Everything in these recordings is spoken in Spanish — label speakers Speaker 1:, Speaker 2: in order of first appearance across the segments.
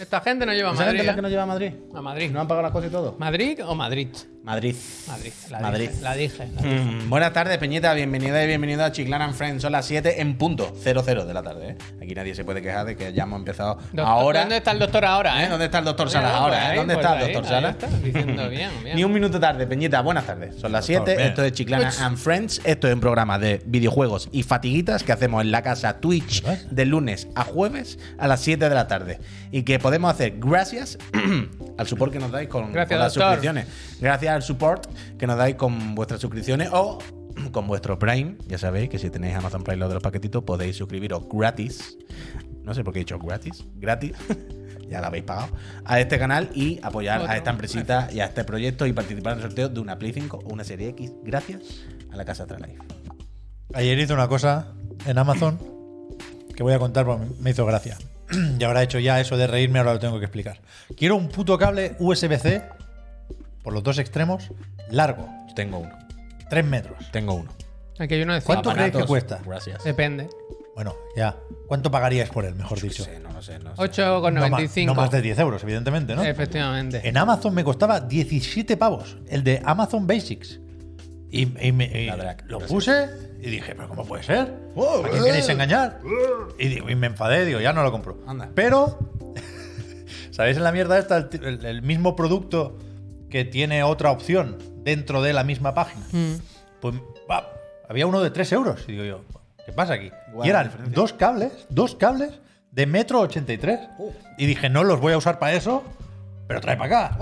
Speaker 1: Esta gente no lleva a
Speaker 2: ¿Esa gente
Speaker 1: Madrid.
Speaker 2: es la que
Speaker 1: ¿eh?
Speaker 2: nos lleva a Madrid?
Speaker 1: A Madrid.
Speaker 2: ¿No han pagado las cosas y todo?
Speaker 1: ¿Madrid o Madrid?
Speaker 2: Madrid.
Speaker 1: Madrid. La
Speaker 2: Madrid.
Speaker 1: dije. La dije. la dije.
Speaker 2: Mm, buenas tardes, Peñita. Bienvenida y bienvenido a Chiclana and Friends. Son las 7 en punto 00 de la tarde. ¿eh? Aquí nadie se puede quejar de que ya hemos empezado
Speaker 1: Doctor-
Speaker 2: ahora.
Speaker 1: ¿Dónde está el doctor ahora, eh?
Speaker 2: ¿Eh? ¿Dónde está el doctor
Speaker 1: Oye,
Speaker 2: Salas
Speaker 1: pues
Speaker 2: ahora?
Speaker 1: ahí,
Speaker 2: ¿eh? ¿Dónde
Speaker 1: pues
Speaker 2: está el
Speaker 1: ahí,
Speaker 2: doctor
Speaker 1: ahí
Speaker 2: Salas?
Speaker 1: está, Diciendo bien, bien.
Speaker 2: Ni un minuto tarde, Peñita. Buenas tardes. Son las 7.
Speaker 3: bien.
Speaker 2: Esto es Chiclana
Speaker 1: Pues-
Speaker 2: and Friends. Esto es un programa de videojuegos y fatiguitas que hacemos en la casa Twitch de lunes a jueves a las 7 de la tarde. Y que podemos hacer gracias al support que nos dais con,
Speaker 1: Gracias,
Speaker 2: con las
Speaker 1: doctor.
Speaker 2: suscripciones. Gracias al support que nos dais con vuestras suscripciones o con vuestro Prime. Ya sabéis que si tenéis Amazon Prime lo de los paquetitos, podéis suscribiros gratis. No sé por qué he dicho gratis. Gratis. ya la habéis pagado. A este canal y apoyar
Speaker 1: Otro.
Speaker 2: a esta empresita y a este proyecto y participar en el sorteo de una Play 5 o una Serie X gracias a la Casa Astralife.
Speaker 3: Ayer hice una cosa en Amazon que voy a contar porque me hizo gracia. Y ahora he hecho ya eso de reírme, ahora lo tengo que explicar. Quiero un puto cable USB-C por los dos extremos, largo,
Speaker 2: Yo tengo uno.
Speaker 3: 3 metros.
Speaker 2: Tengo uno.
Speaker 1: Aquí hay uno de cien.
Speaker 3: ¿Cuánto crees que
Speaker 2: Aparatos.
Speaker 3: cuesta? Eh,
Speaker 2: Gracias.
Speaker 1: Depende.
Speaker 3: Bueno, ya. ¿Cuánto pagarías por él, mejor
Speaker 2: No
Speaker 3: dicho?
Speaker 2: sé, no lo sé, no lo sé.
Speaker 1: 8,95.
Speaker 3: No más, no más de 10 euros, evidentemente,
Speaker 1: Eh,
Speaker 3: ¿no?
Speaker 1: Efectivamente.
Speaker 3: En Amazon me costaba 17 pavos, el de Amazon Basics. Y, y me- y
Speaker 2: La drag, Oh,
Speaker 3: lo
Speaker 2: gracias.
Speaker 3: puse y dije, pero ¿cómo puede ser? ¿A quién queréis engañar? Y, digo- y me enfadé, digo, ya no lo compro.
Speaker 2: eh. Anda.
Speaker 3: Pero, ¿sabéis en la mierda esta? El, ti- el- el mismo producto que tiene otra opción dentro de la misma página. Pues va, había uno de 3 euros. Y digo yo, ¿qué pasa aquí?
Speaker 2: Guau,
Speaker 3: y
Speaker 2: la
Speaker 3: eran
Speaker 2: diferencia.
Speaker 3: dos cables, dos cables de metro 83. Y dije, no los voy a usar para eso, pero trae para acá.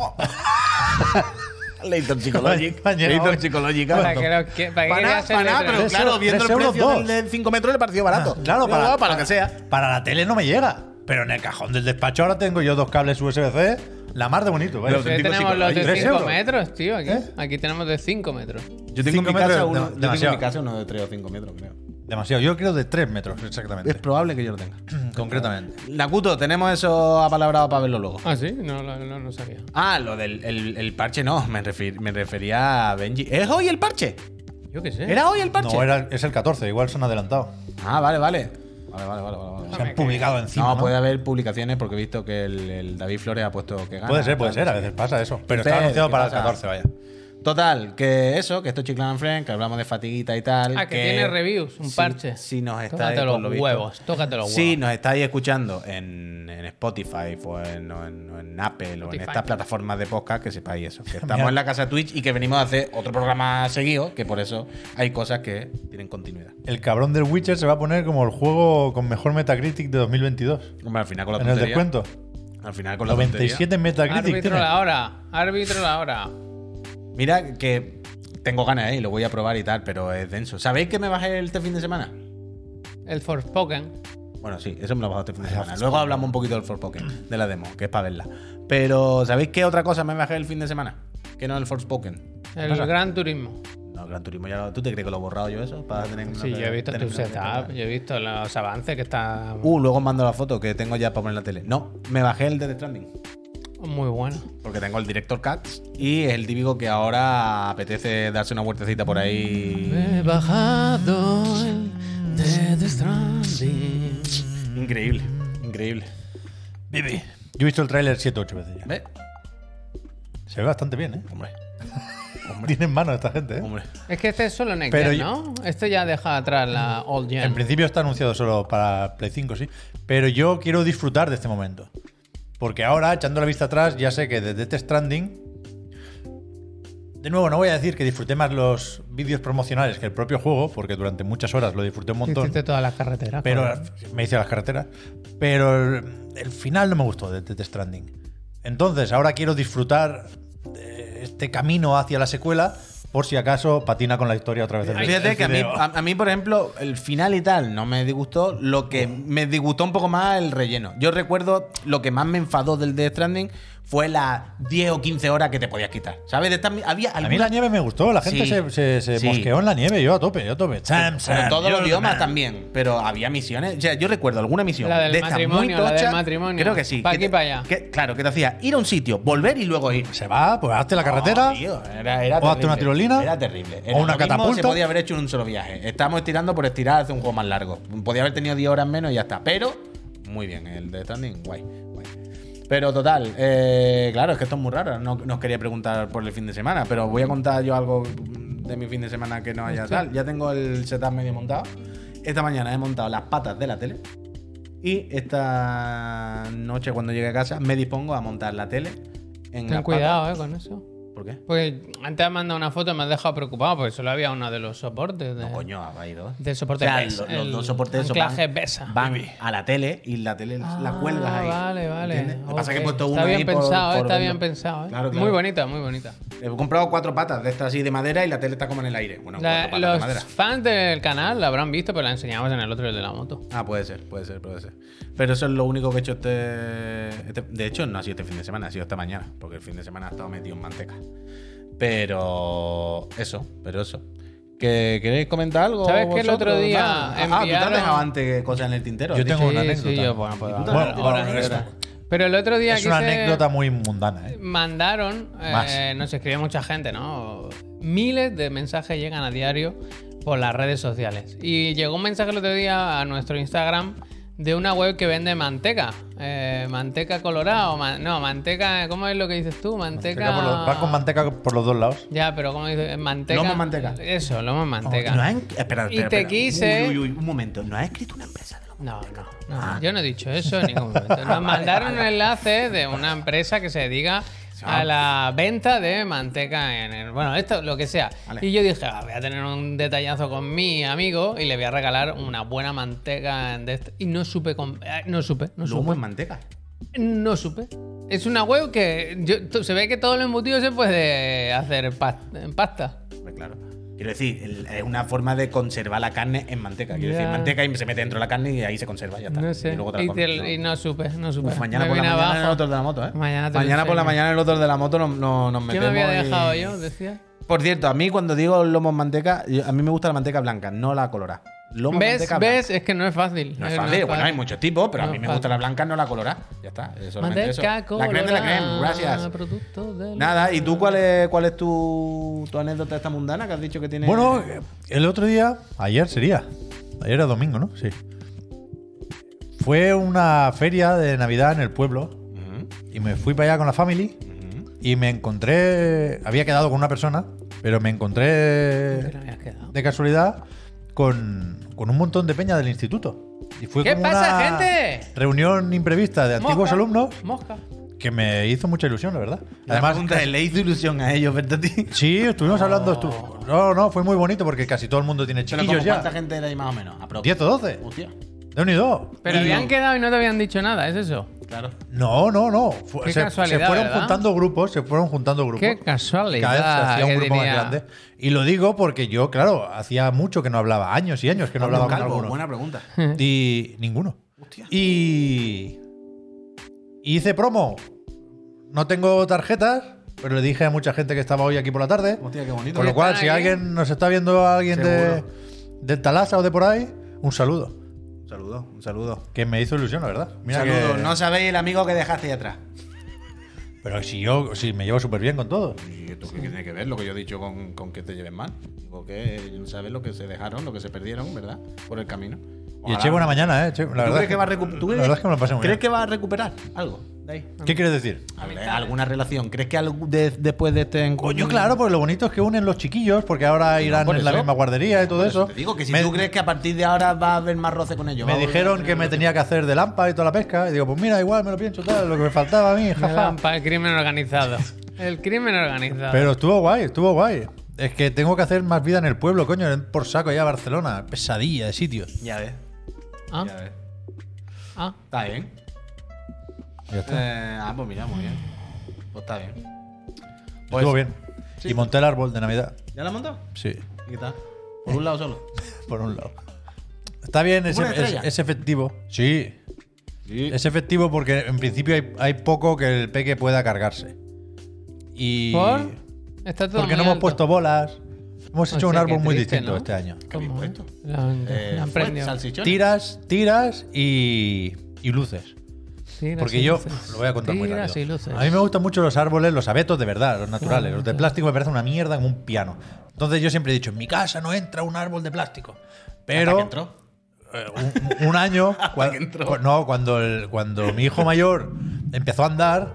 Speaker 2: Leitor Psychologic.
Speaker 3: Me han llegado
Speaker 2: Leitor
Speaker 3: hoy.
Speaker 2: Psychologic.
Speaker 1: ¿Para que lo que- para que
Speaker 2: Para
Speaker 1: quería
Speaker 2: nada,
Speaker 1: hacer
Speaker 2: para nada,
Speaker 1: de
Speaker 2: pero
Speaker 1: tres?
Speaker 3: tres
Speaker 2: claro,
Speaker 3: euros-
Speaker 2: viendo el
Speaker 3: tres euros
Speaker 2: precio
Speaker 3: dos.
Speaker 2: del 5 metros le pareció barato.
Speaker 3: Claro,
Speaker 2: Pero
Speaker 3: para,
Speaker 2: para lo que sea.
Speaker 3: Para la tele no me llega. Pero en el cajón del despacho ahora tengo yo dos cables USB-C. La mar de bonito, ¿vale?
Speaker 2: Los
Speaker 1: Aquí tenemos los de
Speaker 3: ¿Tres
Speaker 1: 5
Speaker 3: euros?
Speaker 1: metros, tío. Aquí,
Speaker 3: ¿Eh?
Speaker 1: aquí tenemos de 5 metros.
Speaker 2: Yo tengo en mi
Speaker 3: Cinco
Speaker 2: casa
Speaker 3: metros,
Speaker 2: uno,
Speaker 3: no,
Speaker 2: yo tengo en
Speaker 3: demasiado.
Speaker 2: mi casa uno de 3 o 5 metros, creo.
Speaker 3: Demasiado. Yo creo de 3 metros,
Speaker 2: Es
Speaker 3: exactamente.
Speaker 2: probable que yo lo tenga.
Speaker 3: Concretamente.
Speaker 2: Nakuto, tenemos eso apalabrado para verlo luego.
Speaker 1: Ah, sí, no, lo- no, no sabía.
Speaker 2: Ah, lo del el, el parche no, me, refi- me refería a Benji. ¿Es hoy el parche?
Speaker 1: Yo qué sé.
Speaker 2: ¿Era hoy el parche?
Speaker 3: No, era, es el 14, igual se han adelantado.
Speaker 2: Ah, vale, vale. Vale, vale, vale. vale, vale.
Speaker 3: Se han publicado encima.
Speaker 2: no, pues
Speaker 3: ¿no?
Speaker 2: puede haber publicaciones porque he visto que el, el David Flores ha puesto que gana.
Speaker 3: Puede ser, puede ser. A veces pasa eso. Pero está anunciado
Speaker 2: ¿qué
Speaker 3: para
Speaker 2: pasa?
Speaker 3: el 14, vaya.
Speaker 2: Total, que eso, que esto es Chiclan and Friends, que hablamos de fatiguita y tal.
Speaker 1: Ah, que tiene reviews, un
Speaker 2: si-
Speaker 1: parche.
Speaker 2: Si nos estáis,
Speaker 1: Tócate
Speaker 2: por
Speaker 1: los
Speaker 2: lo visto-
Speaker 1: huevos, tócate
Speaker 3: Oh,
Speaker 1: los
Speaker 2: Si
Speaker 1: huevos.
Speaker 2: nos estáis escuchando en, en Spotify o en, o en- o en Apple o en
Speaker 1: Spotify.
Speaker 2: estas plataformas de podcast, que sepáis eso. Que estamos
Speaker 3: Mira.
Speaker 2: en la casa Twitch y que venimos a hacer otro programa seguido, que por eso hay cosas que tienen continuidad.
Speaker 3: El cabrón del Witcher se va a poner como el juego con mejor Metacritic de 2022.
Speaker 2: Hombre, al final con la
Speaker 3: En el
Speaker 2: tontería-
Speaker 3: descuento.
Speaker 2: Al final con la tontería-
Speaker 3: 97 Metacritic.
Speaker 1: Árbitro
Speaker 3: tiene.
Speaker 1: la hora, árbitro la hora.
Speaker 2: Mira que tengo ganas, ¿eh? Y lo voy a probar y tal, pero es denso. ¿Sabéis que me bajé este fin de semana?
Speaker 1: El Forspoken.
Speaker 2: Bueno, sí, eso me lo he bajado este fin de semana. Luego hablamos un poquito del Forspoken, de la demo, que es para verla. Pero, ¿sabéis qué otra cosa me bajé el fin de semana? Que no el Forspoken.
Speaker 1: El Gran Turismo.
Speaker 2: No, Gran Turismo ya lo... ¿Tú te crees que lo he borrado yo eso? Para tener
Speaker 1: Sí, yo he visto
Speaker 2: tener
Speaker 1: tu
Speaker 2: una- tener
Speaker 1: setup,
Speaker 2: una-
Speaker 1: yo he visto los avances que está
Speaker 2: Uh, luego os mando la foto que tengo ya para poner en la tele. No, me bajé el de The Stranding.
Speaker 1: muy bueno.
Speaker 2: Porque tengo el Director Cuts y es el típico que ahora apetece darse una vueltecita por ahí.
Speaker 1: He bajado el Death Stranding.
Speaker 2: Increíble, increíble.
Speaker 3: Vivi. Yo he visto el tráiler 7-8 veces ya.
Speaker 2: ¿Ves?
Speaker 3: Se ve bastante bien, ¿eh?
Speaker 2: Hombre,
Speaker 3: Tienen manos esta gente, ¿eh?
Speaker 2: hombre.
Speaker 1: Es que este es solo Next
Speaker 3: Pero
Speaker 1: Gen,
Speaker 3: yo-
Speaker 1: ¿no? Este ya deja atrás la Old
Speaker 3: En
Speaker 1: Gen.
Speaker 3: principio está anunciado solo para Play 5, sí. Pero yo quiero disfrutar de este momento. Porque ahora, echando la vista atrás, ya sé que desde Death Stranding. De nuevo, no voy a decir que disfruté más los vídeos promocionales que el propio juego, porque durante muchas horas lo disfruté un montón.
Speaker 1: Hiciste todas las carreteras.
Speaker 3: Pero
Speaker 1: joder.
Speaker 3: me hice las carreteras. Pero el, el final no me gustó de Death Stranding. Entonces, ahora quiero disfrutar de este camino hacia la secuela, por si acaso patina con la historia otra vez. el-
Speaker 2: Fíjate
Speaker 3: el
Speaker 2: que a mí,
Speaker 3: fideo.
Speaker 2: a- a mí, por ejemplo, el final y tal no me disgustó. Lo que me disgustó un poco más el relleno. Yo recuerdo lo que más me enfadó del Death Stranding fue las 10 o 15 horas que te podías quitar. ¿Sabes? De esta- había
Speaker 3: A mí la
Speaker 2: alguna-
Speaker 3: nieve me gustó, la gente
Speaker 2: Sí,
Speaker 3: se, se- se
Speaker 2: sí.
Speaker 3: mosqueó en la nieve, yo a tope, yo a tope. Sam,
Speaker 2: Pero
Speaker 3: Sam,
Speaker 2: en todos
Speaker 3: you're
Speaker 2: los
Speaker 3: the
Speaker 2: idiomas
Speaker 3: man.
Speaker 2: también. Pero había misiones. O sea, yo recuerdo alguna misión.
Speaker 1: La del
Speaker 2: de estas muy
Speaker 1: matrimonio, la del
Speaker 2: tocha,
Speaker 1: matrimonio.
Speaker 2: Creo que sí.
Speaker 1: Pa'
Speaker 2: que
Speaker 1: aquí,
Speaker 2: te-
Speaker 1: pa' allá.
Speaker 2: que- claro, que te hacía ir a un sitio, volver y luego ir.
Speaker 3: Se va, pues hazte la carretera.
Speaker 2: No, Ah, tío, era, era
Speaker 3: O hazte
Speaker 2: terrible.
Speaker 3: una tirolina.
Speaker 2: Era terrible. Era
Speaker 3: O una
Speaker 2: lo mismo,
Speaker 3: catapulta.
Speaker 2: Se podía haber hecho en un solo viaje. Estamos estirando por estirar hace un juego más largo. Podía haber tenido 10 horas menos y ya está. Pero, muy bien, el de Stranding, guay. guay. Pero total, eh, claro, es que esto es muy raro. No, no os quería preguntar por el fin de semana, pero voy a contar yo algo de mi fin de semana que no haya tal. Ya tengo el setup medio montado. Esta mañana he montado las patas de la tele. Y esta noche, cuando llegue a casa, me dispongo a montar la tele. En
Speaker 1: Ten
Speaker 2: las
Speaker 1: cuidado, eh, con eso.
Speaker 2: patas. ¿Por qué?
Speaker 1: Porque antes has mandado una foto y me has dejado preocupado porque solo había uno de los soportes. Ah. De,
Speaker 2: No, coño, ha ido.
Speaker 1: Del soporte
Speaker 2: O sea,
Speaker 1: PES,
Speaker 2: lo- los,
Speaker 1: el
Speaker 2: dos soportes esos
Speaker 1: anclaje
Speaker 2: van,
Speaker 1: PESA.
Speaker 2: van a la tele y la tele la
Speaker 1: Ah,
Speaker 2: cuelgas ahí.
Speaker 1: Vale, vale.
Speaker 2: ¿entiendes? Lo que pasa es que he
Speaker 1: Ok.
Speaker 2: puesto uno
Speaker 1: Está bien
Speaker 2: ahí por-
Speaker 1: pensado, eh,
Speaker 2: por
Speaker 1: está bien
Speaker 2: verlo.
Speaker 1: pensado. eh.
Speaker 2: Claro, claro.
Speaker 1: Muy bonita, muy bonita.
Speaker 2: He comprado cuatro patas de estas así de madera y la tele está como en el aire. Bueno,
Speaker 1: La-
Speaker 2: cuatro patas de madera.
Speaker 1: los fans del canal la habrán visto, pero la enseñamos en el otro, el de la moto.
Speaker 2: Ah, puede ser, puede ser, puede ser. Pero eso es lo único que he hecho este, este- De hecho, no ha sido este fin de semana, ha sido esta mañana, porque el fin de semana ha estado metido en manteca. Pero eso, pero eso. ¿Que, ¿Queréis comentar algo?
Speaker 1: ¿Sabes que el
Speaker 2: vosotros?
Speaker 1: otro día
Speaker 2: Nada. Ah, tú te
Speaker 1: enviaron-
Speaker 2: has dejado antes cosas en el tintero.
Speaker 3: Yo
Speaker 2: has
Speaker 3: tengo
Speaker 2: dicho.
Speaker 3: una
Speaker 1: Sí,
Speaker 3: anécdota.
Speaker 1: sí, yo, bueno, pues,
Speaker 2: Bueno,
Speaker 1: vale,
Speaker 3: ahora
Speaker 1: vale,
Speaker 3: esto.
Speaker 1: vale. Pero el otro día
Speaker 3: Es una
Speaker 1: quise-
Speaker 3: anécdota muy mundana, ¿eh?
Speaker 1: mandaron, eh,
Speaker 3: Más.
Speaker 1: nos escribe mucha gente, ¿no? Miles de mensajes llegan a diario por las redes sociales. Y llegó un mensaje el otro día a nuestro Instagram de una web que vende manteca. Eh, manteca colorada o man- no, manteca, ¿cómo es lo que dices tú? Manteca.
Speaker 3: Manteca por los- va con manteca por los dos lados.
Speaker 1: Ya, pero ¿cómo dices? Manteca.
Speaker 2: Lomo manteca.
Speaker 1: Eso, lomo manteca.
Speaker 2: No ha- espera, espera,
Speaker 1: Y te
Speaker 2: espera.
Speaker 1: quise-
Speaker 2: Uy, uy, uy, un momento, ¿no ha escrito una empresa de lo
Speaker 1: No, no, no.
Speaker 2: Ah.
Speaker 1: Yo no he dicho eso en ningún momento. Nos mandaron un enlace de una empresa que se dedica a la venta de manteca en el. Bueno, esto, lo que sea.
Speaker 2: Vale.
Speaker 1: Y yo dije, "Ah, voy a tener un detallazo con mi amigo y le voy a regalar una buena manteca de este. Y no supe. con- eh, No supe, no
Speaker 2: Lomo
Speaker 1: supe.
Speaker 2: en manteca?
Speaker 1: No supe. Es una web que yo- t- se ve que todo lo embutido se puede hacer pas- en pasta.
Speaker 2: Pues claro. Quiero decir, el- es una forma de conservar la carne en manteca. Quiero
Speaker 1: Ya.
Speaker 2: decir, manteca y se mete dentro de la carne y ahí se conserva, ya está.
Speaker 1: No sé.
Speaker 2: Y luego te la
Speaker 1: Y,
Speaker 2: comes,
Speaker 1: te-
Speaker 2: ¿no?
Speaker 1: y no supe, no supe.
Speaker 2: Uf, pues, mañana
Speaker 1: Me
Speaker 2: por la
Speaker 1: vine
Speaker 2: mañana en el
Speaker 1: abajo.
Speaker 2: otro de la moto, ¿eh?
Speaker 1: Mañana te lo
Speaker 2: por la
Speaker 1: enseño.
Speaker 2: mañana en el otro de la moto no, no- nos
Speaker 1: ¿Qué
Speaker 2: metemos.
Speaker 1: me había
Speaker 2: y-
Speaker 1: dejado yo? Decía.
Speaker 2: Por cierto, a mí cuando digo lomo en manteca, yo- a mí me gusta la manteca blanca, no la colorada. Lomo en
Speaker 1: ¿Ves?
Speaker 2: manteca
Speaker 1: ¿Ves?
Speaker 2: blanca.
Speaker 1: Es que no es fácil.
Speaker 2: No es
Speaker 1: Eh,
Speaker 2: fácil. bueno, hay muchos tipos, pero a
Speaker 1: No
Speaker 2: mí
Speaker 1: es
Speaker 2: me
Speaker 1: fácil.
Speaker 2: gusta la blanca, no la colorada. Ya está. es solamente eso.
Speaker 1: Manteca
Speaker 2: La creme de la
Speaker 1: colorada,
Speaker 2: creme, gracias.
Speaker 1: producto de la-
Speaker 2: Nada, eh. ¿y tú cuál es, cuál es tu, tu anécdota esta mundana que has dicho que tiene?
Speaker 3: Bueno, el otro día, ayer sería. Ayer era domingo, ¿no? Sí. Fue una feria de Navidad en el pueblo
Speaker 2: Ujú,
Speaker 3: y me fui para allá con la family
Speaker 2: ujú.
Speaker 3: y me encontré. Había quedado con una persona, pero
Speaker 1: Te
Speaker 3: me
Speaker 1: lo
Speaker 3: encontré
Speaker 1: habías quedado.
Speaker 3: de casualidad con, con un montón de peña del instituto. Y fue
Speaker 1: ¿Qué
Speaker 3: como
Speaker 1: pasa,
Speaker 3: una
Speaker 1: gente?
Speaker 3: Reunión imprevista de antiguos
Speaker 1: Mosca,
Speaker 3: alumnos
Speaker 1: Mosca.
Speaker 3: que me hizo mucha ilusión, la verdad.
Speaker 2: La pregunta es, ¿le hizo ilusión a ellos, verdad? tío?
Speaker 3: Sí, estuvimos hablando. estu- No, no, fue muy bonito porque casi todo el mundo tiene
Speaker 2: Pero
Speaker 3: chiquillos
Speaker 2: como ¿Cuánta
Speaker 3: ya.
Speaker 2: gente era ahí más o menos? Aprox.
Speaker 3: 10 o 12.
Speaker 2: Hostia.
Speaker 3: De un y dos.
Speaker 1: Pero
Speaker 3: Y-
Speaker 1: habían quedado y no te habían dicho nada, ¿es eso?
Speaker 2: Claro.
Speaker 3: No, no, no. Fu-
Speaker 1: Qué
Speaker 3: se,
Speaker 1: casualidad,
Speaker 3: se fueron
Speaker 1: ¿verdad?
Speaker 3: juntando grupos, se fueron juntando grupos.
Speaker 1: Qué
Speaker 3: Cada vez se
Speaker 1: casualidad.
Speaker 3: hacía un
Speaker 1: que
Speaker 3: grupo más
Speaker 1: diría-
Speaker 3: grande. Y lo digo porque yo, claro, hacía mucho que no hablaba, años y años que no hablaba con
Speaker 2: Calvo,
Speaker 3: alguno.
Speaker 2: buena pregunta.
Speaker 3: Y ninguno.
Speaker 2: Hostia.
Speaker 3: Y... y hice promo. No tengo tarjetas, pero le dije a mucha gente que estaba hoy aquí por la tarde.
Speaker 2: Hostia, qué bonito.
Speaker 3: Con lo cual,
Speaker 1: ¿Están
Speaker 3: si
Speaker 1: aquí?
Speaker 3: alguien nos está viendo, alguien de,
Speaker 2: Seguro.
Speaker 3: de Talasa o de por ahí, un saludo.
Speaker 2: Un saludo, un saludo.
Speaker 3: Que me hizo ilusión, la verdad. Mira
Speaker 2: Saludos,
Speaker 3: que-
Speaker 2: no sabéis el amigo que dejaste ahí atrás.
Speaker 3: Pero si yo si me llevo súper bien con todo.
Speaker 2: ¿Y esto qué tiene que ver lo que yo he dicho con, con que te lleven mal? Digo que no sabes lo que se dejaron, lo que se perdieron, ¿verdad? Por el camino.
Speaker 3: Y
Speaker 2: Ojalá.
Speaker 3: eché buena mañana, ¿eh? Che,
Speaker 2: ¿Tú
Speaker 3: la verdad
Speaker 2: crees
Speaker 3: es
Speaker 2: que va a recu- tú
Speaker 3: la
Speaker 2: crees-
Speaker 3: verdad es que me lo pasé muy
Speaker 2: ¿Crees
Speaker 3: bien.
Speaker 2: que va a recuperar algo de ahí?
Speaker 3: ¿Qué quieres decir?
Speaker 2: ¿Alguna relación? ¿Crees que algo de- después de este encuentro?
Speaker 3: Coño, claro, porque lo bonito es que unen los chiquillos, porque ahora irán
Speaker 2: por
Speaker 3: en la
Speaker 2: eso.
Speaker 3: misma guardería y todo eso.
Speaker 2: Te digo que si
Speaker 3: me,
Speaker 2: tú crees que a partir de ahora va a haber más roce con ellos.
Speaker 3: me
Speaker 2: va a volver a
Speaker 3: dijeron
Speaker 2: tener
Speaker 3: que me
Speaker 2: roce.
Speaker 3: tenía que hacer de lampa y toda la pesca. Y digo, pues mira, igual me lo pienso, tal, lo que me faltaba a mí,
Speaker 1: Me
Speaker 3: jaja.
Speaker 1: dan pa' el crimen organizado. El crimen organizado.
Speaker 3: Pero estuvo guay, estuvo guay. Es que tengo que hacer más vida en el pueblo, coño, den por saco ya a Barcelona. Pesadilla de sitios.
Speaker 2: Ya ves,
Speaker 1: Ah,
Speaker 2: ya ves.
Speaker 1: ah.
Speaker 2: Está bien.
Speaker 3: Ya está.
Speaker 2: Eh, ah, pues mira, muy bien. Pues está bien. Pues,
Speaker 3: estuvo bien.
Speaker 2: sí.
Speaker 3: Y monté el árbol de Navidad.
Speaker 2: ¿Ya la has montado?
Speaker 3: Sí,
Speaker 2: ¿Y qué tal? ¿Por un lado solo?
Speaker 3: por un lado. Está bien, es,
Speaker 2: ¿Una estrella?
Speaker 3: es- es efectivo. Sí,
Speaker 2: Sí.
Speaker 3: Es efectivo porque en principio hay, hay poco que el peque pueda cargarse. Y
Speaker 1: ¿Por? Está todo
Speaker 3: porque
Speaker 1: muy
Speaker 3: no hemos
Speaker 1: alto.
Speaker 3: puesto bolas. Hemos
Speaker 1: O
Speaker 3: hecho un
Speaker 1: sea,
Speaker 3: árbol
Speaker 1: qué
Speaker 3: muy
Speaker 1: triste,
Speaker 3: distinto
Speaker 1: ¿no?
Speaker 3: este año.
Speaker 2: habéis
Speaker 1: ¿Cómo,
Speaker 2: puesto?
Speaker 1: eh? Lo han-
Speaker 2: Eh,
Speaker 1: lo han
Speaker 2: fue
Speaker 1: prendido.
Speaker 2: salchichón.
Speaker 3: Tiras, tiras y, y luces.
Speaker 1: Tiras
Speaker 3: Porque
Speaker 1: y
Speaker 3: yo
Speaker 1: luces.
Speaker 3: lo voy a contar muy
Speaker 1: Tiras y
Speaker 3: rápido.
Speaker 1: luces. Ah,
Speaker 3: A mí me gustan mucho los árboles, los abetos de verdad, los naturales. Los de plástico me parecen una mierda como un piano. Entonces yo siempre he dicho, en mi casa no entra un árbol de plástico. Pero
Speaker 2: ¿Hasta que entró?
Speaker 3: Eh, un, un año. cua-
Speaker 2: que entró.
Speaker 3: cu- no, cuando, el- cuando mi hijo mayor empezó a andar,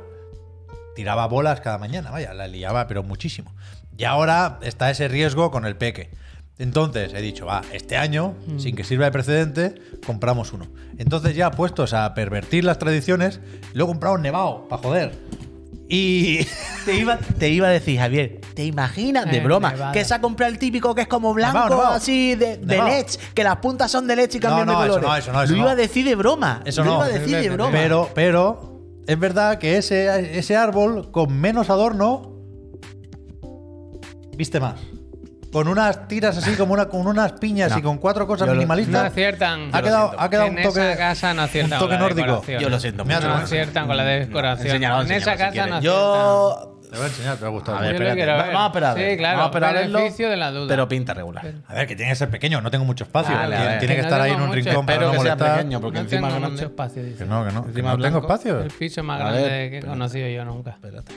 Speaker 3: tiraba bolas cada mañana, vaya, la liaba, pero muchísimo. Y ahora está ese riesgo con el peque. Entonces he dicho, va, este año, sin que sirva de precedente, compramos uno. Entonces ya puestos a pervertir las tradiciones, lo he comprado un nevado, para joder. Y
Speaker 4: Te iba, te iba a decir, Javier, ¿te imaginas de
Speaker 1: Eh,
Speaker 4: broma
Speaker 1: nevado.
Speaker 4: que se ha comprado el típico que es como blanco,
Speaker 3: Nevado, nevado.
Speaker 4: así, de, de
Speaker 3: Nevado.
Speaker 4: LEDs, que las puntas son de LEDs y cambian
Speaker 3: No, no,
Speaker 4: de
Speaker 3: eso
Speaker 4: colores?
Speaker 3: no, eso no, eso
Speaker 4: Lo
Speaker 3: no.
Speaker 4: iba a decir de broma.
Speaker 3: Eso
Speaker 4: lo
Speaker 3: no.
Speaker 4: iba a decir de broma.
Speaker 3: Pero, pero es verdad que ese, ese árbol con menos adorno viste más. Con unas tiras así, como una, con unas piñas
Speaker 2: No.
Speaker 3: y con cuatro cosas
Speaker 2: Yo lo-
Speaker 1: No
Speaker 3: minimalistas.
Speaker 1: aciertan.
Speaker 3: Ha quedado, ha quedado
Speaker 1: en
Speaker 3: un toque.
Speaker 1: esa casa no aciertan.
Speaker 3: un toque
Speaker 1: con la
Speaker 3: nórdico.
Speaker 1: decoración.
Speaker 2: Yo lo siento
Speaker 3: Me ha
Speaker 2: mucho.
Speaker 1: No
Speaker 3: Bueno,
Speaker 1: aciertan
Speaker 3: Mm,
Speaker 1: con la decoración.
Speaker 2: enséñalo,
Speaker 1: en esa
Speaker 2: enséñalo si
Speaker 1: casa
Speaker 2: quieres.
Speaker 1: no aciertan.
Speaker 4: Yo.
Speaker 3: Te lo voy a enseñar, te va a gustar.
Speaker 2: A
Speaker 1: Yo
Speaker 2: ver,
Speaker 1: lo
Speaker 2: espérate,
Speaker 1: quiero ver.
Speaker 2: vamos a esperar a
Speaker 1: Sí,
Speaker 2: ver.
Speaker 1: claro,
Speaker 2: Vamos a esperar a verlo,
Speaker 1: beneficio de la duda.
Speaker 2: Pero pinta regular.
Speaker 3: A ver, que tiene que ser pequeño, no tengo mucho espacio.
Speaker 1: Vale,
Speaker 3: tiene
Speaker 1: a ver.
Speaker 3: tiene que,
Speaker 1: Que no
Speaker 3: estar ahí en
Speaker 1: tengo
Speaker 3: un
Speaker 1: mucho
Speaker 3: rincón para
Speaker 2: Espero
Speaker 3: no
Speaker 2: que sea
Speaker 3: molestar.
Speaker 2: pequeño, porque
Speaker 1: no
Speaker 2: encima
Speaker 1: tengo
Speaker 2: grande.
Speaker 1: mucho espacio, dice.
Speaker 3: Que no, que no. que
Speaker 2: Encima
Speaker 3: no tengo
Speaker 2: blanco.
Speaker 3: espacio.
Speaker 1: El piso más
Speaker 2: A
Speaker 1: grande
Speaker 2: ver,
Speaker 1: que he
Speaker 2: espérate.
Speaker 1: conocido yo nunca.
Speaker 2: Espérate,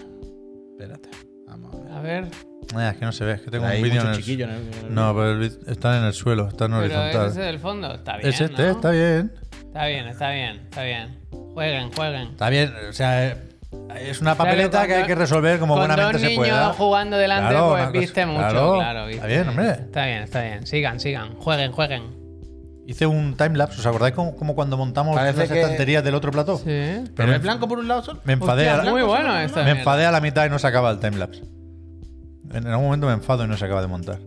Speaker 2: espérate. Vamos a ver.
Speaker 1: A ver,
Speaker 3: Ah, es que no se ve, es que tengo
Speaker 2: Hay
Speaker 3: un vídeo
Speaker 2: mucho
Speaker 3: en el.
Speaker 2: chiquillo en el-
Speaker 3: No, pero el vid- están en el suelo, están
Speaker 1: pero ese
Speaker 3: horizontal.
Speaker 1: es del fondo. Está bien.
Speaker 3: Es este,
Speaker 1: ¿no?
Speaker 3: está bien.
Speaker 1: Está bien, está bien, está bien. Jueguen, jueguen.
Speaker 3: Está bien, o sea, eh, es una papeleta
Speaker 1: Claro,
Speaker 3: que hay
Speaker 1: cuando-
Speaker 3: que resolver como
Speaker 1: Con
Speaker 3: buenamente
Speaker 1: dos
Speaker 3: se
Speaker 1: niños
Speaker 3: pueda.
Speaker 1: jugando delante,
Speaker 3: Claro,
Speaker 1: pues
Speaker 3: una cosa-
Speaker 1: viste mucho.
Speaker 3: claro.
Speaker 1: Claro,
Speaker 3: Está
Speaker 1: viste.
Speaker 3: bien, hombre.
Speaker 1: Está bien, está bien. Sigan, sigan. Jueguen, jueguen.
Speaker 3: Hice un timelapse, ¿os acordáis como, como cuando montamos
Speaker 2: Parece
Speaker 3: las
Speaker 2: que-
Speaker 3: estanterías del otro plató?
Speaker 1: Sí.
Speaker 2: Pero es blanco por un lado solo.
Speaker 3: Me enfadé, a,
Speaker 1: Hostia, muy
Speaker 3: la-
Speaker 1: bueno este esto.
Speaker 3: me enfadé a la mitad y no se acaba el timelapse. En algún momento me enfado y no se acaba de montar.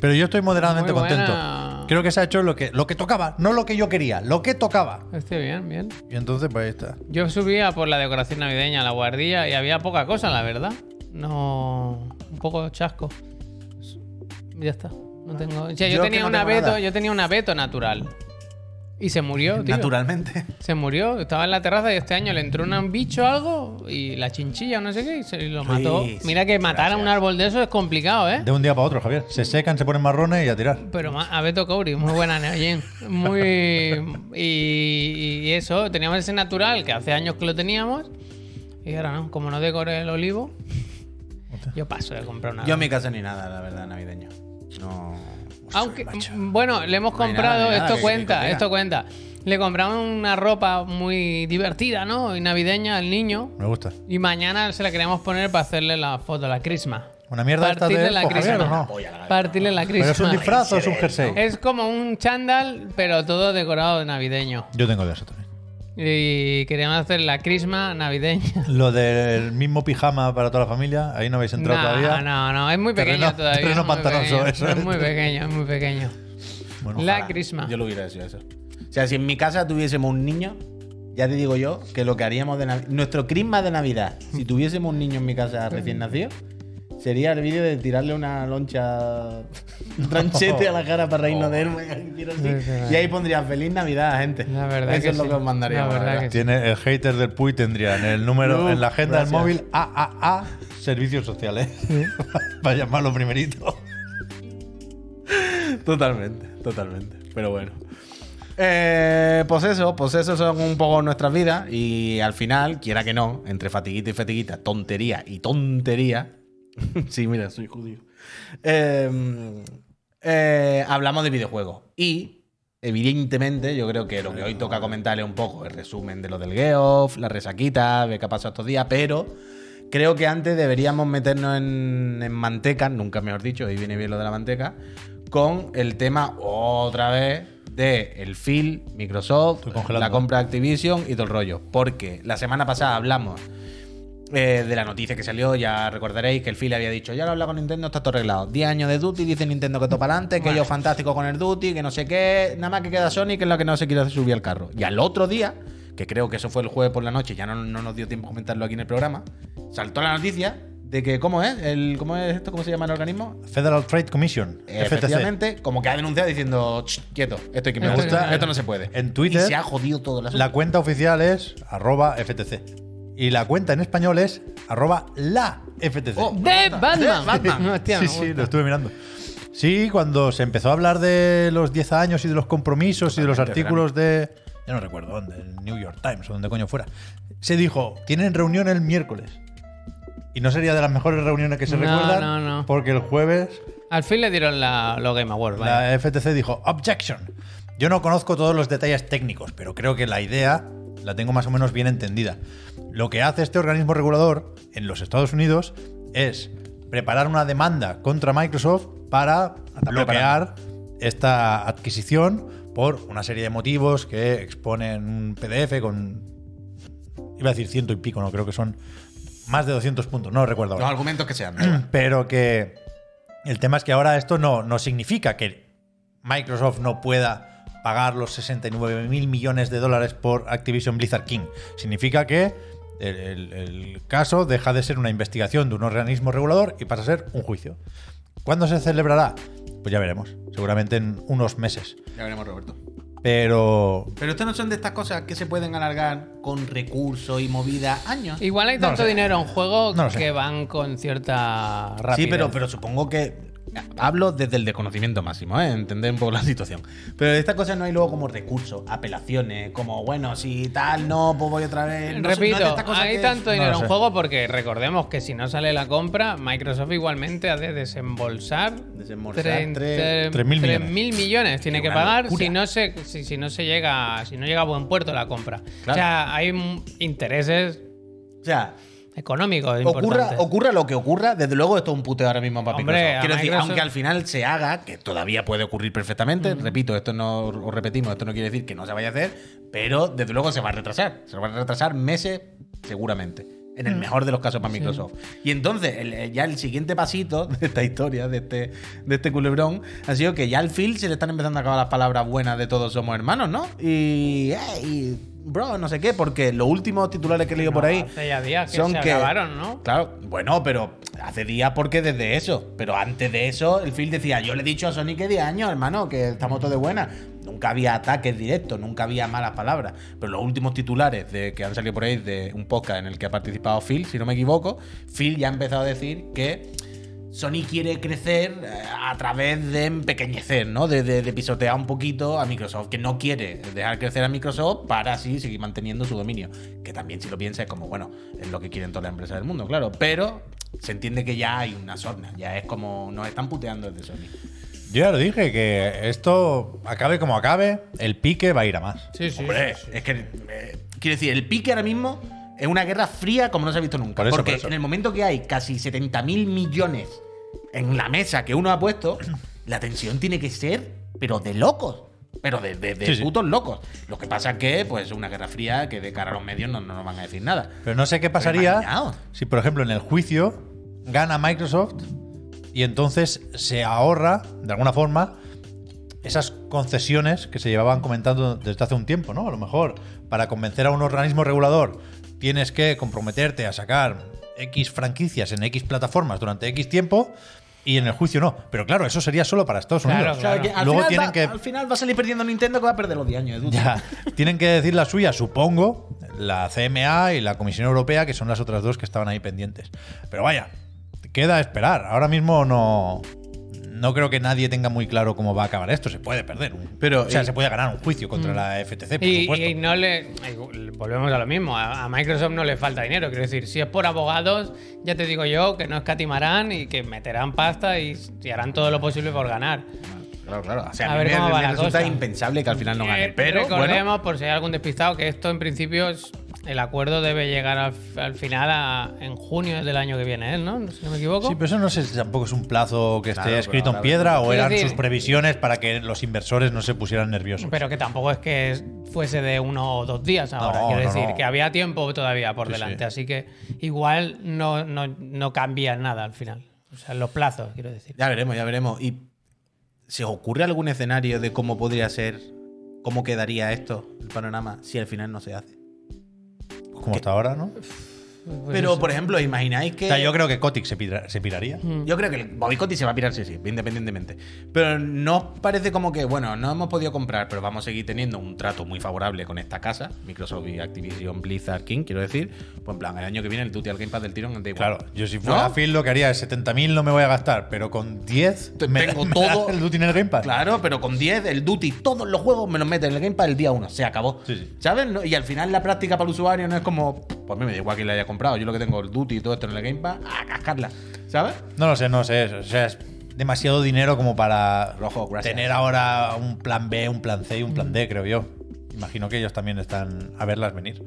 Speaker 3: Pero yo estoy moderadamente
Speaker 1: Muy
Speaker 3: contento.
Speaker 1: buena.
Speaker 3: Creo que se ha hecho lo que, lo que tocaba, no lo que yo quería, lo que tocaba.
Speaker 1: Este bien, bien.
Speaker 3: Y entonces, pues ahí está.
Speaker 1: Yo subía por la decoración navideña a la guardilla y había poca cosa, la verdad. No. Un poco chasco. Ya está. No tengo. O sea, yo,
Speaker 2: Yo que
Speaker 1: tenía
Speaker 2: no
Speaker 1: un
Speaker 2: tengo
Speaker 1: abeto,
Speaker 2: nada.
Speaker 1: yo tenía un abeto natural. Y se murió, tío.
Speaker 2: Naturalmente.
Speaker 1: Se murió, estaba en la terraza y este año le entró un bicho o algo y la chinchilla o no sé qué y se y lo mató.
Speaker 2: sí,
Speaker 1: Mira que matar a un árbol de eso es complicado, ¿eh?
Speaker 3: De un día para otro, Javier. Se secan, se ponen marrones y a tirar.
Speaker 1: Pero ma- a Beto Couri, muy buena Neoyen. Muy. Y, y eso, teníamos ese natural que hace años que lo teníamos. Y ahora no, como no decoré el olivo, yo paso de comprar una.
Speaker 2: Yo en mi casa ni nada, la verdad, navideño. No.
Speaker 1: Aunque, m- bueno, le hemos comprado,
Speaker 2: nada, no hay nada
Speaker 1: esto
Speaker 2: que- que
Speaker 1: cuenta,
Speaker 2: comer.
Speaker 1: esto cuenta. Le compramos una ropa muy divertida, ¿no? Y navideña al niño.
Speaker 3: Me gusta.
Speaker 1: Y mañana se la queremos poner para hacerle la foto, la crisma.
Speaker 3: Una mierda esta
Speaker 1: Partirle
Speaker 3: de
Speaker 1: la
Speaker 3: Expo, Javier, ¿o
Speaker 1: crisma.
Speaker 3: no?
Speaker 1: Partirle la crisma.
Speaker 3: Pero es un disfraz o es un jersey.
Speaker 1: Es como un chándal, pero todo decorado de navideño.
Speaker 3: Yo tengo de eso también.
Speaker 1: Y queremos hacer la crisma navideña.
Speaker 3: Lo del mismo pijama para toda la familia, ahí no habéis entrado todavía.
Speaker 1: No, no, no, es muy pequeño
Speaker 3: Terreno-
Speaker 1: todavía.
Speaker 3: terreno
Speaker 1: es muy
Speaker 3: pantanoso,
Speaker 1: pequeño,
Speaker 3: eso
Speaker 1: Es
Speaker 3: es.
Speaker 1: muy pequeño, es muy pequeño.
Speaker 3: Bueno,
Speaker 1: la crisma.
Speaker 2: Yo lo hubiera hecho eso. O sea, si en mi casa tuviésemos un niño, ya te digo yo que lo que haríamos de Navidad. Nuestro crisma de Navidad, si tuviésemos un niño en mi casa recién nacido, sería el vídeo de tirarle una loncha. Un tranchete a la cara para reírnos de él. güey, quiero así.
Speaker 1: Oh. Sí, sí,
Speaker 2: Y ahí pondría feliz Navidad, gente.
Speaker 1: La verdad
Speaker 2: Eso
Speaker 1: que
Speaker 2: es lo
Speaker 1: sí.
Speaker 2: que os
Speaker 1: La
Speaker 2: mandaría.
Speaker 1: verdad que sí.
Speaker 3: Tiene el hater del Puy tendría en el número,
Speaker 2: No,
Speaker 3: en la agenda
Speaker 2: gracias.
Speaker 3: del móvil AAA Servicios Sociales. para llamarlo primerito.
Speaker 2: Totalmente, totalmente. Pero bueno. Eh, pues eso, pues eso son un poco nuestras vidas. Y al final, quiera que no, entre fatiguita y fatiguita, tontería y tontería. sí, mira, soy judío. Eh, eh, hablamos de videojuegos. Y, evidentemente, yo creo que lo que hoy toca comentar es un poco el resumen de lo del Geoff, la resaquita, ver qué ha pasado estos días, pero. Creo que antes deberíamos meternos en, en manteca, nunca mejor dicho, ahí viene bien lo de la manteca, con el tema otra vez de el Phil, Microsoft,
Speaker 3: Estoy congelando.
Speaker 2: la compra de Activision y todo el rollo. Porque la semana pasada hablamos eh, de la noticia que salió, ya recordaréis que el Phil había dicho, ya lo he hablado con Nintendo, está todo arreglado. 10 años de Duty, dice Nintendo que topa adelante, que ellos fantásticos con el Duty, que no sé qué, nada más que queda Sony, que es la que no se quiere subir al carro. Y al otro día, que creo que eso fue el jueves por la noche, ya no, no nos dio tiempo a comentarlo aquí en el programa, saltó la noticia de que, ¿cómo es? El, ¿Cómo es esto? ¿Cómo se llama el organismo?
Speaker 3: Federal Trade Commission, FTC.
Speaker 2: Efectivamente, como que ha denunciado diciendo, "Ch, quieto, esto hay que
Speaker 1: Me
Speaker 2: mejorar,
Speaker 1: gusta
Speaker 2: esto no se puede.
Speaker 3: en Twitter-
Speaker 2: Y se ha jodido todo el asunto.
Speaker 3: La cuenta oficial es arroba FTC. Y la cuenta en español es arroba la FTC.
Speaker 2: Oh,
Speaker 1: De Batman.
Speaker 2: Batman.
Speaker 1: Hostia,
Speaker 3: sí,
Speaker 1: me
Speaker 3: sí,
Speaker 1: gusta.
Speaker 3: lo estuve mirando. Sí, cuando se empezó a hablar de los 10 años y de los compromisos y de los
Speaker 2: Totalmente,
Speaker 3: artículos de. Ya no recuerdo dónde, el New York Times o donde coño fuera. Se dijo, tienen reunión el miércoles. Y no sería de las mejores reuniones que se
Speaker 1: No,
Speaker 3: recuerdan,
Speaker 1: no, no.
Speaker 3: porque el jueves
Speaker 1: Al fin le dieron la, los Game Awards, vaya.
Speaker 3: la FTC dijo, objection. Yo no conozco todos los detalles técnicos, pero creo que la idea, la tengo más o menos bien entendida. Lo que hace este organismo regulador en los Estados Unidos es preparar una demanda contra Microsoft para bloquear esta adquisición por una serie de motivos que exponen un PDF con iba a decir ciento y pico, no, creo que son más de 200 puntos, no recuerdo
Speaker 2: Los
Speaker 3: ahora.
Speaker 2: argumentos que sean. da igual.
Speaker 3: Pero que el tema es que ahora esto no, no significa que Microsoft no pueda pagar los 69 mil millones de dólares por Activision Blizzard King. Significa que el, el- el caso deja de ser una investigación de un organismo regulador y pasa a ser un juicio. ¿Cuándo se celebrará? Pues ya veremos, seguramente en unos meses.
Speaker 2: ya veremos, Roberto.
Speaker 3: Pero
Speaker 2: Pero estas no son de estas cosas que se pueden alargar con recursos y movidas años.
Speaker 1: Igual hay
Speaker 3: No lo
Speaker 1: tanto
Speaker 3: sé.
Speaker 1: dinero en juego
Speaker 3: No lo sé.
Speaker 1: que van con cierta rapidez.
Speaker 2: Sí, pero, pero supongo que. Hablo desde el desconocimiento máximo, ¿eh? entender un poco la situación. Pero de estas cosas no hay luego como recursos, apelaciones, como bueno, si tal, no, pues voy otra vez. No,
Speaker 1: Repito,
Speaker 2: no de estas cosas
Speaker 1: hay
Speaker 2: que-
Speaker 1: tanto dinero
Speaker 3: lo
Speaker 1: en
Speaker 3: sé.
Speaker 1: juego porque recordemos que si no sale la compra, Microsoft igualmente ha de desembolsar,
Speaker 2: Desembolsar
Speaker 1: tre-
Speaker 2: tres-
Speaker 1: tre-
Speaker 3: tres mil
Speaker 1: tres
Speaker 3: millones.
Speaker 1: mil millones. Tiene
Speaker 2: Sí,
Speaker 1: que
Speaker 2: una
Speaker 1: pagar
Speaker 2: locura.
Speaker 1: si no, se, si, si no se llega si no llega a buen puerto la compra. O sea, hay mm, intereses
Speaker 2: O sea,
Speaker 1: económicos
Speaker 2: ocurra,
Speaker 1: importantes.
Speaker 2: ocurra lo que ocurra, desde luego esto es un puteo ahora mismo para
Speaker 1: Hombre,
Speaker 2: Microsoft. Quiero
Speaker 1: a
Speaker 2: decir,
Speaker 1: Microsoft-
Speaker 2: aunque al final se haga, que todavía puede ocurrir perfectamente, repito, esto no, o repetimos, esto no quiere decir que no se vaya a hacer, pero desde luego se va a retrasar. Se va a retrasar meses, seguramente. En el mejor de los casos para Microsoft. Y entonces, el- el- ya el siguiente pasito de esta historia, de este, de este culebrón, ha sido que ya al Phil se le están empezando a acabar las palabras buenas de todos somos hermanos, ¿no? Y, eh, y, bro, no sé qué, porque los últimos titulares que he leído por ahí
Speaker 1: Hace ya días que
Speaker 2: son
Speaker 1: se
Speaker 2: que-
Speaker 1: acabaron, ¿no?
Speaker 2: Claro, bueno, pero hace días porque desde eso. Pero antes de eso, el Phil decía, yo le he dicho a Sony que 10 años, hermano, que estamos todos de buena. Nunca había ataques directos, nunca había malas palabras. Pero los últimos titulares de, que han salido por ahí de un podcast en el que ha participado Phil, si no me equivoco, Phil ya ha empezado a decir que Sony quiere crecer eh, a través de empequeñecer, ¿no? De, de- de pisotear un poquito a Microsoft, que no quiere dejar crecer a Microsoft para así seguir manteniendo su dominio. Que también, si lo piensas, es como, bueno, es lo que quieren todas las empresas del mundo, claro. Pero se entiende que ya hay una sorna, ya es como, nos están puteando desde Sony.
Speaker 3: yo ya lo dije, que esto acabe como acabe, el pique va a ir a más.
Speaker 1: Sí, sí.
Speaker 2: Hombre, es que, eh, quiero decir, el pique ahora mismo es una guerra fría como no se ha visto nunca.
Speaker 3: Por eso,
Speaker 2: porque
Speaker 3: por eso.
Speaker 2: en el momento que hay casi 70 mil millones en la mesa que uno ha puesto, la tensión tiene que ser, pero de locos. Pero de, de- de
Speaker 3: Sí, sí.
Speaker 2: putos locos. Lo que pasa es que, pues, una guerra fría que de cara a los medios no, no nos van a decir nada.
Speaker 3: Pero no sé qué pasaría
Speaker 2: imaginaos.
Speaker 3: si, por ejemplo, en el juicio gana Microsoft y entonces se ahorra, de alguna forma, esas concesiones que se llevaban comentando desde hace un tiempo, ¿no? A lo mejor, para convencer a un organismo regulador, tienes que comprometerte a sacar X franquicias en X plataformas durante X tiempo y en el juicio no. Pero claro, eso sería solo para Estados
Speaker 1: Claro,
Speaker 3: Unidos.
Speaker 1: claro.
Speaker 2: O sea, que al,
Speaker 3: Luego
Speaker 2: final
Speaker 3: tienen
Speaker 2: va,
Speaker 3: que
Speaker 2: al final va a salir perdiendo Nintendo que va a perder los 10 años. Edu.
Speaker 3: ya, tienen que decir la suya, supongo, la CMA y la Comisión Europea, que son las otras dos que estaban ahí pendientes. Pero vaya, queda esperar. Ahora mismo no, no creo que nadie tenga muy claro cómo va a acabar esto. Se puede perder. un-
Speaker 2: Pero,
Speaker 3: o sea,
Speaker 2: y- Mm.
Speaker 3: se puede ganar un juicio contra la FTC, por
Speaker 1: Y,
Speaker 3: supuesto.
Speaker 1: y no le. eh, Volvemos a lo mismo. A, a Microsoft no le falta dinero. Quiero decir, si es por abogados, ya te digo yo que no escatimarán y que meterán pasta y, y harán todo lo posible por ganar.
Speaker 2: Claro, claro. O sea,
Speaker 1: A
Speaker 2: a, mí
Speaker 1: ver
Speaker 2: me-
Speaker 1: cómo
Speaker 2: me,
Speaker 1: va la
Speaker 2: resulta
Speaker 1: cosa.
Speaker 2: impensable que al final no gane.
Speaker 1: Eh,
Speaker 2: Pero,
Speaker 1: recordemos,
Speaker 2: bueno,
Speaker 1: por si hay algún despistado, que esto en principio es- el acuerdo debe llegar al, al final a- en junio del año que viene, ¿eh? ¿no? Si no me equivoco.
Speaker 3: Sí, pero eso no sé si tampoco es un plazo que
Speaker 2: Claro,
Speaker 3: esté
Speaker 2: pero
Speaker 3: escrito en
Speaker 2: ahora-
Speaker 3: piedra o
Speaker 1: Quiero
Speaker 3: eran
Speaker 1: decir-
Speaker 3: sus previsiones para que los inversores no se pusieran nerviosos.
Speaker 1: Pero que tampoco es que es- fuese de uno o dos días ahora.
Speaker 3: No,
Speaker 1: Quiero
Speaker 3: no,
Speaker 1: decir,
Speaker 3: no.
Speaker 1: que había tiempo todavía por
Speaker 3: Sí,
Speaker 1: delante.
Speaker 3: sí.
Speaker 1: Así que igual no, no, no cambia nada al final. O sea, los plazos, quiero decir.
Speaker 2: Ya veremos, ya veremos. ¿Y se os ocurre algún escenario de cómo podría ser, cómo quedaría esto, el panorama, si al final no se hace?
Speaker 3: como hasta ahora, ¿no?
Speaker 1: Pues
Speaker 2: Pero,
Speaker 1: eso.
Speaker 2: por ejemplo, imagináis que.
Speaker 3: O sea, yo creo que Kotick se, pira- se piraría.
Speaker 2: Yo creo que el boicot y se va a pirar, sí, sí, independientemente. Pero no parece como que, bueno, no hemos podido comprar, pero vamos a seguir teniendo un trato muy favorable con esta casa, Microsoft y Activision Blizzard King, quiero decir. Pues en plan, el año que viene el Duty al Game Pass del tirón da igual.
Speaker 3: Claro, yo si fuera
Speaker 2: ¿No?
Speaker 3: Phil lo que haría es 70.000 no me voy a gastar, pero con 10
Speaker 2: Te-
Speaker 3: me
Speaker 2: tengo
Speaker 3: me
Speaker 2: todo.
Speaker 3: das el Duty en el Game Pass.
Speaker 2: Claro, pero con 10, el Duty, todos los juegos me los meten en el Game Pass el día 1. Se acabó.
Speaker 3: Sí, sí.
Speaker 2: ¿Sabes? No- Y al final la práctica para el usuario no es como, pues a mí me da igual que le haya comprado. Yo lo que tengo el Duty y todo esto en el Game Pass, a cascarla. ¿Sabes?
Speaker 3: No lo sé, no lo sé. O sea, es demasiado dinero como para
Speaker 2: Rojo, gracias.
Speaker 3: tener ahora un plan B, un plan C y un plan D, creo yo. Imagino que ellos también están a verlas venir.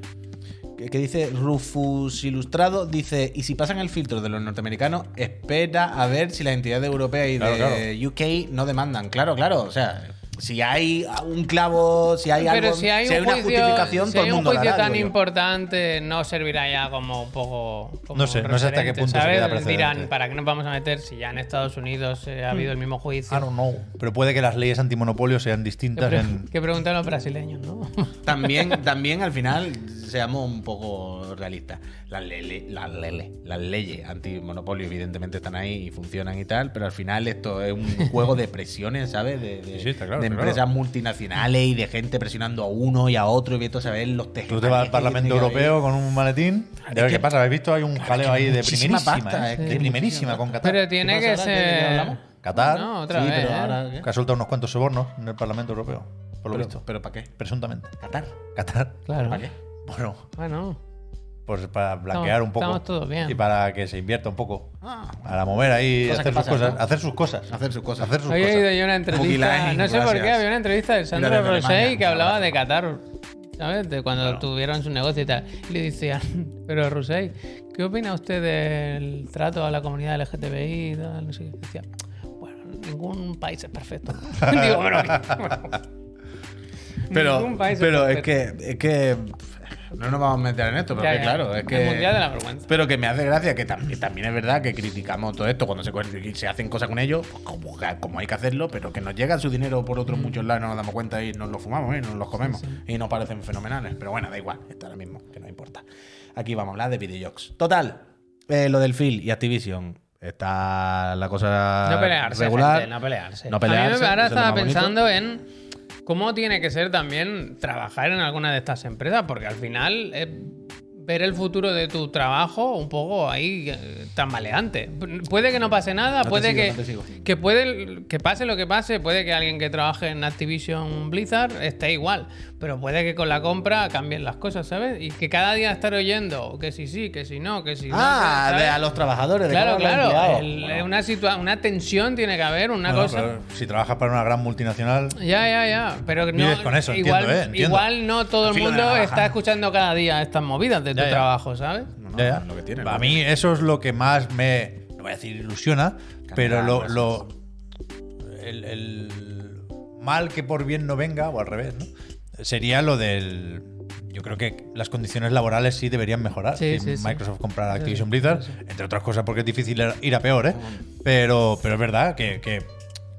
Speaker 2: que, que dice Rufus Ilustrado, dice, y si pasan el filtro de los norteamericanos, espera a ver si las entidades europeas y
Speaker 3: Claro,
Speaker 2: de UK no demandan. Claro, claro, o sea, si hay un clavo, si hay
Speaker 1: Pero
Speaker 2: algo,
Speaker 1: si hay, un
Speaker 2: una
Speaker 1: juicio,
Speaker 2: justificación,
Speaker 1: si
Speaker 2: todo
Speaker 1: hay
Speaker 2: el
Speaker 1: un
Speaker 2: mundo la
Speaker 1: juicio
Speaker 2: hará,
Speaker 1: tan
Speaker 2: digo yo.
Speaker 1: importante, no servirá ya como un poco. como
Speaker 3: No sé, no sé hasta qué
Speaker 1: referente,
Speaker 3: punto
Speaker 1: ¿sabes?
Speaker 3: sería precedente.
Speaker 1: Dirán, ¿para qué nos vamos a meter si ya en Estados Unidos eh,
Speaker 2: Mm.
Speaker 1: ha habido el mismo juicio?
Speaker 3: I don't know. Pero puede que las leyes antimonopolio sean
Speaker 1: que,
Speaker 3: distintas
Speaker 1: pre-
Speaker 3: en.
Speaker 1: que preguntan los brasileños, ¿no?
Speaker 2: También, también al final, seamos un poco realistas. Las, lele- las, lele- las leyes antimonopolio, evidentemente, están ahí y funcionan y tal, pero al final esto es un juego de presiones, ¿sabes? De, de-
Speaker 3: Sí, sí, está claro,
Speaker 2: de
Speaker 3: está
Speaker 2: empresas
Speaker 3: claro.
Speaker 2: multinacionales y de gente presionando a uno y a otro y viendo saber los tejidos.
Speaker 3: Tú te vas al Parlamento Europeo con un maletín. De ver
Speaker 2: que-
Speaker 3: qué pasa. ¿Habéis visto? Hay un jaleo ahí de
Speaker 2: muchísima
Speaker 3: primerísima.
Speaker 2: pasta,
Speaker 3: ¿eh?
Speaker 2: es que
Speaker 3: De
Speaker 2: hay
Speaker 3: primerísima con Qatar.
Speaker 1: Pero tiene que
Speaker 2: pasa ahora? ¿De qué hablamos?
Speaker 1: ser.
Speaker 3: Qatar.
Speaker 1: No, otra
Speaker 2: Sí,
Speaker 1: vez.
Speaker 2: pero
Speaker 1: ¿eh?
Speaker 2: ahora- ¿qué?
Speaker 3: Que ha soltado unos cuantos sobornos en el Parlamento Europeo. Por
Speaker 2: Pero,
Speaker 3: lo visto.
Speaker 2: ¿Pero para qué?
Speaker 3: presuntamente.
Speaker 2: ¿Qatar?
Speaker 3: Qatar.
Speaker 1: Claro.
Speaker 2: ¿Para qué?
Speaker 3: Bueno,
Speaker 1: Bueno,
Speaker 3: pues para blanquear un poco.
Speaker 1: estamos todos bien.
Speaker 3: Y para que se invierta un poco.
Speaker 2: Ah,
Speaker 3: Para mover ahí,
Speaker 2: Cosas
Speaker 3: hacer
Speaker 2: que
Speaker 3: sus,
Speaker 2: pasan,
Speaker 3: cosas,
Speaker 2: ¿no?
Speaker 3: hacer sus cosas.
Speaker 2: Hacer sus cosas.
Speaker 3: Hacer sus
Speaker 1: Hoy he
Speaker 3: cosas.
Speaker 1: oído yo una entrevista.
Speaker 2: Mugilain,
Speaker 1: No sé por qué,
Speaker 2: gracias.
Speaker 1: había una entrevista de Sandro
Speaker 2: Mira, de
Speaker 1: Rosell
Speaker 2: Alemania,
Speaker 1: que hablaba
Speaker 2: claro.
Speaker 1: de Qatar, ¿sabes? De cuando tuvieron su negocio y tal. Y le decían, pero Rosell, ¿qué opina usted del trato a la comunidad LGTBI y tal? No sé qué. Decía, bueno, ningún país es perfecto. Digo, bueno,
Speaker 2: Pero,
Speaker 1: Ningún país es
Speaker 2: pero es, que,
Speaker 1: perfecto.
Speaker 2: es que no nos vamos a meter en esto, pero
Speaker 1: Ya,
Speaker 2: que
Speaker 1: ya.
Speaker 2: claro, es que.
Speaker 1: El mundial de la vergüenza.
Speaker 2: Pero que me hace gracia que tam- que también, es verdad que criticamos todo esto cuando se, cuel- se hacen cosas con ellos, pues como, como hay que hacerlo, pero que nos llega su dinero por
Speaker 1: Mm.
Speaker 2: otros muchos lados, y no nos damos cuenta y nos lo fumamos y nos los comemos y nos parecen fenomenales. Pero bueno, da igual, está ahora mismo, que no importa. Aquí vamos a hablar de videojuegos. Total, eh, lo del Phil y Activision. Está la cosa
Speaker 1: No pelearse,
Speaker 2: regular.
Speaker 1: gente, no pelearse.
Speaker 2: No
Speaker 1: A mí me-
Speaker 2: pelearse,
Speaker 1: ahora
Speaker 2: eso es lo
Speaker 1: estaba
Speaker 2: más bonito.
Speaker 1: pensando en cómo tiene que ser también trabajar en alguna de estas empresas, porque al final es ver el futuro de tu trabajo un poco ahí eh, tambaleante. P- Puede que no pase nada,
Speaker 2: te
Speaker 1: puede
Speaker 2: sigo,
Speaker 1: que,
Speaker 2: no te sigo.
Speaker 1: que puede que pase lo que pase, puede que alguien que trabaje en Activision Blizzard esté igual, pero puede que con la compra cambien las cosas, ¿sabes? Y que cada día estar oyendo que si sí, que si no, que si no.
Speaker 2: Ah,
Speaker 1: ¿sabes?
Speaker 2: de a los trabajadores, de
Speaker 1: Claro,
Speaker 2: cara a los
Speaker 1: claro.
Speaker 2: empleados.
Speaker 1: el- eh,
Speaker 2: Bueno.
Speaker 1: una, situa- una tensión tiene que haber, una
Speaker 3: Bueno,
Speaker 1: cosa.
Speaker 3: pero si trabajas para una gran multinacional,
Speaker 1: Ya, ya, ya. Pero no,
Speaker 3: Vives con eso,
Speaker 1: igual,
Speaker 3: entiendo, eh, entiendo.
Speaker 1: igual no todo
Speaker 2: Al
Speaker 1: el
Speaker 2: filo de la
Speaker 1: mundo
Speaker 2: navaja.
Speaker 1: está escuchando cada día estas movidas de tu
Speaker 3: Ya, ya.
Speaker 1: trabajo, ¿sabes?
Speaker 2: No, no,
Speaker 3: Ya, ya.
Speaker 2: lo que tiene,
Speaker 3: a
Speaker 2: ¿no?
Speaker 3: mí eso es lo que más me, no voy a decir ilusiona, pero lo,
Speaker 2: gracias.
Speaker 3: lo- el, el mal que por bien no venga, o al revés, ¿no? sería lo del... Yo creo que las condiciones laborales sí deberían mejorar
Speaker 1: Sí, sí,
Speaker 3: si
Speaker 1: sí.
Speaker 3: Microsoft comprara Activision Blizzard, entre otras cosas porque es difícil ir a peor, ¿eh? Pero, pero es verdad que, que-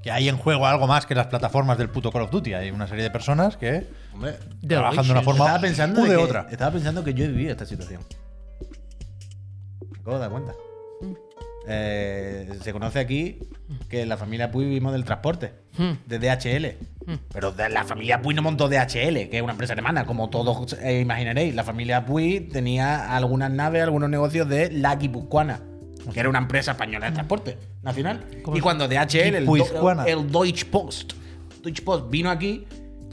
Speaker 3: que hay en juego algo más que las plataformas del puto Call of Duty. Hay una serie de personas que
Speaker 2: Hombre,
Speaker 3: trabajan de una
Speaker 1: Witcher.
Speaker 3: forma
Speaker 2: estaba pensando
Speaker 3: u
Speaker 2: de
Speaker 3: de
Speaker 2: que-
Speaker 3: otra.
Speaker 2: Estaba pensando que yo he vivido esta situación. Me acabo de dar cuenta. Eh, se conoce aquí que la familia Puy vivimos del transporte,
Speaker 1: Hmm.
Speaker 2: de DHL. Pero de la familia Puy no montó DHL, que es una empresa alemana, como todos eh, imaginaréis. La familia Puy tenía algunas naves, algunos negocios de la Guipuzcoana, que era una empresa española de transporte nacional.
Speaker 1: ¿Cómo
Speaker 2: Y
Speaker 1: es?
Speaker 2: cuando DHL, el,
Speaker 3: Guipuzcoana.
Speaker 2: do- el Deutsche Post, Deutsche Post vino aquí,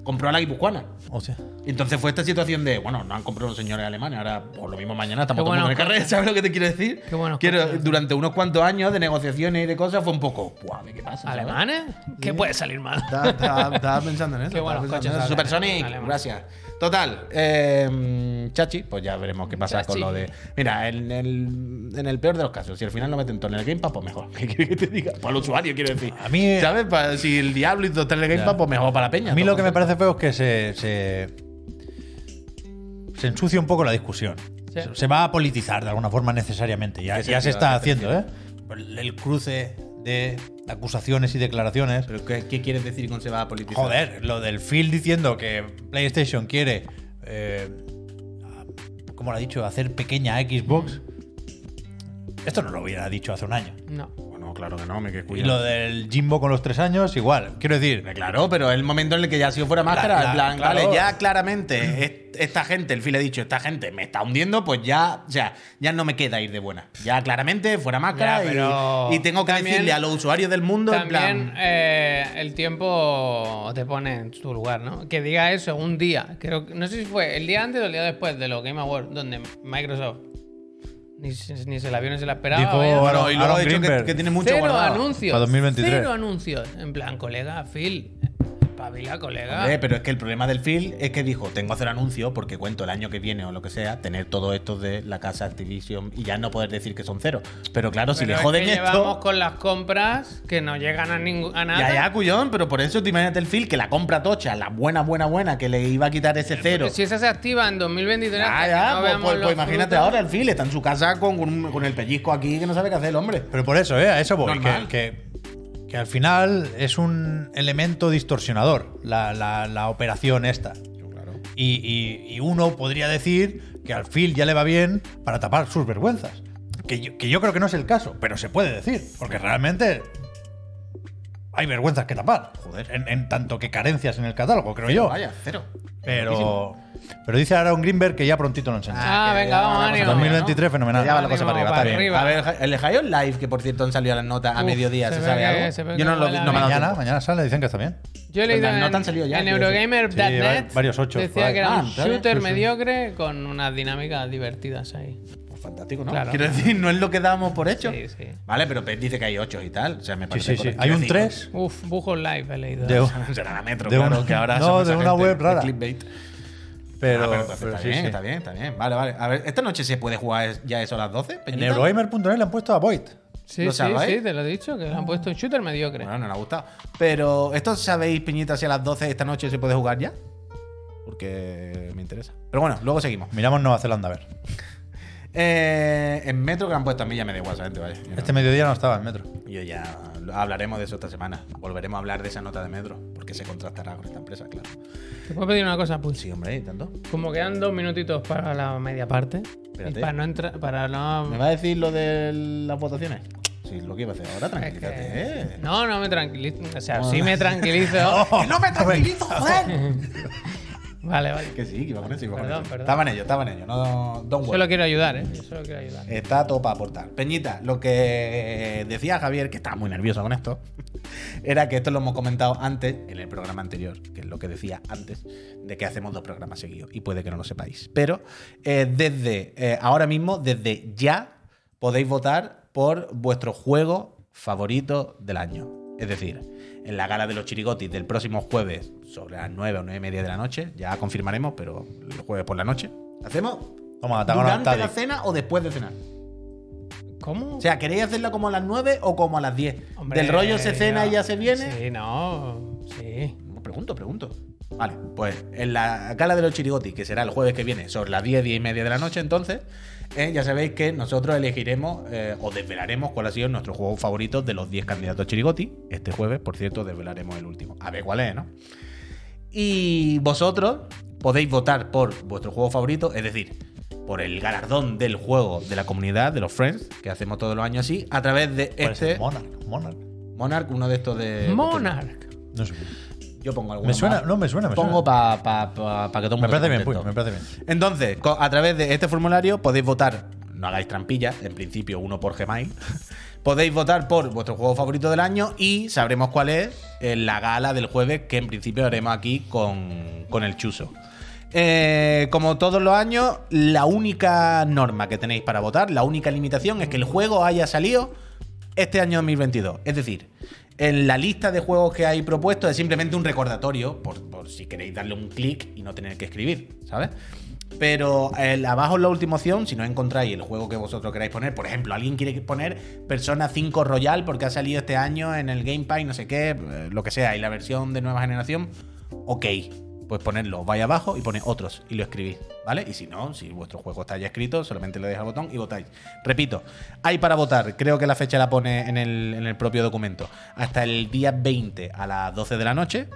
Speaker 2: compró a la Guipuzcoana.
Speaker 3: O sea,
Speaker 2: Entonces fue esta situación de, bueno, no han comprado los señores alemanes, ahora por lo mismo mañana estamos
Speaker 1: Qué
Speaker 2: todo el mundo en el
Speaker 1: buenos
Speaker 2: carrer, ¿sabes lo que te quiero decir?
Speaker 1: Qué buenos
Speaker 2: Quiero-
Speaker 1: coches.
Speaker 2: durante unos cuantos años de negociaciones y de cosas fue un poco, "Buah, ¿qué pasa? ¿sabes?".
Speaker 1: ¿Alemanes? ¿Qué puede salir mal?
Speaker 2: Estaba- Estaba estaba pensando en eso.
Speaker 1: Qué buenos
Speaker 2: estaba
Speaker 1: coches
Speaker 2: pensando en eso.
Speaker 1: alemanes,
Speaker 2: Pues, Supersonic,
Speaker 1: alemanes.
Speaker 2: gracias. Total, eh, Chachi, pues ya veremos qué pasa con
Speaker 1: Chachi.
Speaker 2: lo de. Mira, en el, en el peor de los casos, si al final lo meten todo en el Game Pass, pues mejor. ¿Qué quieres que te diga? Para el usuario, quiero decir.
Speaker 3: A mí- eh,
Speaker 2: ¿Sabes? Pa- si el Diablo y todo está en el Game
Speaker 3: Ya.
Speaker 2: Pass, pues mejor para la peña.
Speaker 3: A mí lo
Speaker 2: todo
Speaker 3: que me
Speaker 2: contento.
Speaker 3: parece feo es que se, se, se ensucia un poco la discusión.
Speaker 1: Sí.
Speaker 3: Se, se va a politizar de alguna forma necesariamente. Ya,
Speaker 2: ¿Qué
Speaker 3: ya se
Speaker 2: sentido
Speaker 3: está
Speaker 2: hace
Speaker 3: haciendo, ¿eh? El, el cruce de acusaciones y declaraciones.
Speaker 2: ¿Pero qué, qué quieres decir con se va a politizar?
Speaker 3: Joder, lo del Phil diciendo que PlayStation quiere, eh, como lo ha dicho, hacer pequeña Xbox. Esto no lo hubiera dicho hace un año.
Speaker 1: No.
Speaker 2: Bueno, claro que no, me que
Speaker 3: Y
Speaker 2: cuidado.
Speaker 3: lo del Jimbo con los tres años, igual. Quiero decir,
Speaker 2: Claro, pero es el momento en el que ya ha sido fuera máscara.
Speaker 3: Claro,
Speaker 2: en plan,
Speaker 3: claro.
Speaker 2: vale, ya claramente est- esta gente, el Phil ha dicho, esta gente me está hundiendo, pues ya, o sea, ya no me queda ir de buena. Ya claramente fuera máscara
Speaker 1: Ya,
Speaker 2: y-
Speaker 1: pero
Speaker 2: y, tengo que
Speaker 1: también-
Speaker 2: decirle a los usuarios del mundo, en
Speaker 1: También
Speaker 2: plan,
Speaker 1: eh, el tiempo te pone en tu lugar, ¿no? Que diga eso un día. Creo que- no sé si fue el día antes o el día después de los Game Awards, donde Microsoft ni, se- ni se la vio ni se la esperaba.
Speaker 3: Dijo,
Speaker 1: vaya.
Speaker 3: "Ahora
Speaker 2: Bueno, y luego
Speaker 3: Aaron
Speaker 2: ha dicho que,
Speaker 3: Greenberg.
Speaker 2: que tiene mucho
Speaker 1: cero
Speaker 2: guardado.
Speaker 1: anuncios.
Speaker 3: Para 2023.
Speaker 1: Cero anuncios. En plan, colega, Phil. Espabila, colega.
Speaker 2: Hombre, pero es que el problema del Phil es que dijo, tengo que hacer anuncio porque cuento el año que viene o lo que sea, tener todo esto de la casa Activision y ya no poder decir que son cero. Pero claro, si
Speaker 1: Pero
Speaker 2: le
Speaker 1: es
Speaker 2: joden
Speaker 1: que Llevamos
Speaker 2: esto...
Speaker 1: con las compras que no llegan a, ningún- a nada.
Speaker 2: Ya, ya, cuyón, pero por eso te imagínate el Phil que la compra tocha, la buena, buena, buena, que le iba a quitar ese cero.
Speaker 1: Si esa se activa en 2023,
Speaker 2: Ah,
Speaker 1: hasta que
Speaker 2: ya,
Speaker 1: no
Speaker 2: pues,
Speaker 1: veamos
Speaker 2: pues- pues
Speaker 1: los
Speaker 2: imagínate
Speaker 1: frutos-
Speaker 2: ahora el Phil, está en su casa con, un- con el pellizco aquí que no sabe qué hacer el hombre.
Speaker 3: Pero por eso, ¿eh? A eso voy.
Speaker 2: Normal.
Speaker 3: Que, que- que al final es un elemento distorsionador la, la- la operación esta. Y, y- y uno podría decir que al Phil ya le va bien para tapar sus vergüenzas. Que yo, que yo creo que no es el caso, pero se puede decir. Porque realmente hay vergüenzas que tapar.
Speaker 2: Joder.
Speaker 3: En, en tanto que carencias en el catálogo, creo yo.
Speaker 2: Vaya, cero.
Speaker 3: Pero, pero dice Aaron Greenberg que ya prontito lo enseñará.
Speaker 1: Ah,
Speaker 2: Ah, que
Speaker 1: venga,
Speaker 2: ya
Speaker 1: vamos,
Speaker 2: vamos a
Speaker 1: ánimo.
Speaker 3: 2023, fenomenal.
Speaker 2: Ya va la cosa
Speaker 1: Ánimo,
Speaker 2: para arriba,
Speaker 1: para
Speaker 2: está bien.
Speaker 1: arriba.
Speaker 2: A ver, el High on Live, que por cierto han salido las notas a
Speaker 1: Uf,
Speaker 2: mediodía,
Speaker 1: se
Speaker 2: ¿se,
Speaker 1: ve
Speaker 2: sabe
Speaker 1: que-
Speaker 2: algo?
Speaker 1: se ve que
Speaker 2: Yo no lo vi,
Speaker 1: huele a
Speaker 2: no me lo
Speaker 3: Mañana, mañana sale, dicen que está bien.
Speaker 1: Yo he leído
Speaker 2: Las notas
Speaker 1: en,
Speaker 2: Pues han salido ya,
Speaker 1: en
Speaker 2: quiero decir.
Speaker 1: Eurogamer
Speaker 3: Sí,
Speaker 1: Dad.net,
Speaker 3: varios ocho,
Speaker 1: decía
Speaker 3: vale.
Speaker 1: que era
Speaker 2: Ah,
Speaker 1: un
Speaker 2: claro,
Speaker 1: shooter
Speaker 2: sí, sí.
Speaker 1: mediocre con unas dinámicas divertidas ahí.
Speaker 2: Pues fantástico, ¿no?
Speaker 1: Claro.
Speaker 2: Quiero decir, no es lo que dábamos por hecho.
Speaker 1: Sí, sí.
Speaker 2: Vale, pero Pep dice que hay 8 y tal. O sea, me
Speaker 3: Sí,
Speaker 2: parece
Speaker 3: sí, sí.
Speaker 2: correcto.
Speaker 3: Hay un
Speaker 2: Quiero
Speaker 3: 3.
Speaker 1: Uf, Bujo Live he leído.
Speaker 3: De,
Speaker 2: decir, Será la metro,
Speaker 3: De
Speaker 2: claro,
Speaker 3: una-
Speaker 2: que ahora
Speaker 3: no,
Speaker 2: somos
Speaker 3: de
Speaker 2: esa
Speaker 3: una
Speaker 2: gente
Speaker 3: web rara.
Speaker 2: clickbait.
Speaker 3: pero,
Speaker 2: Ah, pero entonces
Speaker 3: pero
Speaker 2: está
Speaker 3: sí,
Speaker 2: bien,
Speaker 3: sí.
Speaker 2: está bien, está bien. Vale, vale. A ver, esta noche se puede jugar ya eso a las 12,
Speaker 3: En
Speaker 2: Peñita?
Speaker 3: Eurogamer.net le han puesto a Void.
Speaker 1: Sí,
Speaker 2: ¿Lo
Speaker 1: sí,
Speaker 2: sabéis?
Speaker 1: sí, te lo he dicho, que le han puesto un shooter mediocre.
Speaker 2: Bueno, no le ha gustado. Pero, ¿esto sabéis, Peñita, si a las 12 esta noche se puede jugar ya? Porque me interesa. Pero bueno, luego seguimos.
Speaker 3: Miramos Nueva Zelanda, a ver.
Speaker 2: Eh, en Metro que han puesto a mí ya me da igual, esa gente, vaya. Yo no-
Speaker 3: Este mediodía no estaba en metro.
Speaker 2: Yo ya hablaremos de eso esta semana. Volveremos a hablar de esa nota de Metro, porque se contrastará con esta empresa, claro.
Speaker 1: ¿Te puedo pedir una cosa, Puch?
Speaker 2: Sí, hombre, ¿y tanto?
Speaker 1: Como quedan dos minutitos para la media parte.
Speaker 2: Espérate.
Speaker 1: Y para no entrar. Para no. Eh,
Speaker 2: ¿Me va a decir lo de las votaciones? Mm. Sí, lo que iba a hacer ahora,
Speaker 1: es que-
Speaker 2: tranquilízate. ¡Oh! eh.
Speaker 1: No, no me tranquilizo. O sea, sí me tranquilizo.
Speaker 2: ¡Que no me tranquilizo, joder!
Speaker 1: Vale, vale.
Speaker 2: que sí, que iba con eso, iba con
Speaker 1: Perdón,
Speaker 2: eso.
Speaker 1: perdón.
Speaker 2: Estaban ellos, estaban ellos. No, don't worry.
Speaker 1: Solo quiero ayudar, ¿eh? Yo Solo quiero ayudar.
Speaker 2: Está todo para aportar. Peñita, lo que decía Javier, que estaba muy nervioso con esto, era que esto lo hemos comentado antes, en el programa anterior, que es lo que decía antes, de que hacemos dos programas seguidos, y puede que no lo sepáis. Pero eh, desde eh, ahora mismo, desde ya, podéis votar por vuestro juego favorito del año. Es decir, en la gala de los chirigotis del próximo jueves, sobre las 9 o 9 y media de la noche, ya confirmaremos, pero el jueves por la noche, hacemos... Ah,
Speaker 3: Toma, ataca una
Speaker 2: ¿Durante la
Speaker 3: Tadic.
Speaker 2: cena o después de cenar?
Speaker 1: ¿Cómo?
Speaker 2: O sea, ¿queréis hacerla como a las 9 o como a las 10?
Speaker 1: Hombre,
Speaker 2: Del rollo se cena y ya se viene. Eh,
Speaker 1: Sí, no. Sí.
Speaker 2: No, Pregunto, pregunto. Vale, pues en la gala de los chirigotis, que será el jueves que viene, sobre las 10, 10 y media de la noche, entonces, eh, ya sabéis que nosotros elegiremos eh, o desvelaremos cuál ha sido nuestro juego favorito de los 10 candidatos chirigotis. Este jueves, por cierto, desvelaremos el último. A ver cuál es, ¿no? Y vosotros podéis votar por vuestro juego favorito, es decir, por el galardón del juego de la comunidad, de los Friends, que hacemos todos los años así, a través de
Speaker 3: ¿Cuál es el
Speaker 2: este
Speaker 3: Monarch, Monarch.
Speaker 2: Monarch, uno de estos de...
Speaker 1: Monarch.
Speaker 3: No sé.
Speaker 2: Yo pongo alguno
Speaker 3: Me suena,
Speaker 2: más.
Speaker 3: no, me suena, me
Speaker 2: Pongo
Speaker 3: suena.
Speaker 2: para pa, pa- pa que todo el
Speaker 3: Me
Speaker 2: mundo
Speaker 3: parece
Speaker 2: esté
Speaker 3: bien, Puy,
Speaker 2: contento.
Speaker 3: me parece bien.
Speaker 2: Entonces, co- a través de este formulario podéis votar, no hagáis trampillas, en principio uno por Gmail. podéis votar por vuestro juego favorito del año y sabremos cuál es en la gala del jueves que en principio haremos aquí con, con el Chuso. Eh, como todos los años, la única norma que tenéis para votar, la única limitación es que el juego haya salido este año 2022. Es decir, en la lista de juegos que hay propuestos es simplemente un recordatorio por, por si queréis darle un clic y no tener que escribir, ¿sabes? Pero el- abajo en la última opción, si no encontráis el juego que vosotros queráis poner, por ejemplo, alguien quiere poner Persona 5 Royal porque ha salido este año en el Game Pass, no sé qué, eh, lo que sea, y la versión de nueva generación, ok, pues ponedlo, vais abajo y ponéis otros y lo escribís, ¿vale? Y si no, si vuestro juego está ya escrito, solamente le deis al botón y votáis. Repito, hay para votar, creo que la fecha la pone en el, en el propio documento, hasta el día 20 a las 12 de la noche.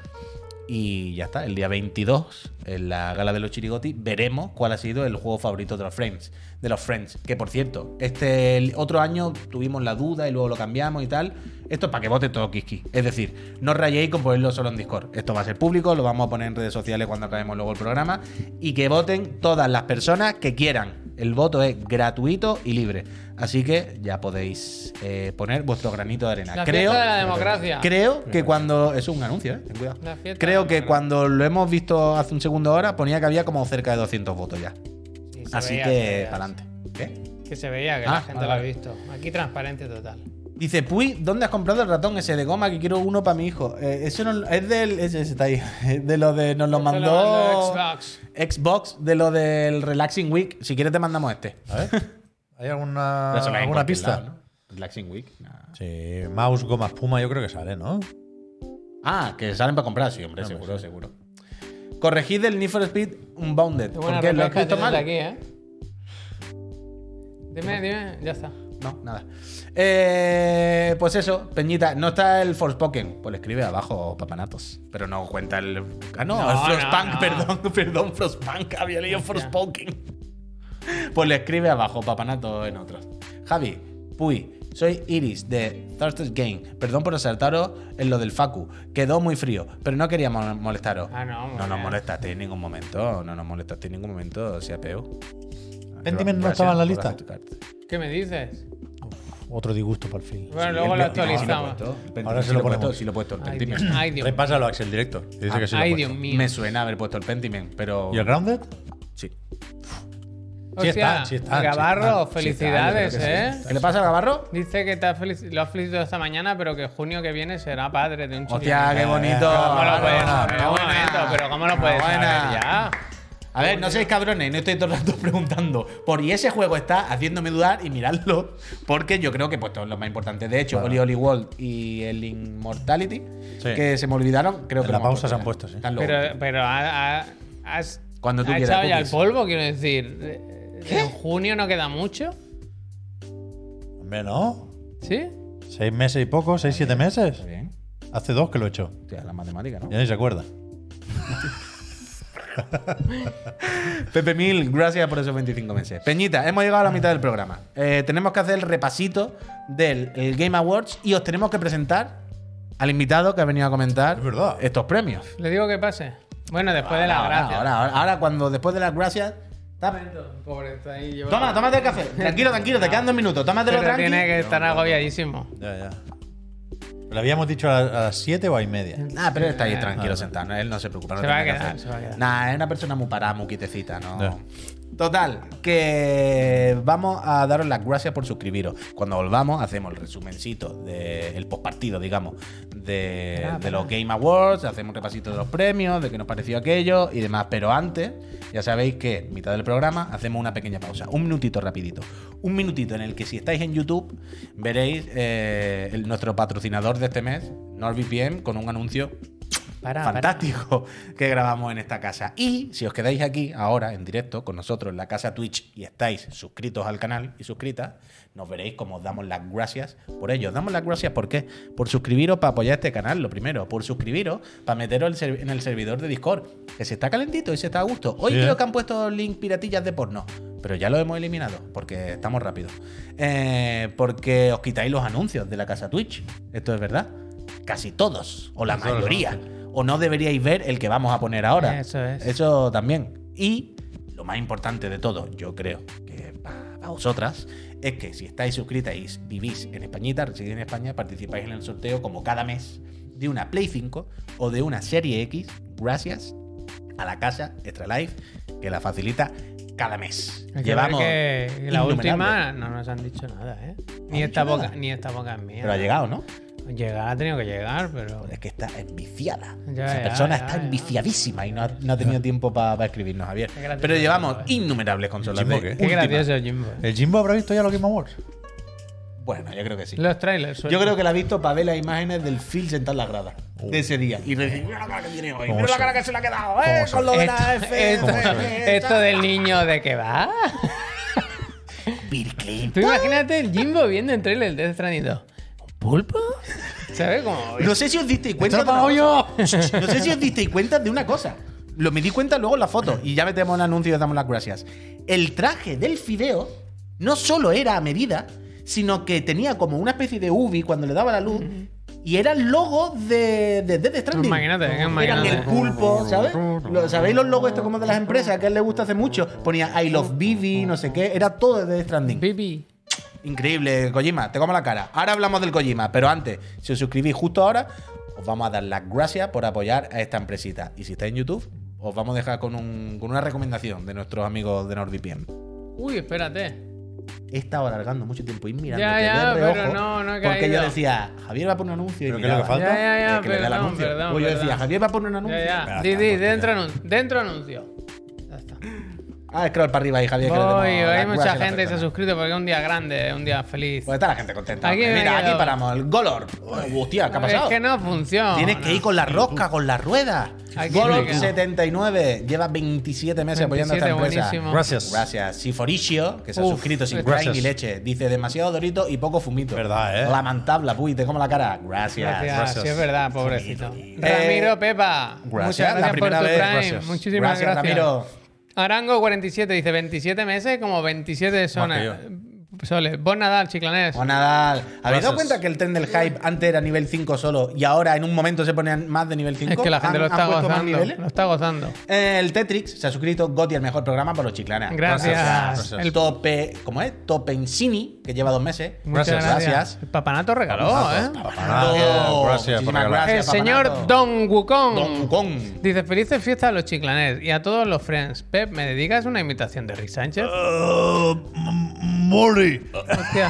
Speaker 2: Y ya está, el día 22, en la gala de los chirigoti, veremos cuál ha sido el juego favorito de los Friends. De los Friends. Que por cierto, este el otro año tuvimos la duda y luego lo cambiamos y tal. Esto es para que vote todo Kiski. Es decir, no os rayéis con ponerlo solo en Discord. Esto va a ser público, lo vamos a poner en redes sociales cuando acabemos luego el programa. Y que voten todas las personas que quieran. El voto es gratuito y libre. Así que ya podéis eh, poner vuestro granito de arena.
Speaker 1: La
Speaker 2: Creo.
Speaker 1: fiesta de la democracia.
Speaker 2: Creo que cuando. Es un anuncio, eh. Ten cuidado.
Speaker 1: La fiesta
Speaker 2: Creo
Speaker 1: de
Speaker 2: que
Speaker 1: la
Speaker 2: cuando lo hemos visto hace un segundo ahora, ponía que había como cerca de 200 votos ya.
Speaker 1: Sí, se
Speaker 2: Así
Speaker 1: veía, se
Speaker 2: que,
Speaker 1: veía,
Speaker 2: para adelante. ¿Qué?
Speaker 1: Que se veía que
Speaker 2: Ah,
Speaker 1: la gente
Speaker 2: vale,
Speaker 1: lo ha
Speaker 2: vale.
Speaker 1: visto. Aquí transparente total.
Speaker 2: Dice, Puy, ¿dónde has comprado el ratón ese de goma? Que quiero uno para mi hijo. Eh, eso no- es del. Ese, ese está ahí. Es de lo de. Nos lo
Speaker 1: Te lo
Speaker 2: mandó.
Speaker 1: mando Xbox.
Speaker 2: Xbox de lo del Relaxing Week. Si quieres, te mandamos este.
Speaker 3: A ver. ¿Hay alguna,
Speaker 2: Pero eso no hay en
Speaker 3: Ah, alguna
Speaker 2: cualquier
Speaker 3: pista?
Speaker 2: lado, ¿no? Relaxing Week. nah.
Speaker 3: Sí, mouse, goma, espuma, yo creo que sale, ¿no?
Speaker 2: Ah, que salen para comprar, sí, hombre, seguro, seguro. Corregid el Need for Speed Unbounded.
Speaker 1: Qué buena
Speaker 2: ¿Por qué? ¿Lo has
Speaker 1: repesca
Speaker 2: escrito
Speaker 1: tienes
Speaker 2: mal?
Speaker 1: aquí, ¿eh? Dime, dime, ya está.
Speaker 2: No, nada. Eh, pues eso, Peñita, no está el Forspoken. Pues le escribe abajo papanatos. Pero no cuenta el. Ah, no,
Speaker 1: No,
Speaker 2: el
Speaker 1: no,
Speaker 2: Frostpunk,
Speaker 1: no.
Speaker 2: perdón, perdón, Frostpunk, había leído
Speaker 1: Hostia.
Speaker 2: Forspoken. Pues le escribe abajo papanatos en otros. Javi, Puy, soy Iris de Thirsters Game. Perdón por asaltaros en lo del Facu. Quedó muy frío, pero no quería mo- molestaros.
Speaker 1: Ah, no, muy
Speaker 2: no nos
Speaker 1: bien.
Speaker 2: molestaste en ningún momento. No nos molestaste en ningún momento, sea peor.
Speaker 3: Pentiment no estaba en la lista.
Speaker 1: ¿Qué me dices?
Speaker 3: Otro disgusto para el fin.
Speaker 1: Bueno, luego lo actualizamos.
Speaker 2: Ahora
Speaker 3: Ahora
Speaker 2: se
Speaker 3: se lo
Speaker 2: lo he puesto,
Speaker 3: ponemos.
Speaker 2: sí lo he puesto, el
Speaker 1: Ay,
Speaker 2: Pentiment.
Speaker 1: Dios, ay, Dios.
Speaker 3: Repásalo, Axel, directo. que Dice que sí lo ha
Speaker 1: Ay,
Speaker 3: puesto.
Speaker 1: Dios mío.
Speaker 2: Me suena haber puesto el Pentiment, pero.
Speaker 3: ¿Y el Grounded?
Speaker 2: Sí.
Speaker 1: Hostia,
Speaker 3: está, sí está, sí
Speaker 1: Gabarro,
Speaker 3: está,
Speaker 1: felicidades,
Speaker 2: Sí, está, yo
Speaker 1: ¿eh?
Speaker 2: creo que sí. ¿Qué le pasa al Gabarro?
Speaker 1: Dice que te ha felici- lo has felicitado esta mañana, pero que junio que viene será padre de un chico.
Speaker 2: Hostia, qué bonito. Ah,
Speaker 1: ¿Cómo lo puedes saber?
Speaker 2: Enhorabuena,
Speaker 1: Un
Speaker 2: enhorabuena.
Speaker 1: momento, pero ¿cómo lo puedes saber
Speaker 2: Enhorabuena.
Speaker 1: ya?
Speaker 2: A ver, no seáis cabrones, no estoy todo el rato preguntando. Por y ese juego está haciéndome dudar y miradlo, porque yo creo que pues todos los más importantes. De hecho, Oli Oli World y el Immortality,
Speaker 3: Sí.
Speaker 2: que se me olvidaron, creo
Speaker 3: En
Speaker 2: que
Speaker 3: la
Speaker 2: lo hemos
Speaker 3: pausa
Speaker 2: puesto
Speaker 3: se han
Speaker 2: ya. Están
Speaker 3: puesto, sí.
Speaker 2: los
Speaker 1: Pero,
Speaker 2: últimos.
Speaker 1: pero ha- ha- has
Speaker 2: Cuando tú
Speaker 1: ha
Speaker 2: quieras,
Speaker 1: echado ya el
Speaker 2: cookies.
Speaker 1: polvo, quiero decir. Eh, ¿En junio no queda mucho?
Speaker 3: Hombre, ¿no?
Speaker 1: ¿Sí?
Speaker 3: ¿Seis meses y poco? ¿Seis, siete meses?
Speaker 2: Está bien.
Speaker 3: Hace dos que lo he hecho.
Speaker 2: Hostia, la matemática, ¿no?
Speaker 3: Ya ni se acuerda.
Speaker 2: Pepe Mil, gracias por esos 25 meses. Peñita, hemos llegado a la mitad del programa. Eh, tenemos que hacer el repasito del el Game Awards y os tenemos que presentar al invitado que ha venido a comentar
Speaker 3: Es verdad.
Speaker 2: estos premios.
Speaker 1: ¿Le digo que pase? Bueno, después de la
Speaker 2: ahora,
Speaker 1: gracia.
Speaker 2: ahora, ahora, ahora, cuando después de las gracias.
Speaker 1: Un
Speaker 2: tap-
Speaker 1: momento, Pobre, está ahí llevando-
Speaker 2: Toma, tómate el café. Tranquilo, tranquilo, te quedan dos minutos. Tómatelo
Speaker 1: Pero
Speaker 2: tranquilo.
Speaker 1: tiene que estar agobiadísimo.
Speaker 3: Ya, ya. ¿Lo habíamos dicho a, a las siete o a y media?
Speaker 2: Ah, pero él está ahí tranquilo
Speaker 3: Ah,
Speaker 2: sentado, no, él no se preocupa. no
Speaker 1: Se va a
Speaker 2: tiene que
Speaker 1: quedar,
Speaker 2: hacer.
Speaker 1: se va a quedar.
Speaker 2: Nah, es una persona muy parada, muy quietecita, ¿no?
Speaker 3: Ya.
Speaker 2: Total, que vamos a daros las gracias por suscribiros. Cuando volvamos, hacemos el resumencito del postpartido, digamos, de,
Speaker 1: Ah,
Speaker 2: de los Game Awards, hacemos un repasito de los premios, de qué nos pareció aquello y demás. Pero antes, ya sabéis que, en mitad del programa, hacemos una pequeña pausa. Un minutito rapidito. Un minutito en el que si estáis en YouTube, veréis eh, el- nuestro patrocinador de este mes, NordVPN, con un anuncio
Speaker 1: Para,
Speaker 2: fantástico que grabamos en esta casa. Y si os quedáis aquí ahora en directo con nosotros en la casa Twitch y estáis suscritos al canal y suscritas, nos veréis como os damos las gracias por ello. Os Damos las gracias por qué? Por suscribiros para apoyar este canal, lo primero. Por suscribiros para meteros el serv- en el servidor de Discord, que se está calentito y se está a gusto. Hoy
Speaker 3: Sí,
Speaker 2: creo
Speaker 3: ¿eh?
Speaker 2: que han puesto link piratillas de porno. Pero ya lo hemos eliminado porque estamos rápidos. Eh, porque os quitáis los anuncios de la casa Twitch. Esto es verdad. Casi todos. O la
Speaker 3: Casi todos los
Speaker 2: mayoría. O no deberíais ver el que vamos a poner ahora.
Speaker 1: Eso es.
Speaker 2: Eso también. Y lo más importante de todo, yo creo que para vosotras, es que si estáis suscritas y vivís en Españita, residís en España, participáis en el sorteo como cada mes de una Play 5 o de una Serie X, gracias a la casa Extra Life, que la facilita cada mes.
Speaker 1: Hay que
Speaker 2: Llevamos.
Speaker 1: ver que la
Speaker 2: innumerables.
Speaker 1: última no nos han dicho nada, ¿eh? Ni
Speaker 2: han
Speaker 1: esta,
Speaker 2: dicho
Speaker 1: boca,
Speaker 2: nada.
Speaker 1: ni esta boca es mía.
Speaker 2: Pero ha llegado, ¿no?
Speaker 1: Llegar ha tenido que llegar, pero.
Speaker 2: Es que está enviciada.
Speaker 1: Ya,
Speaker 2: Esa
Speaker 1: ya,
Speaker 2: persona
Speaker 1: ya,
Speaker 2: está
Speaker 1: ya.
Speaker 2: enviciadísima y no ha, no ha tenido tiempo para escribirnos, Javier.
Speaker 1: Qué gracioso,
Speaker 2: Pero llevamos
Speaker 1: eh.
Speaker 2: innumerables consolas
Speaker 3: Jimbo,
Speaker 2: de
Speaker 3: ¿qué?
Speaker 1: Qué
Speaker 2: última. Eh,
Speaker 1: gracioso Jimbo.
Speaker 3: ¿El Jimbo habrá visto ya los Game Awards?
Speaker 2: Bueno, yo creo que sí.
Speaker 1: Los trailers.
Speaker 2: Yo creo que la ha visto para ver las imágenes del Phil sentado en la grada de ese día. Y decir, mira la cara que tiene hoy,
Speaker 3: ¿Cómo
Speaker 2: mira la
Speaker 3: se-
Speaker 2: cara que se le ha quedado, eh,
Speaker 3: cómo
Speaker 2: con lo de la
Speaker 1: esto,
Speaker 2: F.
Speaker 1: esto- esto del niño de que va.
Speaker 2: Bill Clinton.
Speaker 1: Tú imagínate el Jimbo viendo el trailer de Death Stranding 2. ¿Pulpo? ¿Sabes cómo?
Speaker 2: No sé si os disteis cuenta.
Speaker 3: ¡Esto
Speaker 2: de
Speaker 3: lo pago
Speaker 2: una cosa. No sé si os disteis cuenta de una cosa. Lo me di cuenta luego en la foto. Y ya metemos el anuncio y os damos las gracias. El traje del fideo no solo era a medida, sino que tenía como una especie de UV cuando le daba la luz. Y era el logo de, de Death Stranding.
Speaker 1: Imagínate,
Speaker 2: Eran
Speaker 1: imagínate.
Speaker 2: el pulpo, ¿sabes? Lo- ¿Sabéis los logos estos como de las empresas que a él le gusta hace mucho? Ponía I love Bibi, no sé qué. Era todo de Death Stranding.
Speaker 1: Bibi.
Speaker 2: Increíble, Kojima, te como la cara. Ahora hablamos del Kojima, pero antes, si os suscribís justo ahora, os vamos a dar las gracias por apoyar a esta empresita. Y si estáis en YouTube, os vamos a dejar con, un- con una recomendación de nuestros amigos de NordVPN.
Speaker 1: Uy, espérate.
Speaker 2: he estado alargando mucho tiempo y mirando
Speaker 1: Ya,
Speaker 2: de
Speaker 1: ya,
Speaker 2: reojo,
Speaker 1: pero no, no he
Speaker 2: Porque yo
Speaker 1: caído.
Speaker 2: decía, Javier va a poner un anuncio y
Speaker 3: ¿Pero qué es lo que
Speaker 2: miraba.
Speaker 3: falta?
Speaker 1: Ya, ya, ya,
Speaker 2: que le dé el
Speaker 1: perdón,
Speaker 2: anuncio.
Speaker 1: perdón,
Speaker 2: Pues yo
Speaker 1: perdón.
Speaker 2: decía, Javier va a poner un anuncio.
Speaker 1: Ya, ya.
Speaker 3: Espera,
Speaker 1: Di, di,
Speaker 3: tampoco,
Speaker 1: dentro anuncio. Dentro anuncio. Ya está.
Speaker 2: Ah, scroll para arriba ahí, Javier. que lo tenemos-
Speaker 1: Voy,
Speaker 2: la
Speaker 1: hay
Speaker 2: cura
Speaker 1: mucha
Speaker 2: se
Speaker 1: gente
Speaker 2: la
Speaker 1: que se ha
Speaker 2: perdona.
Speaker 1: suscrito porque es un día grande, es un día feliz.
Speaker 2: Pues está la gente contenta.
Speaker 1: Aquí
Speaker 2: hombre.
Speaker 1: me he
Speaker 2: Mira, aquí
Speaker 1: quedado.
Speaker 2: paramos. El Golor. Uy, hostia, ¿qué ha pasado?
Speaker 1: Es que Oh, no funciona.
Speaker 2: Tienes que ir con la rosca, con la rueda.
Speaker 1: Aquí me quedo.
Speaker 2: Golor79 lleva 27 meses apoyando a esta
Speaker 1: 27,
Speaker 2: empresa.
Speaker 1: buenísimo.
Speaker 3: Gracias.
Speaker 2: Gracias. Siforicio, que se ha
Speaker 1: Uf,
Speaker 2: suscrito sin
Speaker 1: gracias.
Speaker 2: crack ni leche. Dice demasiado dorito y poco fumito.
Speaker 3: Verdad, ¿eh?
Speaker 2: Lamentable, puy, te como la cara. Gracias.
Speaker 1: Gracias,
Speaker 3: gracias.
Speaker 1: sí es verdad, pobrecito.
Speaker 2: Eh,
Speaker 1: Ramiro Pepa, muchas
Speaker 2: la
Speaker 1: gracias por
Speaker 2: primera
Speaker 1: tu
Speaker 2: vez,
Speaker 1: Prime.
Speaker 2: gracias.
Speaker 1: Muchísimas
Speaker 2: Gracias,
Speaker 1: gracias.
Speaker 2: Ramiro.
Speaker 1: Arango 47 dice 27 meses como 27
Speaker 3: que
Speaker 1: zonas. Soles. Vos nadar, chiclanés.
Speaker 2: O Nadal. Pues ¿Habéis dado
Speaker 3: Gracias.
Speaker 2: cuenta que el tren del hype antes era nivel 5 solo y ahora en un momento se pone más de nivel 5?
Speaker 1: Es que la gente lo está gozando. Lo está gozando.
Speaker 2: El Tetrix se ha suscrito Gotti, el mejor programa por los chiclanas.
Speaker 1: Gracias.
Speaker 3: Gracias.
Speaker 2: El
Speaker 1: El-
Speaker 2: tope, ¿cómo es? Topencini, que lleva dos meses.
Speaker 1: muchas
Speaker 3: Gracias.
Speaker 1: gracias.
Speaker 2: Gracias.
Speaker 1: El papanato regaló, ¿eh?
Speaker 2: Todo.
Speaker 3: Gracias por
Speaker 2: Muchísimas
Speaker 3: regalar.
Speaker 1: El
Speaker 2: gracias,
Speaker 1: señor
Speaker 2: Papanato.
Speaker 1: Don Wukong.
Speaker 2: Don Wukong.
Speaker 1: Dice, felices fiestas a los chiclanés y a todos los friends. Pep, ¿me dedicas una imitación de Rick Sánchez?
Speaker 2: Uh,
Speaker 3: Mori.
Speaker 1: Hostia.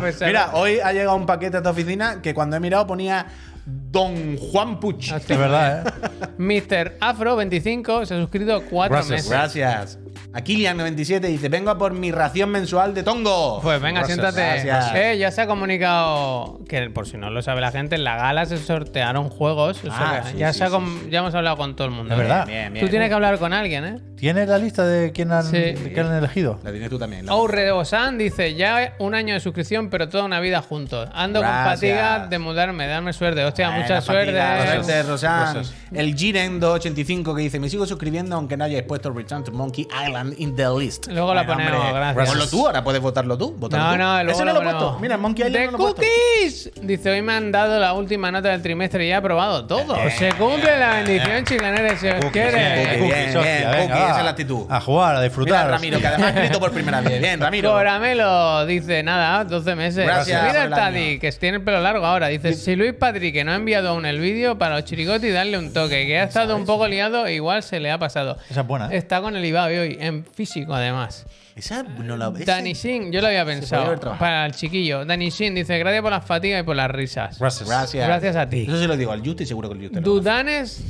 Speaker 1: Pues,
Speaker 2: Mira, hoy ha llegado un paquete a esta oficina que cuando he mirado ponía Don Juan Puch.
Speaker 1: hostia.
Speaker 3: Es verdad, ¿eh?
Speaker 1: Mr. Afro25 se ha suscrito cuatro
Speaker 3: Gracias,
Speaker 1: meses.
Speaker 2: Gracias. A Kilian97 dice: Vengo a por mi ración mensual de tongo.
Speaker 1: Pues venga,
Speaker 3: Gracias,
Speaker 1: siéntate.
Speaker 2: gracias.
Speaker 1: Eh, ya se ha comunicado que, por si no lo sabe la gente, en la gala se sortearon juegos. O sea,
Speaker 2: Ah, sí,
Speaker 1: ya,
Speaker 2: sí,
Speaker 1: se ha
Speaker 2: sí,
Speaker 1: com- ya hemos hablado con todo el mundo.
Speaker 3: Es verdad.
Speaker 2: Bien, bien.
Speaker 1: Tú tienes que hablar con alguien, ¿eh?
Speaker 3: ¿Tienes la lista de quién han,
Speaker 1: Sí.
Speaker 3: de quién han elegido?
Speaker 2: La tienes tú también. la-
Speaker 1: Ourredosan dice, ya un año de suscripción, pero toda una vida juntos. Ando
Speaker 2: Gracias.
Speaker 1: con fatiga de mudarme, darme suerte. Hostia,
Speaker 2: Buena,
Speaker 1: mucha suerte.
Speaker 2: fatiga,
Speaker 1: eh.
Speaker 2: Suerte, Rosan. El Jiren285 que dice: Me sigo suscribiendo aunque no hayáis puesto Return to Monkey Island in the list. pues
Speaker 1: Luego la ponemos, gracias.
Speaker 2: Ponlo tú, ahora puedes votarlo tú. votalo
Speaker 1: No,
Speaker 2: tú.
Speaker 1: no, luego
Speaker 2: Ese no lo he
Speaker 1: ponemos.
Speaker 2: puesto. Mira, Monkey Island
Speaker 1: ¡The
Speaker 2: no lo he puesto.
Speaker 1: cookies! Dice, hoy me han dado la última nota del trimestre y he aprobado todo. Se cumple la bendición, chicaneres, si os
Speaker 2: bien,
Speaker 1: quiere.
Speaker 2: Eh, cookies. bien,
Speaker 3: hostia,
Speaker 2: bien,
Speaker 3: venga,
Speaker 2: cookie, esa
Speaker 3: va.
Speaker 2: es la actitud.
Speaker 3: A jugar, a disfrutar.
Speaker 2: Mira, Ramiro, que
Speaker 3: hostia.
Speaker 2: además ha escrito por primera vez. Bien, Ramiro.
Speaker 1: Coramelo dice, nada, 12 meses.
Speaker 2: Gracias
Speaker 1: Mira
Speaker 2: por
Speaker 1: el
Speaker 2: el
Speaker 1: Tadi,
Speaker 2: año.
Speaker 1: que tiene el pelo largo ahora. Dice, si Luis Patrick no ha enviado aún el vídeo para los chirigotis, darle un toque, que ha estado un poco liado, igual se le ha pasado.
Speaker 3: Esa es buena, ¿eh?
Speaker 1: Está con el Ibabi hoy, en físico además.
Speaker 2: Esa no la esa-
Speaker 1: Dani Shin, yo lo había pensado.
Speaker 2: haber trabajado.
Speaker 1: Para el chiquillo. Dani Shin dice, gracias por las fatigas y por las risas.
Speaker 3: Gracias.
Speaker 2: Gracias.
Speaker 1: Gracias a ti.
Speaker 2: Eso se lo digo al Yuti, seguro que el Yuti. lo-
Speaker 1: Dudanes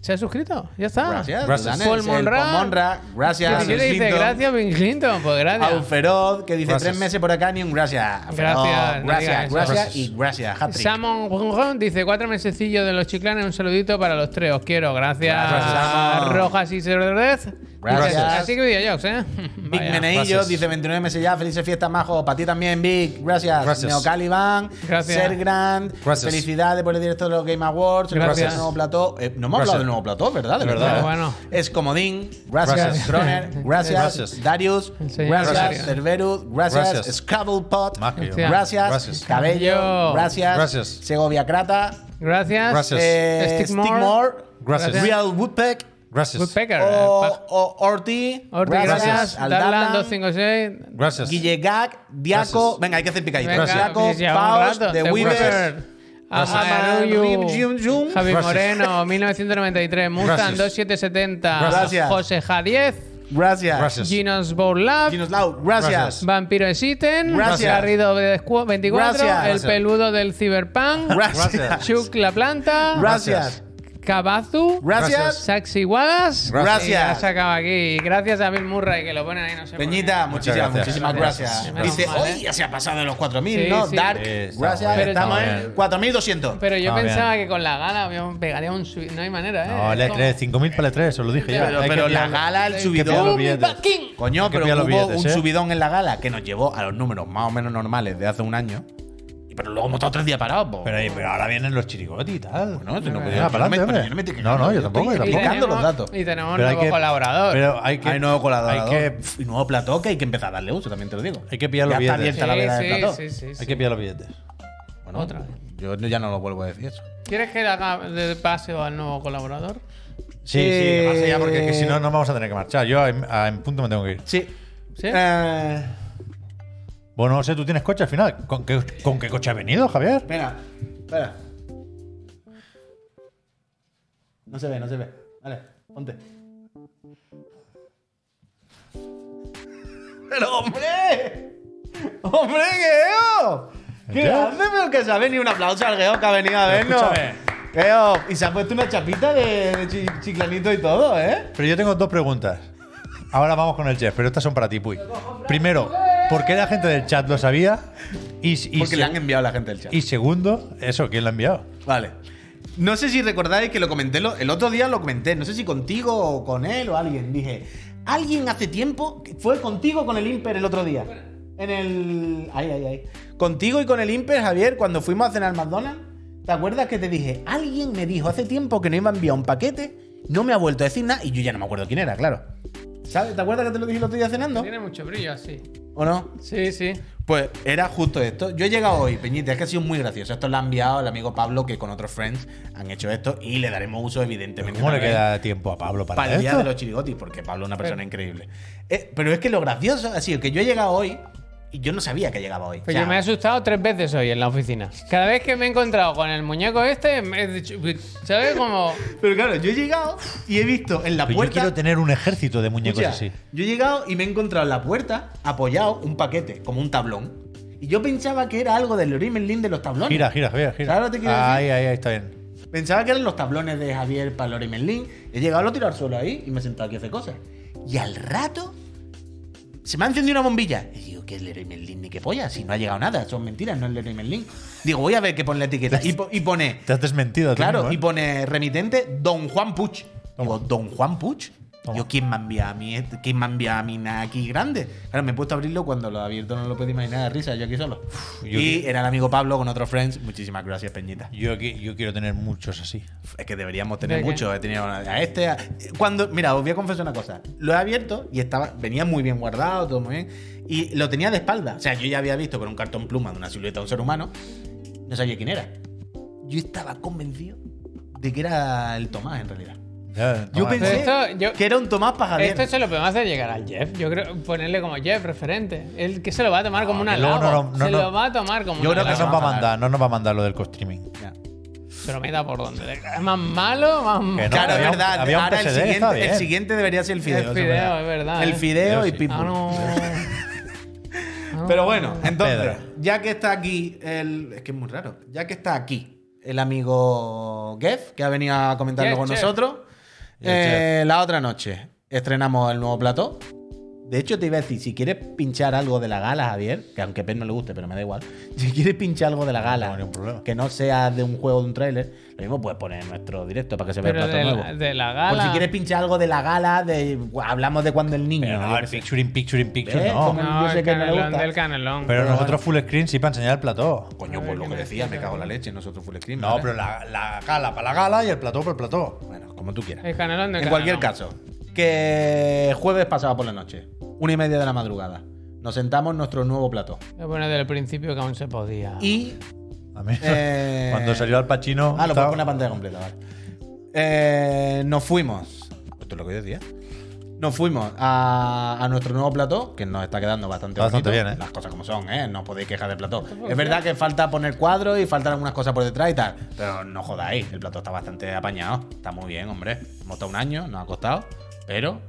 Speaker 1: se ha suscrito, ya está.
Speaker 2: Gracias.
Speaker 3: Gracias.
Speaker 2: Dudanes,
Speaker 1: Ah, Paul
Speaker 2: el
Speaker 1: Monra.
Speaker 2: Paul Monra. Gracias.
Speaker 1: ¿Y qué le dice
Speaker 2: Clinton.
Speaker 1: gracias, Bill Clinton? Pues gracias.
Speaker 2: Alferoz, que dice
Speaker 3: Gracias.
Speaker 2: tres meses por acá, ni un gracias. Alferoz,
Speaker 1: Gracias, no digas
Speaker 2: gracias,
Speaker 1: eso.
Speaker 2: gracias
Speaker 3: Gracias.
Speaker 2: y gracias. Hat-trick.
Speaker 1: Samon Gungon dice cuatro mesecillos de los chiclanes, un saludito para los tres, os quiero, gracias.
Speaker 2: Gracias, Samon.
Speaker 1: Rojas y Cerdez.
Speaker 2: Gracias.
Speaker 1: Así que videojuegos, ¿eh?
Speaker 2: Vic
Speaker 1: Vaya.
Speaker 2: Meneillo
Speaker 3: gracias.
Speaker 2: dice 29 meses ya, felices fiestas, majo. Para ti también, Vic. Gracias.
Speaker 3: Gracias.
Speaker 2: Neocaliban,
Speaker 1: Gracias.
Speaker 2: Ser Grand,
Speaker 3: Gracias.
Speaker 2: felicidades por el directo de los Game Awards.
Speaker 1: Gracias.
Speaker 2: El nuevo plató. Eh, no hemos hablado
Speaker 3: Gracias.
Speaker 2: del nuevo plató, ¿verdad? De
Speaker 3: De verdad,
Speaker 2: verdad.
Speaker 3: ¿eh?
Speaker 1: Bueno.
Speaker 2: Es Comodín. Gracias.
Speaker 3: Gracias.
Speaker 2: Croner. Gracias.
Speaker 3: Gracias.
Speaker 2: Darius.
Speaker 1: El señor
Speaker 2: Gracias.
Speaker 1: Gracias.
Speaker 2: Cerberus. Gracias.
Speaker 3: Gracias.
Speaker 2: Scrabblepot.
Speaker 3: Más que yo.
Speaker 1: Hostia.
Speaker 2: Gracias.
Speaker 3: Gracias.
Speaker 2: Cabello.
Speaker 1: Cabello.
Speaker 2: Gracias.
Speaker 3: Gracias.
Speaker 2: Segovia Crata.
Speaker 1: Gracias.
Speaker 3: Gracias.
Speaker 2: Eh,
Speaker 1: Stickmore.
Speaker 2: Stickmore.
Speaker 3: Gracias.
Speaker 2: Real Woodpeck.
Speaker 3: Gracias.
Speaker 1: Woodpecker.
Speaker 2: O, o- Orti.
Speaker 1: Orti, eh, gracias.
Speaker 2: Aldalan,
Speaker 1: Darlan 256.
Speaker 3: Gracias.
Speaker 2: Guille Gag, Diaco.
Speaker 3: Gracias.
Speaker 2: Venga, hay que hacer picadito.
Speaker 1: Venga,
Speaker 2: Diaco,
Speaker 1: pues ya un
Speaker 2: Paus,
Speaker 1: rato,
Speaker 2: The
Speaker 1: The
Speaker 2: Weavers.
Speaker 1: Weaver,
Speaker 2: Gracias.
Speaker 1: Amaruyu,
Speaker 2: Rim, Jim, Jum.
Speaker 1: Javi
Speaker 3: Gracias.
Speaker 1: Moreno, 1993, Mustang
Speaker 3: Gracias.
Speaker 1: 2770,
Speaker 2: Gracias.
Speaker 1: José Jadiez,
Speaker 2: Gracias.
Speaker 3: Gracias.
Speaker 1: Ginos Bourlap,
Speaker 2: Ginos Lau, gracias.
Speaker 1: Vampiro Exiten,
Speaker 2: Gracias.
Speaker 1: Garrido de Escu- 24,
Speaker 2: Gracias.
Speaker 1: El
Speaker 3: Gracias.
Speaker 1: Peludo del Cyberpunk,
Speaker 2: Gracias.
Speaker 3: Gracias.
Speaker 1: Chuck La Planta,
Speaker 2: Gracias.
Speaker 1: Cabazu,
Speaker 2: Gracias.
Speaker 3: Gracias.
Speaker 1: Saxi Wallace.
Speaker 2: Gracias.
Speaker 1: Y ya se acaba aquí. Y Gracias a Bill Murray que lo ponen ahí, no sé por qué.
Speaker 2: Peñita, muchísimas,
Speaker 3: gracias.
Speaker 2: muchísimas gracias.
Speaker 1: Gracias. Menos
Speaker 2: Dice,
Speaker 1: mal, ¿eh?
Speaker 2: hoy ya se ha pasado de los 4.000,
Speaker 1: Sí,
Speaker 2: ¿no?
Speaker 1: sí.
Speaker 2: Dark,
Speaker 3: Sí, está
Speaker 2: gracias.
Speaker 1: bien.
Speaker 2: Estamos
Speaker 1: Pero-
Speaker 2: en 4.200.
Speaker 1: Pero yo
Speaker 3: Ah, bien.
Speaker 1: pensaba que con la gala me pegaría un sui- No hay manera, ¿eh?
Speaker 3: No, le
Speaker 1: Es como-
Speaker 3: 5.000 para el E 3, os lo dije ya.
Speaker 2: Pero,
Speaker 3: Hay que
Speaker 2: pero la
Speaker 3: pillar-
Speaker 2: gala, el
Speaker 3: hay que
Speaker 2: subidón,
Speaker 3: pillar los
Speaker 1: un
Speaker 3: billetes.
Speaker 1: paquín.
Speaker 2: Coño,
Speaker 3: que
Speaker 2: pero
Speaker 3: pillar
Speaker 2: hubo
Speaker 3: los billetes,
Speaker 2: un
Speaker 3: ¿eh?
Speaker 2: subidón en la gala que nos llevó a los números más o menos normales de hace un año. Y- Pero luego hemos estado tres días parados. pues. po.
Speaker 3: Pero, ahí- pero ahora vienen los chirigotis y tal.
Speaker 2: Bueno, yo no,
Speaker 3: Venga,
Speaker 2: yo no
Speaker 3: para adelante,
Speaker 2: me-
Speaker 3: hombre.
Speaker 2: yo no me estoy
Speaker 3: No,
Speaker 2: quejando,
Speaker 3: no,
Speaker 2: yo
Speaker 3: yo tampoco.
Speaker 2: estoy
Speaker 3: yo
Speaker 1: Y
Speaker 3: tampoco.
Speaker 2: Buscando los
Speaker 1: tenemos-
Speaker 2: datos.
Speaker 1: Y tenemos un
Speaker 3: Pero hay
Speaker 1: nuevo
Speaker 3: que-
Speaker 1: colaborador.
Speaker 3: Pero hay que.
Speaker 2: hay nuevo colaborador.
Speaker 3: Hay que,
Speaker 2: y nuevo plató que hay que empezar a darle uso, también te lo digo.
Speaker 3: Hay que pillar los
Speaker 2: ya está
Speaker 3: billetes.
Speaker 2: abierta la
Speaker 1: Sí,
Speaker 2: veda
Speaker 1: sí,
Speaker 2: del plató.
Speaker 1: sí, sí, sí.
Speaker 3: hay que pillar los billetes.
Speaker 2: Bueno,
Speaker 1: Otra vez.
Speaker 2: Yo no- ya no lo vuelvo a decir eso.
Speaker 1: ¿Quieres que le haga de paseo al nuevo colaborador?
Speaker 3: Sí, sí,
Speaker 2: Eh,
Speaker 3: que pase ya, porque es que si no, no vamos a tener que marchar. Yo a- a- en punto me tengo que ir.
Speaker 2: Sí.
Speaker 1: ¿Sí?
Speaker 2: Eh,
Speaker 3: Bueno, no sé, tú tienes coche al final. ¿Con qué, con qué coche has venido, Javier?
Speaker 2: Venga, espera. No se ve, no se ve. Vale, ponte. ¡Pero hombre! ¡Hombre, Geo! ¡Qué
Speaker 3: ¿Ya?
Speaker 2: grande! Pero que se ha venido un aplauso al Geo que ha venido a vernos.
Speaker 3: escúchame.
Speaker 2: Geo, y se ha puesto una chapita de, de chi- chiclanito y todo, ¿eh?
Speaker 3: Pero yo tengo dos preguntas. Ahora vamos con el chef, pero estas son para ti, Puy. Primero, ¿por qué la gente del chat lo sabía? Y, y,
Speaker 2: Porque le
Speaker 3: se-
Speaker 2: han enviado a la gente del chat.
Speaker 3: y segundo, ¿eso quién lo ha enviado?
Speaker 2: Vale. No sé si recordáis que lo comenté lo- el otro día, lo comenté, no sé si contigo o con él o alguien. Dije, alguien hace tiempo que fue contigo con el Imper el otro día. En el. Ay, ay, ay. Contigo y con el Imper, Javier, cuando fuimos a cenar al McDonald's, ¿te acuerdas que te dije? Alguien me dijo hace tiempo que no iba a enviar un paquete, no me ha vuelto a decir nada y yo ya no me acuerdo quién era, claro. ¿Sabes? ¿Te acuerdas que te lo dije el otro día cenando?
Speaker 1: Tiene mucho brillo así.
Speaker 2: ¿O no?
Speaker 1: Sí, sí.
Speaker 2: Pues era justo esto. Yo he llegado hoy, Peñita, es que ha sido muy gracioso. Esto lo ha enviado el amigo Pablo, que con otros friends han hecho esto y le daremos uso, evidentemente.
Speaker 3: ¿Cómo le
Speaker 2: también
Speaker 3: queda tiempo a Pablo para,
Speaker 2: para el día
Speaker 3: esto?
Speaker 2: de los chirigotis, porque Pablo es una persona increíble. Eh, pero es que lo gracioso ha sido que yo he llegado hoy y yo no sabía que llegaba hoy.
Speaker 1: Pues
Speaker 2: O sea,
Speaker 1: yo me he asustado tres veces hoy en la oficina. Cada vez que me he encontrado con el muñeco este, me he dicho, ¿sabes? Como.
Speaker 2: pero claro, yo he llegado y he visto en la
Speaker 3: Pero yo
Speaker 2: puerta.
Speaker 3: quiero tener un ejército de muñecos
Speaker 2: Escucha,
Speaker 3: así.
Speaker 2: Yo he llegado y me he encontrado en la puerta apoyado un paquete, como un tablón. Y yo pensaba que era algo del origen link de los tablones.
Speaker 3: Gira, gira, gira. gira.
Speaker 2: Claro, te quiero
Speaker 3: ahí, ahí, ahí, está bien.
Speaker 2: Pensaba que eran los tablones de Javier Palor y Merlín. He llegado, lo he tirado al suelo ahí y me he sentado aquí a hacer cosas. Y al rato se me ha encendido una bombilla. Y digo, ¿qué es Leroy Merlin ni qué polla? Si no ha llegado nada, son mentiras, no es Leroy Merlin. Digo, voy a ver qué pone la etiqueta. Y, po- y pone,
Speaker 3: Te has desmentido. a ti
Speaker 2: claro,
Speaker 3: mismo, ¿eh?
Speaker 2: y pone remitente Don Juan Puch. Digo, ¿Don Juan Puch?
Speaker 3: Toma.
Speaker 2: Yo, ¿quién me ha enviado a mí? este- ¿Quién me ha enviado a mí nada aquí grande? Claro, me he puesto a abrirlo cuando lo he abierto, no lo puedo imaginar de risa, yo aquí solo.
Speaker 3: yo-
Speaker 2: y era el amigo Pablo con otros friends. Muchísimas gracias, Peñita.
Speaker 3: Yo, aquí- yo quiero tener muchos así.
Speaker 2: Es que deberíamos tener
Speaker 1: ¿De qué?
Speaker 2: mucho. He tenido a este. a- Cuando, mira, os voy a confesar una cosa. Lo he abierto y estaba, venía muy bien guardado, todo muy bien. Y lo tenía de espalda. O sea, yo ya había visto con un cartón pluma de una silueta de un ser humano. No sabía quién era. Yo estaba convencido de que era el Tomás, en realidad.
Speaker 3: Ya, eh,
Speaker 2: Yo
Speaker 3: toma,
Speaker 2: pensé
Speaker 1: Pero esto, yo-
Speaker 2: que era un Tomás
Speaker 1: Esto
Speaker 2: Pajadero.
Speaker 1: se lo podemos hacer llegar al Jeff. Yo creo ponerle como Jeff referente. Él que se lo va a tomar como una
Speaker 3: que luego
Speaker 1: halago.
Speaker 3: no, no,
Speaker 1: se
Speaker 3: no.
Speaker 1: lo va a tomar como
Speaker 2: Yo
Speaker 1: un
Speaker 2: creo que
Speaker 3: No
Speaker 1: halago.
Speaker 3: nos va a mandar, no nos va a mandar lo del co-streaming.
Speaker 1: Pero meta por dónde. Es más malo, más
Speaker 3: Que no,
Speaker 2: Claro, es
Speaker 3: había un-
Speaker 2: verdad.
Speaker 3: había un
Speaker 2: Ahora el
Speaker 3: PCD, está
Speaker 2: siguiente, el
Speaker 3: bien.
Speaker 2: siguiente debería ser el fideo.
Speaker 1: El
Speaker 2: eso es
Speaker 1: fideo, es verdad,
Speaker 2: El
Speaker 1: eh.
Speaker 2: fideo
Speaker 3: Fideo,
Speaker 2: y
Speaker 3: sí.
Speaker 2: Pitbull.
Speaker 1: Ah, no. Ah,
Speaker 2: Pero bueno, entonces,
Speaker 3: Pedro.
Speaker 2: ya que está aquí el. Es que es muy raro. Ya que está aquí el amigo Geff, que ha venido a comentarlo
Speaker 1: Jeff,
Speaker 2: con
Speaker 1: Jeff.
Speaker 2: nosotros.
Speaker 3: Jeff,
Speaker 2: eh, la otra noche estrenamos el nuevo plató. De hecho, te iba a decir, si quieres pinchar algo de la gala, Javier, que aunque a Pep no le guste, pero me da igual. Si quieres pinchar algo de la gala,
Speaker 3: tengo ningún problema.
Speaker 2: que no sea de un juego de un tráiler, lo mismo puedes poner en nuestro directo para que se vea el
Speaker 1: Pero
Speaker 2: plato
Speaker 1: de
Speaker 2: nuevo.
Speaker 1: la, de la
Speaker 2: Por
Speaker 1: gala.
Speaker 2: si quieres pinchar algo de la gala, de hablamos de cuando el niño.
Speaker 3: Pero
Speaker 2: yo
Speaker 3: no,
Speaker 2: qué
Speaker 3: el
Speaker 2: sé.
Speaker 3: picture in picture in picture,
Speaker 2: ¿Eh?
Speaker 3: no.
Speaker 2: Como-
Speaker 1: No,
Speaker 2: Yo sé
Speaker 1: el
Speaker 2: que no le
Speaker 1: canelón
Speaker 2: gusta.
Speaker 1: del canelón.
Speaker 3: Pero nosotros full screen sí para enseñar el plató.
Speaker 2: Coño,
Speaker 1: A
Speaker 2: pues
Speaker 1: ver,
Speaker 2: lo
Speaker 1: ¿qué
Speaker 2: que
Speaker 1: me
Speaker 2: decía, me
Speaker 1: decís,
Speaker 2: cago en la
Speaker 1: cabrón?
Speaker 2: leche, nosotros full screen.
Speaker 3: No,
Speaker 2: ¿vale?
Speaker 3: pero la, la gala para la gala y el plató para el plató.
Speaker 2: Bueno, como tú quieras.
Speaker 1: El canelón del
Speaker 2: En cualquier
Speaker 1: canelón.
Speaker 2: caso, que jueves pasado por la noche, una y media de la madrugada, nos sentamos en nuestro nuevo plato.
Speaker 1: Voy a poner del principio que aún se podía.
Speaker 2: Y.
Speaker 3: A mí,
Speaker 2: eh,
Speaker 3: cuando salió al Pachino.
Speaker 2: Ah, lo pongo en la pantalla completa, vale. Eh, nos fuimos. Esto es lo que yo decía. Nos fuimos a, a nuestro nuevo plató, que nos está quedando bastante,
Speaker 3: Bastante
Speaker 2: bonito.
Speaker 3: bien, ¿eh?
Speaker 2: Las cosas como son, ¿eh? No os podéis quejar del plató. Es verdad que falta poner cuadros y faltan algunas cosas por detrás y tal. Pero no jodáis, el plató está bastante apañado. Está muy bien, hombre. Hemos estado un año, nos ha costado, pero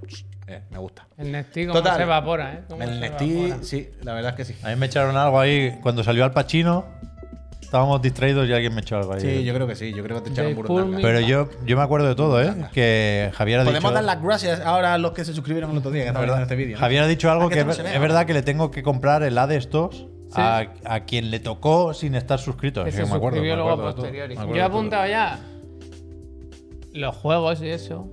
Speaker 2: eh, me gusta.
Speaker 1: El Nestí como
Speaker 2: Total.
Speaker 1: se evapora, ¿eh? Cómo
Speaker 2: El
Speaker 1: se
Speaker 2: Nestí,
Speaker 1: evapora.
Speaker 2: sí, la verdad es que sí.
Speaker 3: A mí me echaron algo ahí. Cuando salió al Pachino, estábamos distraídos y alguien me echó algo ahí.
Speaker 2: Sí, yo creo que sí, yo creo que te echaron
Speaker 1: They
Speaker 2: por
Speaker 1: pull me
Speaker 3: Pero yo, yo me acuerdo de todo, ¿eh? Que Javier ha dicho.
Speaker 2: Podemos dar las gracias ahora a los que se suscribieron el otro día, que están viendo este vídeo. ¿no?
Speaker 3: Javier ha dicho algo
Speaker 2: Ah, que
Speaker 3: que,
Speaker 2: esto no
Speaker 3: es
Speaker 2: se
Speaker 3: ver-
Speaker 2: ve,
Speaker 3: es
Speaker 2: ¿no?
Speaker 3: verdad que le tengo que comprar el Hades 2
Speaker 1: Sí.
Speaker 3: a, a quien le tocó sin estar suscrito.
Speaker 2: pues
Speaker 1: que
Speaker 3: Sí,
Speaker 1: se
Speaker 3: me acuerdo,
Speaker 1: suscribió
Speaker 3: me
Speaker 1: luego a
Speaker 3: acuerdo de todo,
Speaker 1: posteriori.
Speaker 3: me
Speaker 1: Yo
Speaker 3: acuerdo
Speaker 1: he
Speaker 3: de todo.
Speaker 1: apuntado ya los juegos y eso.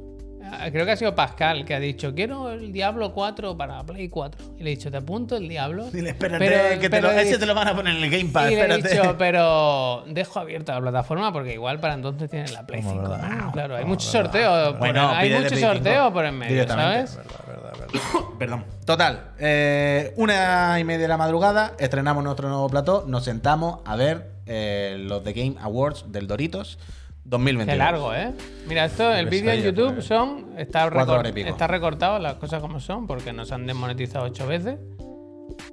Speaker 1: Ah, Creo que ha sido Pascal que ha dicho, quiero el Diablo 4 para Play 4. Y le he dicho, te apunto el Diablo.
Speaker 2: Dile, espérate,
Speaker 1: Pero-
Speaker 2: que te
Speaker 1: pero
Speaker 2: lo,
Speaker 1: he
Speaker 2: ese
Speaker 1: dicho-
Speaker 2: te lo van a poner en el Gamepad,
Speaker 1: Y le he
Speaker 2: espérate.
Speaker 1: dicho, pero dejo abierta la plataforma porque igual para entonces tienen la Play
Speaker 3: Como
Speaker 1: 5.
Speaker 3: verdad.
Speaker 1: ¿no? Claro, hay muchos sorteos. por-
Speaker 2: Bueno,
Speaker 1: hay
Speaker 2: pídele
Speaker 1: muchos
Speaker 2: Play 5
Speaker 1: sorteos por en medio,
Speaker 2: directamente.
Speaker 1: ¿sabes?
Speaker 3: Verdad, verdad.
Speaker 2: Perdón. Total, eh, una y media de la madrugada, estrenamos nuestro nuevo plató, nos sentamos a ver eh, los The Game Awards del Doritos 2022.
Speaker 1: Qué largo, ¿eh? Mira, esto, el vídeo en
Speaker 3: pesadilla,
Speaker 1: YouTube
Speaker 3: porque-
Speaker 1: son. Está,
Speaker 2: Cuatro
Speaker 1: recor-
Speaker 2: horas y pico.
Speaker 1: está recortado las cosas como son, porque nos han desmonetizado ocho veces.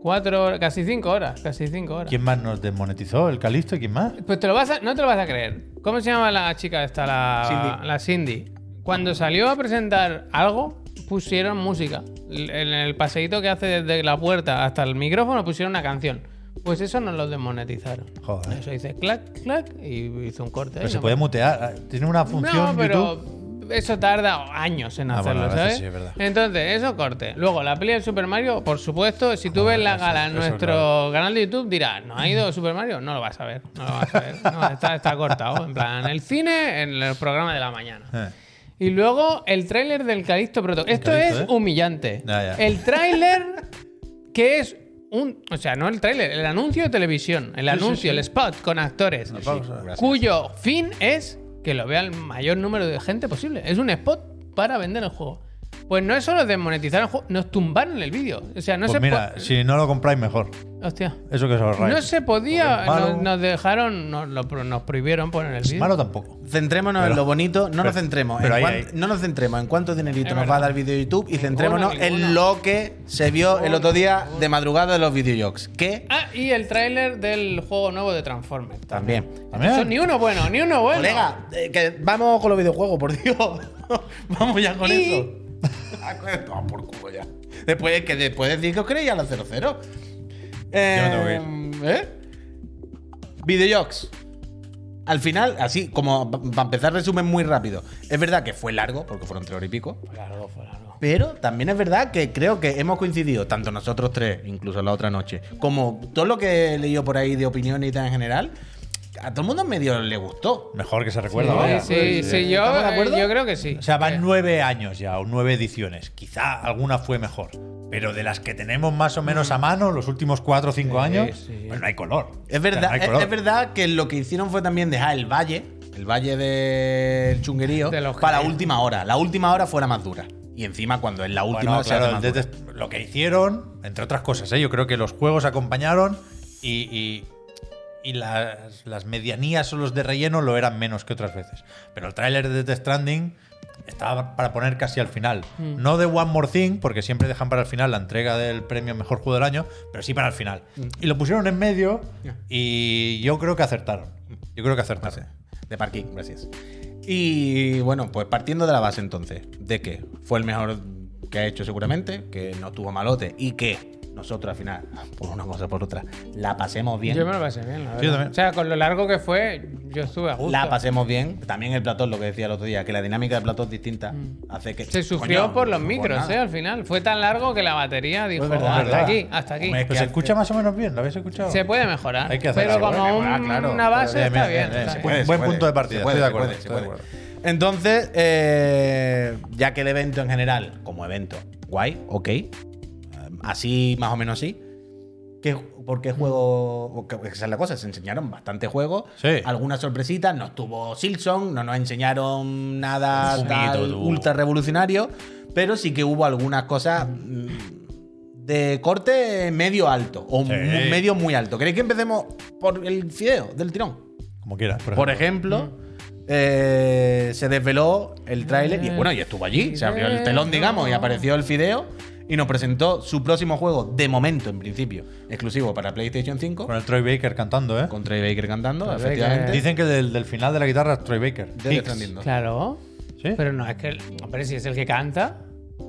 Speaker 1: Cuatro horas, casi cinco horas, casi cinco horas.
Speaker 3: ¿Quién más nos desmonetizó? ¿El Calisto? ¿Quién más?
Speaker 1: Pues te lo vas a- no te lo vas a creer. ¿Cómo se llama la chica esta, la Cindy? La Cindy? Cuando salió a presentar algo, pusieron música. L- En el paseíto que hace desde la puerta hasta el micrófono pusieron una canción. Pues eso no lo desmonetizaron.
Speaker 3: Joder.
Speaker 1: Eso hice clac, clac y hizo un corte.
Speaker 3: Pero
Speaker 1: ahí,
Speaker 3: se
Speaker 1: no
Speaker 3: puede
Speaker 1: me-
Speaker 3: mutear. Ah, Tiene una función
Speaker 1: No, pero
Speaker 3: YouTube.
Speaker 1: eso tarda años en
Speaker 3: Ah, bueno,
Speaker 1: hacerlo,
Speaker 3: ahora sí,
Speaker 1: ¿sabes?
Speaker 3: sí, es verdad.
Speaker 1: Entonces, eso corte. Luego, la peli de Super Mario, por supuesto, si tú ves la
Speaker 3: Ah, eso-
Speaker 1: gala en
Speaker 3: eso es
Speaker 1: nuestro canal de YouTube, dirás, ¿no ha ido Super Mario? No lo vas a ver, no lo vas a ver. No, está, está cortado. En plan, en el cine, en el programa de la mañana.
Speaker 3: Eh.
Speaker 1: Y luego el tráiler del Calixto Protocol. Esto
Speaker 3: Calixto,
Speaker 1: es
Speaker 3: ¿eh?
Speaker 1: humillante.
Speaker 3: Ya, ya.
Speaker 1: El tráiler que es un... O sea, no el tráiler, el anuncio de televisión. El anuncio, el spot con actores.
Speaker 2: pausa.
Speaker 1: cuyo fin es que lo vea el mayor número de gente posible. Es un spot para vender el juego. Pues no es solo desmonetizar el juego, nos tumbaron el vídeo. O sea, no se
Speaker 3: Pues mira,
Speaker 1: po-
Speaker 3: si no lo compráis, mejor.
Speaker 1: Hostia.
Speaker 3: Eso que os ahorráis.
Speaker 1: No se podía,
Speaker 3: Joder, malo.
Speaker 1: nos, nos dejaron, nos, lo pro- nos prohibieron poner el vídeo.
Speaker 3: Malo tampoco.
Speaker 2: Centrémonos
Speaker 3: Pero-
Speaker 2: en lo bonito, no nos
Speaker 3: pero-
Speaker 2: centremos.
Speaker 3: pero
Speaker 2: en
Speaker 3: ahí,
Speaker 2: cuán-
Speaker 3: ahí.
Speaker 2: No nos centremos en cuánto dinerito
Speaker 1: Es
Speaker 2: nos va a
Speaker 1: verdad.
Speaker 2: dar video YouTube y
Speaker 1: Ninguno,
Speaker 2: centrémonos
Speaker 1: ninguno.
Speaker 2: en lo que se vio el otro día de madrugada de los videojuegos. Que
Speaker 1: Ah, y el tráiler del juego nuevo de Transformers.
Speaker 2: también.
Speaker 3: También.
Speaker 1: Son ni uno bueno, ni uno bueno.
Speaker 2: Colega, eh, que vamos con los videojuegos, por Dios. vamos ya con
Speaker 1: Y-
Speaker 2: eso. Vamos Ah, por culo ya. Después, que después decís que os creéis a la 0-0. Eh, ¿eh? Videojuegos. Al final, así, como para empezar resumen muy rápido. Es verdad que fue largo, porque fueron tres horas y pico.
Speaker 1: Fue largo, fue largo.
Speaker 2: Pero también es verdad que creo que hemos coincidido, tanto nosotros tres, incluso la otra noche, como todo lo que he leído por ahí de opiniones y tal en general, a todo el mundo medio le gustó.
Speaker 3: Mejor que se recuerda. vaya. Pues,
Speaker 1: sí, sí, sí, yo,
Speaker 2: ¿Estamos de acuerdo?
Speaker 1: eh, yo creo que sí.
Speaker 3: O sea, van
Speaker 1: Eh,
Speaker 3: nueve años ya, o nueve ediciones. Quizá alguna fue mejor. Pero de las que tenemos más o menos a mano los últimos cuatro o cinco años,
Speaker 1: sí.
Speaker 3: pues no hay color.
Speaker 2: Es
Speaker 3: O sea,
Speaker 2: verdad,
Speaker 3: no hay
Speaker 2: es-
Speaker 3: color.
Speaker 2: es, verdad que lo que hicieron fue también dejar el valle, el valle del chunguerío,
Speaker 1: De los
Speaker 2: para
Speaker 1: que-
Speaker 2: última hora. La última hora fue la más dura. Y encima cuando es la
Speaker 3: Bueno,
Speaker 2: última se hace
Speaker 3: claro,
Speaker 2: más
Speaker 3: desde- lo que hicieron, entre otras cosas, ¿eh? yo creo que los juegos acompañaron y, y- y las, las medianías o los de relleno lo eran menos que otras veces. Pero el tráiler de Death Stranding estaba para poner casi al final.
Speaker 1: Mm.
Speaker 3: No de One More Thing, porque siempre dejan para el final la entrega del premio Mejor Juego del Año, pero sí para el final. Y lo pusieron en medio y yo creo que acertaron. Yo creo que acertaron.
Speaker 2: dura. De parking, gracias. Y bueno, pues partiendo de la base entonces, de que fue el mejor que ha hecho seguramente, que no tuvo malote y que nosotros al final, por una cosa por otra, la pasemos bien.
Speaker 1: Yo me lo pasé bien, la verdad.
Speaker 3: yo también.
Speaker 1: O sea, con lo largo que fue, yo estuve a gusto.
Speaker 2: La pasemos bien. También el platón, lo que decía el otro día, que la dinámica del platón es distinta. Hace que.
Speaker 1: Mm. Se sufrió
Speaker 2: Coño,
Speaker 1: por los
Speaker 2: no
Speaker 1: micros,
Speaker 2: nada.
Speaker 1: ¿eh? Al final. Fue tan largo que la batería dijo,
Speaker 3: verdad,
Speaker 1: hasta
Speaker 3: verdad.
Speaker 1: aquí, hasta aquí.
Speaker 3: Pues se escucha más o menos bien, ¿lo habéis escuchado?
Speaker 1: Se puede mejorar.
Speaker 3: Hay que hacer
Speaker 1: pero
Speaker 3: algo,
Speaker 1: como
Speaker 3: ¿eh?
Speaker 1: un-
Speaker 2: Mejorar, claro.
Speaker 1: una base
Speaker 3: Bien, bien,
Speaker 1: está bien.
Speaker 3: bien, bien,
Speaker 1: está
Speaker 3: se
Speaker 1: bien.
Speaker 3: Buen punto de partida,
Speaker 2: se puede,
Speaker 3: estoy de
Speaker 2: se
Speaker 3: acuerdo,
Speaker 2: puede, se
Speaker 3: estoy de
Speaker 2: puede.
Speaker 3: acuerdo.
Speaker 2: Entonces, eh, ya que el evento en general, como evento, guay, ok. eh, Así, más o menos así. ¿Qué, ¿Por qué juego? o que- Esa es la cosa, se enseñaron bastante juegos.
Speaker 3: Sí.
Speaker 2: Algunas sorpresitas, nos tuvo Silson, no nos enseñaron nada
Speaker 3: Un
Speaker 2: tal
Speaker 3: poquito, tú.
Speaker 2: ultra revolucionario, pero sí que hubo algunas cosas mm, de corte medio alto o
Speaker 3: Sí.
Speaker 2: mu- medio muy alto. ¿Queréis que empecemos por el fideo del tirón?
Speaker 3: Como quieras.
Speaker 2: Por ejemplo, eh, se desveló el tráiler y bueno, y estuvo allí, se abrió el telón, digamos, y apareció el fideo y nos presentó su próximo juego de momento, en principio, exclusivo para PlayStation 5
Speaker 3: Con el Troy Baker cantando, ¿eh?
Speaker 2: con Trey Baker cantando,
Speaker 1: Troy
Speaker 2: efectivamente.
Speaker 1: Baker.
Speaker 3: Dicen que del, del final de la guitarra es Troy Baker.
Speaker 2: de
Speaker 3: Hicks.
Speaker 2: Death Stranding, ¿no?
Speaker 1: Claro.
Speaker 3: ¿Sí?
Speaker 1: Pero no es que. el- Hombre, si es el que canta.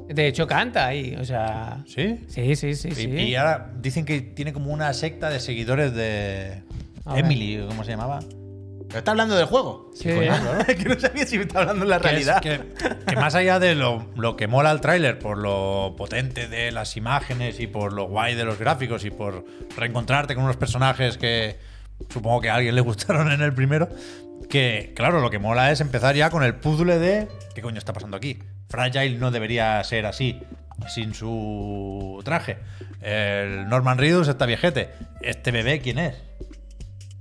Speaker 1: De hecho, canta ahí. O sea.
Speaker 3: ¿Sí?
Speaker 1: Sí, sí, sí.
Speaker 3: Y-
Speaker 1: sí.
Speaker 3: Y, ahora dicen que tiene como una secta de seguidores de
Speaker 1: A ver.
Speaker 3: Emily, o ¿cómo se llamaba?
Speaker 2: Pero está hablando del juego.
Speaker 1: Sí.
Speaker 2: que no sabía si me está hablando de la
Speaker 3: Que es-
Speaker 2: realidad.
Speaker 3: Que, que más allá de lo, lo que mola el tráiler, por lo potente de las imágenes y por lo guay de los gráficos y por reencontrarte con unos personajes que supongo que a alguien le gustaron en el primero, que claro, lo que mola es empezar ya con el puzzle de ¿qué coño está pasando aquí? Fragile no debería ser así, sin su traje. El Norman Reedus está viejete. ¿Este bebé quién es?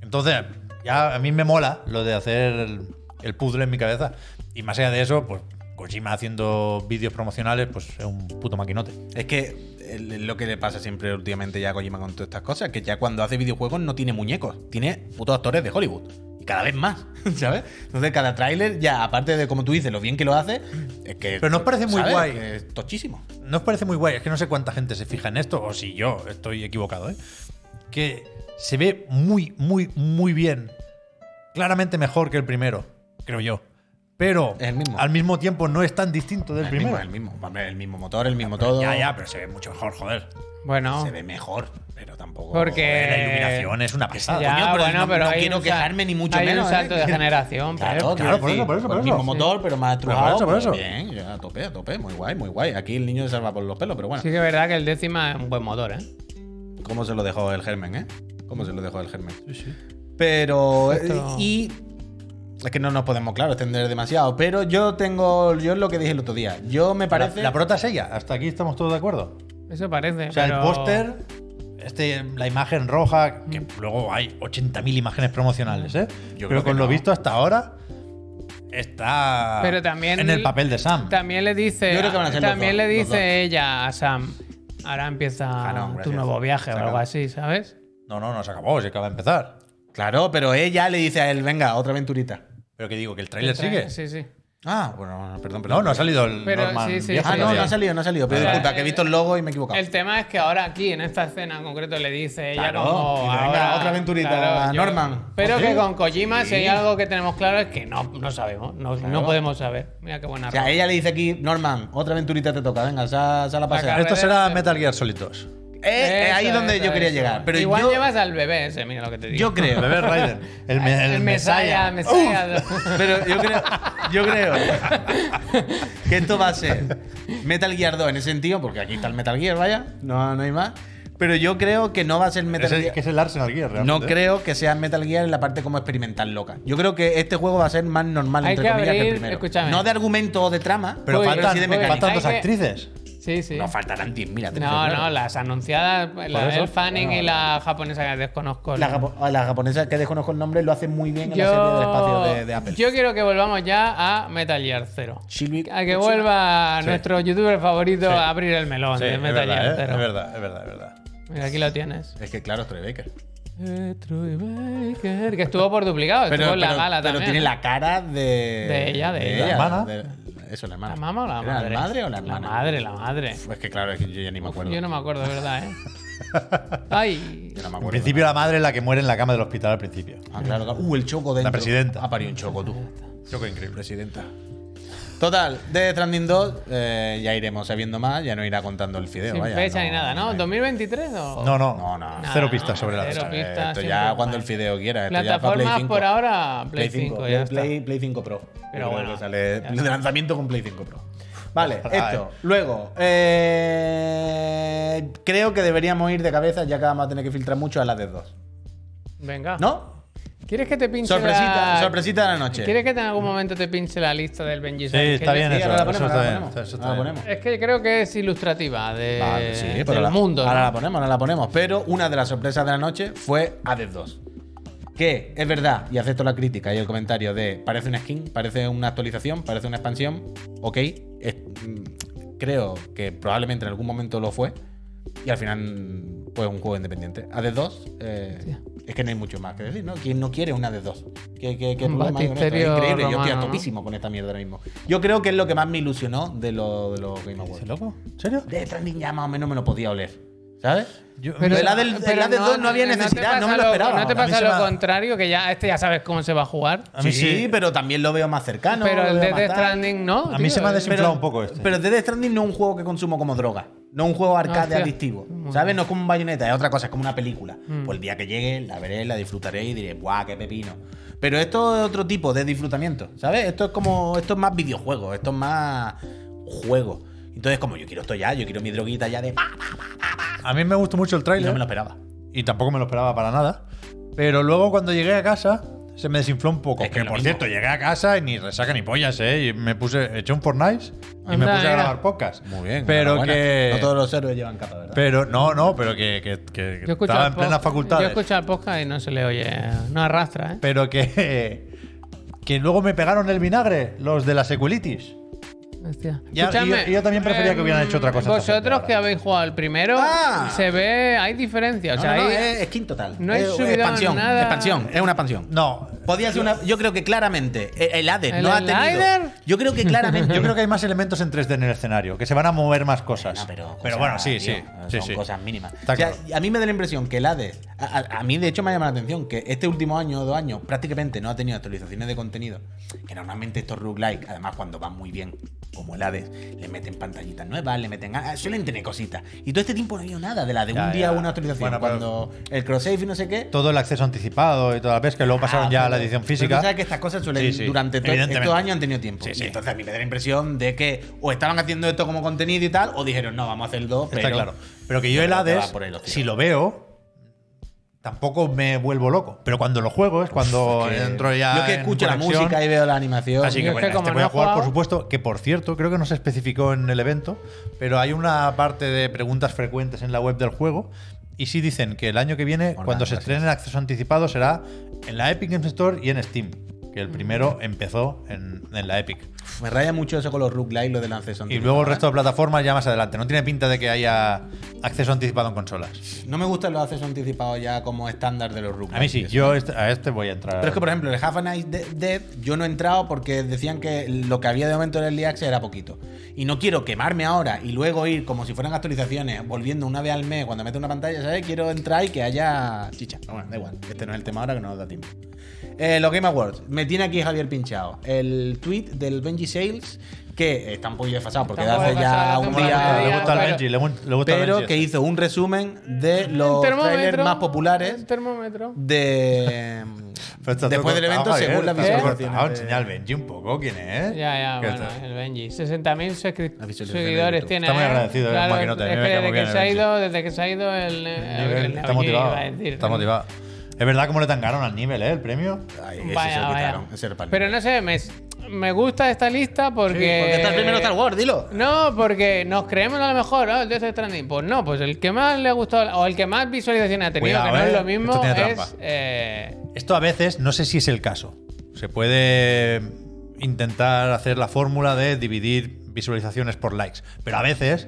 Speaker 3: Entonces, ya a mí me mola lo de hacer el, el puzzle en mi cabeza. Y más allá de eso, pues Kojima haciendo vídeos promocionales, pues es un puto maquinote.
Speaker 2: Es que eh, lo que le pasa siempre últimamente ya a Kojima con todas estas cosas, que ya cuando hace videojuegos no tiene muñecos, tiene putos actores de Hollywood. Y cada vez más, ¿sabes? Entonces cada tráiler ya, aparte de como tú dices, lo bien que lo hace, es que...
Speaker 3: Pero nos parece muy
Speaker 2: ¿sabes?
Speaker 3: guay.
Speaker 2: Que es tochísimo.
Speaker 3: ¿No os parece muy guay? Es que no sé cuánta gente se fija en esto, o si yo estoy equivocado, ¿eh? Que se ve muy, muy, muy bien. Claramente mejor que el primero, creo yo. Pero
Speaker 2: Es el mismo.
Speaker 3: al mismo tiempo no es tan distinto del
Speaker 2: El
Speaker 3: primero.
Speaker 2: mismo,
Speaker 3: Ah,
Speaker 2: el mismo, Hombre, el mismo motor, el mismo todo.
Speaker 3: Ya, ya, pero se ve mucho mejor, joder.
Speaker 1: Bueno.
Speaker 2: Se ve mejor, pero tampoco.
Speaker 1: Porque-
Speaker 2: joder,
Speaker 3: La iluminación es una
Speaker 2: Ah,
Speaker 3: pasada.
Speaker 1: Ya,
Speaker 4: coño, pero
Speaker 1: bueno,
Speaker 4: no-
Speaker 1: pero
Speaker 4: no
Speaker 1: hay
Speaker 4: quiero
Speaker 1: un sal-
Speaker 4: quejarme ni mucho
Speaker 1: hay
Speaker 4: menos,
Speaker 1: un
Speaker 4: ¿eh?
Speaker 1: salto de generación.
Speaker 4: Claro,
Speaker 1: pero-
Speaker 4: claro,
Speaker 3: por eso, por eso, por
Speaker 4: el mismo
Speaker 3: eso.
Speaker 4: motor, pero más
Speaker 2: Pero por
Speaker 4: trujado.
Speaker 2: eso, por
Speaker 4: pues
Speaker 2: eso.
Speaker 4: Bien,
Speaker 2: ya, a tope, a tope, muy guay, muy guay. Aquí el niño se salva por los pelos, pero bueno.
Speaker 1: Sí que es verdad que el décima es un buen motor, ¿eh?
Speaker 2: ¿Cómo se lo dejó el germen, eh? ¿Cómo se lo dejó el germen?
Speaker 3: Sí, sí.
Speaker 2: Pero.
Speaker 1: Esto-
Speaker 2: eh, Y. Es que no nos podemos, claro, extender demasiado. Pero yo tengo. Yo es lo que dije el otro día. Yo me parece.
Speaker 3: La, la prota es ella. Hasta aquí estamos todos de acuerdo.
Speaker 1: Eso parece.
Speaker 3: O sea,
Speaker 1: pero-
Speaker 3: el póster, este, la imagen roja, que luego hay 80.000 imágenes promocionales, ¿eh?
Speaker 2: Yo creo
Speaker 3: Pero
Speaker 2: que
Speaker 3: con lo
Speaker 2: no.
Speaker 3: visto hasta ahora, está
Speaker 1: Pero también
Speaker 3: en el papel de Sam.
Speaker 1: También le dice,
Speaker 2: Yo creo que van a ser los
Speaker 1: también
Speaker 2: dos,
Speaker 1: le
Speaker 2: los dos.
Speaker 1: dice ella a Sam, ahora empieza
Speaker 2: Ah, no,
Speaker 1: tu
Speaker 2: gracias.
Speaker 1: nuevo viaje o
Speaker 2: Se
Speaker 1: algo
Speaker 2: acabó.
Speaker 1: así, ¿sabes?
Speaker 3: No, no, no se acabó, se acaba de empezar.
Speaker 2: Claro, pero ella le dice a él, venga, otra aventurita.
Speaker 3: Pero que digo, que el tráiler
Speaker 1: Trae-
Speaker 3: sigue.
Speaker 1: Eh, Sí, sí.
Speaker 2: Ah, bueno, perdón, perdón.
Speaker 3: No, no ha salido el
Speaker 1: Pero
Speaker 3: Norman
Speaker 1: sí, sí,
Speaker 3: viejo
Speaker 2: Ah, no,
Speaker 3: todavía.
Speaker 2: no ha salido, no ha salido. Pero
Speaker 1: O sea,
Speaker 2: disculpa, que he visto el logo y me he equivocado.
Speaker 1: El tema es que ahora aquí, en esta escena en concreto, le dice ella
Speaker 2: Claro,
Speaker 1: como...
Speaker 2: y venga,
Speaker 1: ahora-
Speaker 2: otra aventurita, Norman.
Speaker 1: Pero
Speaker 2: Sí.
Speaker 1: que con Kojima, si hay algo que tenemos claro, es que no, no sabemos, no, no podemos saber. Mira qué buena
Speaker 2: O sea,
Speaker 1: ropa.
Speaker 2: ella le dice aquí, Norman, otra aventurita te toca, venga, sal, sal a pasear.
Speaker 1: Acá-
Speaker 3: Esto será
Speaker 1: Reverse.
Speaker 3: Metal Gear Solid 2.
Speaker 2: Eh, eh, ahí es
Speaker 1: Eso,
Speaker 2: donde
Speaker 1: eso,
Speaker 2: yo quería
Speaker 1: eso.
Speaker 2: llegar. Pero
Speaker 1: Igual
Speaker 2: yo,
Speaker 1: llevas al bebé ese, mira lo que te digo.
Speaker 2: yo creo.
Speaker 3: El bebé Raiden. El, me- el Messiah.
Speaker 1: el Messiah.
Speaker 2: Pero yo creo, yo creo
Speaker 3: ¿eh?
Speaker 2: que esto va a ser Metal Gear 2 en ese sentido, porque aquí está el Metal Gear, vaya, no, no hay más. Pero yo creo que no va a ser Metal
Speaker 3: Es el-
Speaker 2: Gear.
Speaker 3: que es el Arsenal Gear,
Speaker 2: No
Speaker 3: realmente.
Speaker 2: creo que sea Metal Gear en la parte como experimental loca. Yo creo que este juego va a ser más normal,
Speaker 1: Hay
Speaker 2: entre
Speaker 1: que
Speaker 2: comillas, que
Speaker 1: abrir-
Speaker 2: el primero.
Speaker 1: escúchame.
Speaker 2: No de argumento o de trama,
Speaker 3: Pero
Speaker 1: Muy
Speaker 3: faltan,
Speaker 2: sí de
Speaker 1: bien, muy
Speaker 2: mecánica.
Speaker 3: faltan dos
Speaker 1: Hay que-
Speaker 3: actrices.
Speaker 1: Sí, sí.
Speaker 2: No faltarán 10, mira.
Speaker 1: No, no, las anunciadas, la
Speaker 3: eso?
Speaker 1: del Fanning y la japonesa que desconozco.
Speaker 2: La,
Speaker 1: ¿no?
Speaker 2: japo- a la japonesa que desconozco el nombre lo hace muy bien en la serie del espacio
Speaker 1: Yo,
Speaker 2: de, de Apple.
Speaker 1: yo quiero que volvamos ya a Metal Gear 0.
Speaker 2: Shinji
Speaker 1: A que
Speaker 2: Kojima.
Speaker 1: vuelva nuestro youtuber favorito
Speaker 3: Sí.
Speaker 1: a abrir el melón
Speaker 3: Sí,
Speaker 1: de
Speaker 3: es,
Speaker 1: Metal
Speaker 3: verdad,
Speaker 1: Gear
Speaker 3: ¿eh?
Speaker 1: 0.
Speaker 3: es verdad, es verdad, es verdad.
Speaker 1: Mira, aquí lo tienes.
Speaker 2: Es que claro, es Troy Baker.
Speaker 1: Eh, Troy Baker, Que estuvo por duplicado, estuvo en la mala
Speaker 2: pero
Speaker 1: también.
Speaker 2: tiene la cara de.
Speaker 1: De ella, de ella.
Speaker 3: ¿La hermana?
Speaker 2: de- eso, la hermana.
Speaker 1: ¿La mamá o la
Speaker 2: ¿Era
Speaker 1: madre?
Speaker 2: ¿La madre o la hermana?
Speaker 1: La madre, la madre.
Speaker 2: Pues que claro, es que yo ya ni me acuerdo.
Speaker 1: Yo no me acuerdo, de verdad, ¿eh? Ay.
Speaker 2: Yo no me
Speaker 3: En
Speaker 2: acuerdo.
Speaker 3: principio, la madre es la que muere en la cama del hospital al principio.
Speaker 2: Ah, claro. claro. Uh, el choco dentro.
Speaker 3: La presidenta.
Speaker 2: Ha parido un choco, tú.
Speaker 3: Choco increíble.
Speaker 2: Presidenta. Total, de Stranding 2 eh, ya iremos sabiendo más, ya no irá contando el fideo.
Speaker 1: Sin
Speaker 2: vaya,
Speaker 1: fecha ni
Speaker 2: no,
Speaker 1: nada, ¿no? ¿2023 o...?
Speaker 3: No, no.
Speaker 2: No, no.
Speaker 3: Cero
Speaker 1: Nada,
Speaker 3: pistas sobre la
Speaker 1: Oh. cero
Speaker 3: mesa.
Speaker 2: Eh,
Speaker 1: pistas.
Speaker 2: esto ya
Speaker 1: siempre
Speaker 2: cuando el
Speaker 1: guay.
Speaker 2: fideo quiera. Esto ya para Play
Speaker 1: Plataformas
Speaker 2: 5.
Speaker 1: por ahora, Play 5, ya está.
Speaker 2: Play, Play 5 Pro.
Speaker 1: Pero
Speaker 2: Yo creo
Speaker 1: bueno,
Speaker 2: que sale
Speaker 1: ya
Speaker 2: el
Speaker 1: está.
Speaker 2: lanzamiento con Play 5 Pro. Vale,
Speaker 3: Ojalá,
Speaker 2: esto.
Speaker 3: eh.
Speaker 2: Luego, eh, creo que deberíamos ir de cabeza, ya que vamos a tener que filtrar mucho a la de 2.
Speaker 1: Venga.
Speaker 2: ¿No?
Speaker 1: ¿Quieres que te pinche
Speaker 2: Sorpresita,
Speaker 1: la...
Speaker 2: sorpresita de la noche.
Speaker 1: ¿Quieres que te en algún momento te pinche la lista del Benji
Speaker 3: Sí,
Speaker 1: Sainz?
Speaker 3: está
Speaker 1: Que yo-
Speaker 3: bien
Speaker 2: Sí,
Speaker 3: eso.
Speaker 2: ahora la
Speaker 3: eso
Speaker 2: ponemos,
Speaker 3: está
Speaker 2: ahora
Speaker 3: bien.
Speaker 2: la ponemos.
Speaker 3: eso está
Speaker 2: Ahora la
Speaker 3: bien.
Speaker 2: ponemos.
Speaker 1: Es que creo que es ilustrativa de,
Speaker 2: Vale, sí, pero
Speaker 1: del
Speaker 2: la-
Speaker 1: mundo.
Speaker 2: Ahora
Speaker 1: ¿no?
Speaker 2: la ponemos, ahora la ponemos. Pero una de las sorpresas de la noche fue Hades 2. Que es verdad, y acepto la crítica y el comentario de parece una skin, parece una actualización, parece una expansión. Ok, es- mm, creo que probablemente en algún momento lo fue. Y al final, pues un juego independiente. Hades 2, eh, es que no hay mucho más que decir, ¿no? ¿Quién no quiere una Hades 2? ¿Qué, qué- qué
Speaker 1: Un
Speaker 2: problema hay con esto? Es
Speaker 1: batisterio
Speaker 2: increíble, yo estoy
Speaker 1: romano,
Speaker 2: a
Speaker 1: ¿no?
Speaker 2: topísimo con esta mierda ahora mismo. Yo creo que es lo que más me ilusionó de los de lo Game Awards.
Speaker 3: ¿Ese loco? ¿En serio?
Speaker 2: De Stranding ya más o menos me lo podía oler. ¿Sabes?
Speaker 3: Yo-
Speaker 2: pero el Hades
Speaker 1: pero
Speaker 2: 2 no había
Speaker 1: te
Speaker 2: necesidad,
Speaker 1: pasa
Speaker 2: no me lo
Speaker 1: lo-
Speaker 2: esperaba.
Speaker 1: No te
Speaker 2: A mí
Speaker 1: pasa
Speaker 3: se
Speaker 1: lo
Speaker 3: me ha-
Speaker 1: contrario, que ya este ya sabes cómo se va a jugar.
Speaker 3: A mí
Speaker 2: sí,
Speaker 3: sí.
Speaker 2: pero también lo veo más cercano.
Speaker 1: pero
Speaker 2: Ah, lo
Speaker 1: el
Speaker 2: veo
Speaker 1: Death
Speaker 2: más tal.
Speaker 1: Stranding no.
Speaker 3: A mí se me ha
Speaker 1: eh.
Speaker 3: desinflado un poco este.
Speaker 2: Pero Death Stranding no es un juego que consumo como droga. No es un juego arcade
Speaker 1: Hostia.
Speaker 2: adictivo. ¿Sabes? No es como un bayoneta, es otra cosa, es como una película.
Speaker 3: Mm.
Speaker 2: Pues el día que llegue, la veré, la disfrutaré y diré, ¡guau, qué pepino! Pero esto es otro tipo de disfrutamiento, ¿sabes? Esto es como. Esto es más videojuego, esto es más juego. Entonces, como yo quiero esto ya, yo quiero mi droguita ya de. ¡pa!
Speaker 3: A mí me gustó mucho el
Speaker 2: Y no
Speaker 3: tráiler
Speaker 2: me lo esperaba.
Speaker 3: y tampoco me lo esperaba para nada. Pero luego cuando llegué a casa se me desinfló un poco.
Speaker 2: Es que
Speaker 3: que
Speaker 2: lo
Speaker 3: por
Speaker 2: mismo.
Speaker 3: cierto, llegué a casa y ni resaca ni pollas, ¿eh? Y me puse, eché un Fortnite y
Speaker 1: Anda,
Speaker 3: me puse a
Speaker 1: mira.
Speaker 3: grabar podcast. Pero
Speaker 2: enhorabuena.
Speaker 3: que.
Speaker 2: No todos los héroes llevan capa, ¿verdad?
Speaker 3: Pero no, no, pero que, que- que- que
Speaker 1: Yo escucho
Speaker 3: estaba
Speaker 1: al
Speaker 3: en plena
Speaker 1: podcast-
Speaker 3: facultad.
Speaker 1: Yo escucho al podcast y no se le oye. No arrastra, ¿eh?
Speaker 3: Pero que. Que luego me pegaron el vinagre, los de la seculitis.
Speaker 1: Hostia.
Speaker 3: Ya, y yo- y yo también prefería que hubieran hecho otra cosa esta gente
Speaker 1: Vosotros
Speaker 3: ahora.
Speaker 1: que habéis jugado el primero,
Speaker 2: Ah.
Speaker 1: se ve, hay diferencia. O sea,
Speaker 2: no, no,
Speaker 1: hay-
Speaker 3: eh,
Speaker 2: es, es skin total.
Speaker 1: no hay
Speaker 2: Es
Speaker 1: subido
Speaker 2: expansión,
Speaker 1: nada.
Speaker 2: expansión, es una expansión.
Speaker 3: No,
Speaker 2: Podía ser una. Yo creo que claramente. eh, El, el Hades
Speaker 1: ¿El
Speaker 2: no ha
Speaker 1: Slider?
Speaker 2: tenido. Yo creo que claramente.
Speaker 3: Yo creo que hay más elementos en 3D en el escenario, que se van a mover más cosas.
Speaker 2: No,
Speaker 3: pero,
Speaker 2: pero,
Speaker 3: bueno, sí, sí.
Speaker 2: cosas, tío,
Speaker 3: sí,
Speaker 2: son
Speaker 3: sí.
Speaker 2: cosas mínimas.
Speaker 3: Está
Speaker 2: O sea,
Speaker 3: claro.
Speaker 2: A mí me da la impresión que el Hades, a, a- a mí de hecho me llama la atención que este último año o dos años prácticamente no ha tenido actualizaciones de contenido. Que normalmente estos roguelike, además cuando van muy bien, como el Hades, le meten pantallitas nuevas, le meten. ah, Suelen tener cositas. Y todo este tiempo no ha habido nada de la de
Speaker 3: Ya,
Speaker 2: un día
Speaker 3: ya.
Speaker 2: una actualización.
Speaker 3: Bueno, pero-
Speaker 2: cuando el cross-save y no sé qué.
Speaker 3: Todo el acceso anticipado y todas las veces que luego pasaron ya a
Speaker 2: Ah, pero-
Speaker 3: la edición
Speaker 2: pero tú
Speaker 3: física.
Speaker 2: sabes que estas cosas suelen,
Speaker 3: Sí, sí,
Speaker 2: durante to-
Speaker 3: evidentemente.
Speaker 2: estos años han tenido tiempo.
Speaker 3: Sí,
Speaker 2: Y
Speaker 3: sí.
Speaker 2: entonces a mí me da la impresión de que o estaban haciendo esto como contenido y tal, o dijeron, no, vamos a hacer el 2,
Speaker 3: Está
Speaker 2: pero
Speaker 3: claro. Pero que yo
Speaker 2: pero
Speaker 3: el
Speaker 2: te va
Speaker 3: Hades,
Speaker 2: por el hocico.
Speaker 3: si lo veo, tampoco me vuelvo loco. Pero cuando lo juego es cuando
Speaker 2: que-
Speaker 3: entro ya.
Speaker 2: Yo que
Speaker 3: en
Speaker 2: escucho la
Speaker 3: conexión.
Speaker 2: música y veo la animación.
Speaker 3: Así
Speaker 1: Yo
Speaker 3: que
Speaker 1: es
Speaker 3: bueno,
Speaker 1: que
Speaker 3: este
Speaker 1: como
Speaker 3: voy
Speaker 1: no
Speaker 3: a
Speaker 1: he
Speaker 3: jugar, por
Speaker 1: jugado-
Speaker 3: supuesto, que por cierto, creo que no se especificó en el evento, pero hay una parte de preguntas frecuentes en la web del juego. Y sí dicen que el año que viene,
Speaker 2: Hola,
Speaker 3: cuando se
Speaker 2: gracias.
Speaker 3: estrene el acceso anticipado, será en la Epic Games Store y en Steam. Que
Speaker 2: Mm.
Speaker 3: el primero empezó en, en la Epic.
Speaker 2: me raya mucho eso con los roguelike, lo del acceso
Speaker 3: Y
Speaker 2: anticipado,
Speaker 3: luego el
Speaker 2: ¿eh?
Speaker 3: resto de plataformas ya más adelante. No tiene pinta de que haya acceso anticipado en consolas.
Speaker 2: ¿eh? No me gustan los accesos anticipados ya como estándar de los roguelike.
Speaker 3: A mí sí, yo este- a este voy a entrar.
Speaker 2: Pero es que, por ejemplo, el Half a Night De- Dead yo no he entrado porque decían que lo que había de momento en el Early Access era poquito. Y no quiero quemarme ahora y luego ir como si fueran actualizaciones, volviendo una vez al mes cuando meto una pantalla, ¿sabes? Quiero entrar y que haya chicha. Pero bueno, da igual. Este no es el tema ahora que no nos da tiempo. Eh, los Game Awards. Me tiene aquí Javier Pinchado. El tweet del Benji Sales que está un poquillo desfasado porque
Speaker 1: Está un
Speaker 2: hace
Speaker 1: poco desfasado,
Speaker 2: ya
Speaker 1: hace
Speaker 2: un
Speaker 1: un par de
Speaker 2: día
Speaker 3: le
Speaker 1: días,
Speaker 3: gusta al
Speaker 1: pero-
Speaker 3: Benji, le, gu- le gusta al
Speaker 2: pero
Speaker 3: Benji
Speaker 2: que
Speaker 3: este.
Speaker 2: hizo un resumen de los trailers
Speaker 1: termómetro.
Speaker 2: más populares
Speaker 1: El termómetro.
Speaker 2: de
Speaker 3: Pero está todo
Speaker 2: después del evento
Speaker 3: cortado,
Speaker 2: según
Speaker 3: Javier,
Speaker 2: la
Speaker 3: está
Speaker 1: visualización
Speaker 3: todo cortado.
Speaker 2: visualización.
Speaker 3: Enseña al Benji un poco quién es.
Speaker 1: Ya, ya,
Speaker 3: Que
Speaker 1: bueno, eh,
Speaker 3: está-
Speaker 1: el Benji. 60.000 suscri-
Speaker 2: La visualización de
Speaker 1: seguidores
Speaker 2: YouTube.
Speaker 1: tiene.
Speaker 3: Está muy
Speaker 1: ¿eh?
Speaker 3: agradecido, es un maquinote, a
Speaker 1: es
Speaker 3: mí
Speaker 1: que
Speaker 3: me cae muy
Speaker 1: desde
Speaker 3: bien
Speaker 1: que
Speaker 3: el
Speaker 1: se ha
Speaker 3: Benji.
Speaker 1: ido, desde que se ha ido el, el-
Speaker 3: Nivel,
Speaker 1: el-
Speaker 3: está
Speaker 1: oye,
Speaker 3: motivado.
Speaker 1: iba a decir,
Speaker 3: está
Speaker 1: ¿no?
Speaker 3: motivado. Es verdad como le tangaron al nivel, ¿eh? El premio.
Speaker 2: Ay, ese
Speaker 1: Vaya,
Speaker 2: se lo
Speaker 1: vaya.
Speaker 2: quitaron, ese era para el
Speaker 1: Pero no sé, me, me gusta esta lista porque.
Speaker 2: Porque está el primero Star Wars, dilo.
Speaker 1: No, porque nos creemos a lo mejor, ¿no? El Death Stranding. Pues no, pues el que más le ha gustado, o el que más visualizaciones ha tenido,
Speaker 3: Cuidado,
Speaker 1: que no
Speaker 3: eh,
Speaker 1: es lo
Speaker 3: esto
Speaker 1: mismo,
Speaker 3: tiene trampa.
Speaker 1: es. eh,
Speaker 3: Esto a veces, no sé si es el caso. Se puede intentar hacer la fórmula de dividir visualizaciones por likes. Pero a veces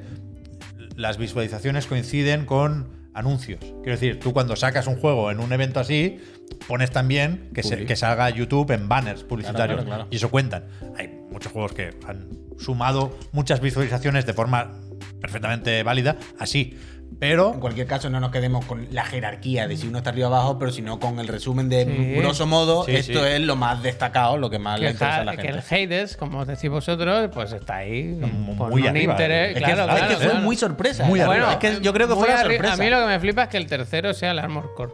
Speaker 3: las visualizaciones coinciden con anuncios. Quiero decir, tú cuando sacas un juego en un evento así, pones también que, se-
Speaker 2: Publi.
Speaker 3: que salga YouTube en banners publicitarios.
Speaker 2: claro, claro.
Speaker 3: Y eso cuentan. Hay muchos juegos que han sumado muchas visualizaciones de forma perfectamente válida, así. Pero
Speaker 2: En cualquier caso, no nos quedemos con la jerarquía de si uno está arriba o abajo, pero sino con el resumen de
Speaker 1: Sí.
Speaker 2: grosso modo,
Speaker 3: Sí,
Speaker 2: esto
Speaker 3: sí.
Speaker 2: es lo más destacado, lo que más
Speaker 1: que,
Speaker 2: le interesa a la
Speaker 1: ja- que
Speaker 2: gente.
Speaker 1: el Hades, como os decís vosotros, pues está ahí.
Speaker 3: Muy
Speaker 1: con un
Speaker 3: arriba,
Speaker 1: interés.
Speaker 3: eh.
Speaker 2: Es que,
Speaker 1: claro,
Speaker 2: es
Speaker 1: claro,
Speaker 2: que fue
Speaker 1: claro.
Speaker 2: muy sorpresa.
Speaker 1: ¿eh?
Speaker 3: Muy
Speaker 2: la
Speaker 3: arriba.
Speaker 2: verdad. Es que yo creo que
Speaker 1: Muy
Speaker 2: fue una
Speaker 1: arri-
Speaker 2: sorpresa.
Speaker 1: A mí lo que me flipa es que el tercero sea el Armor Core.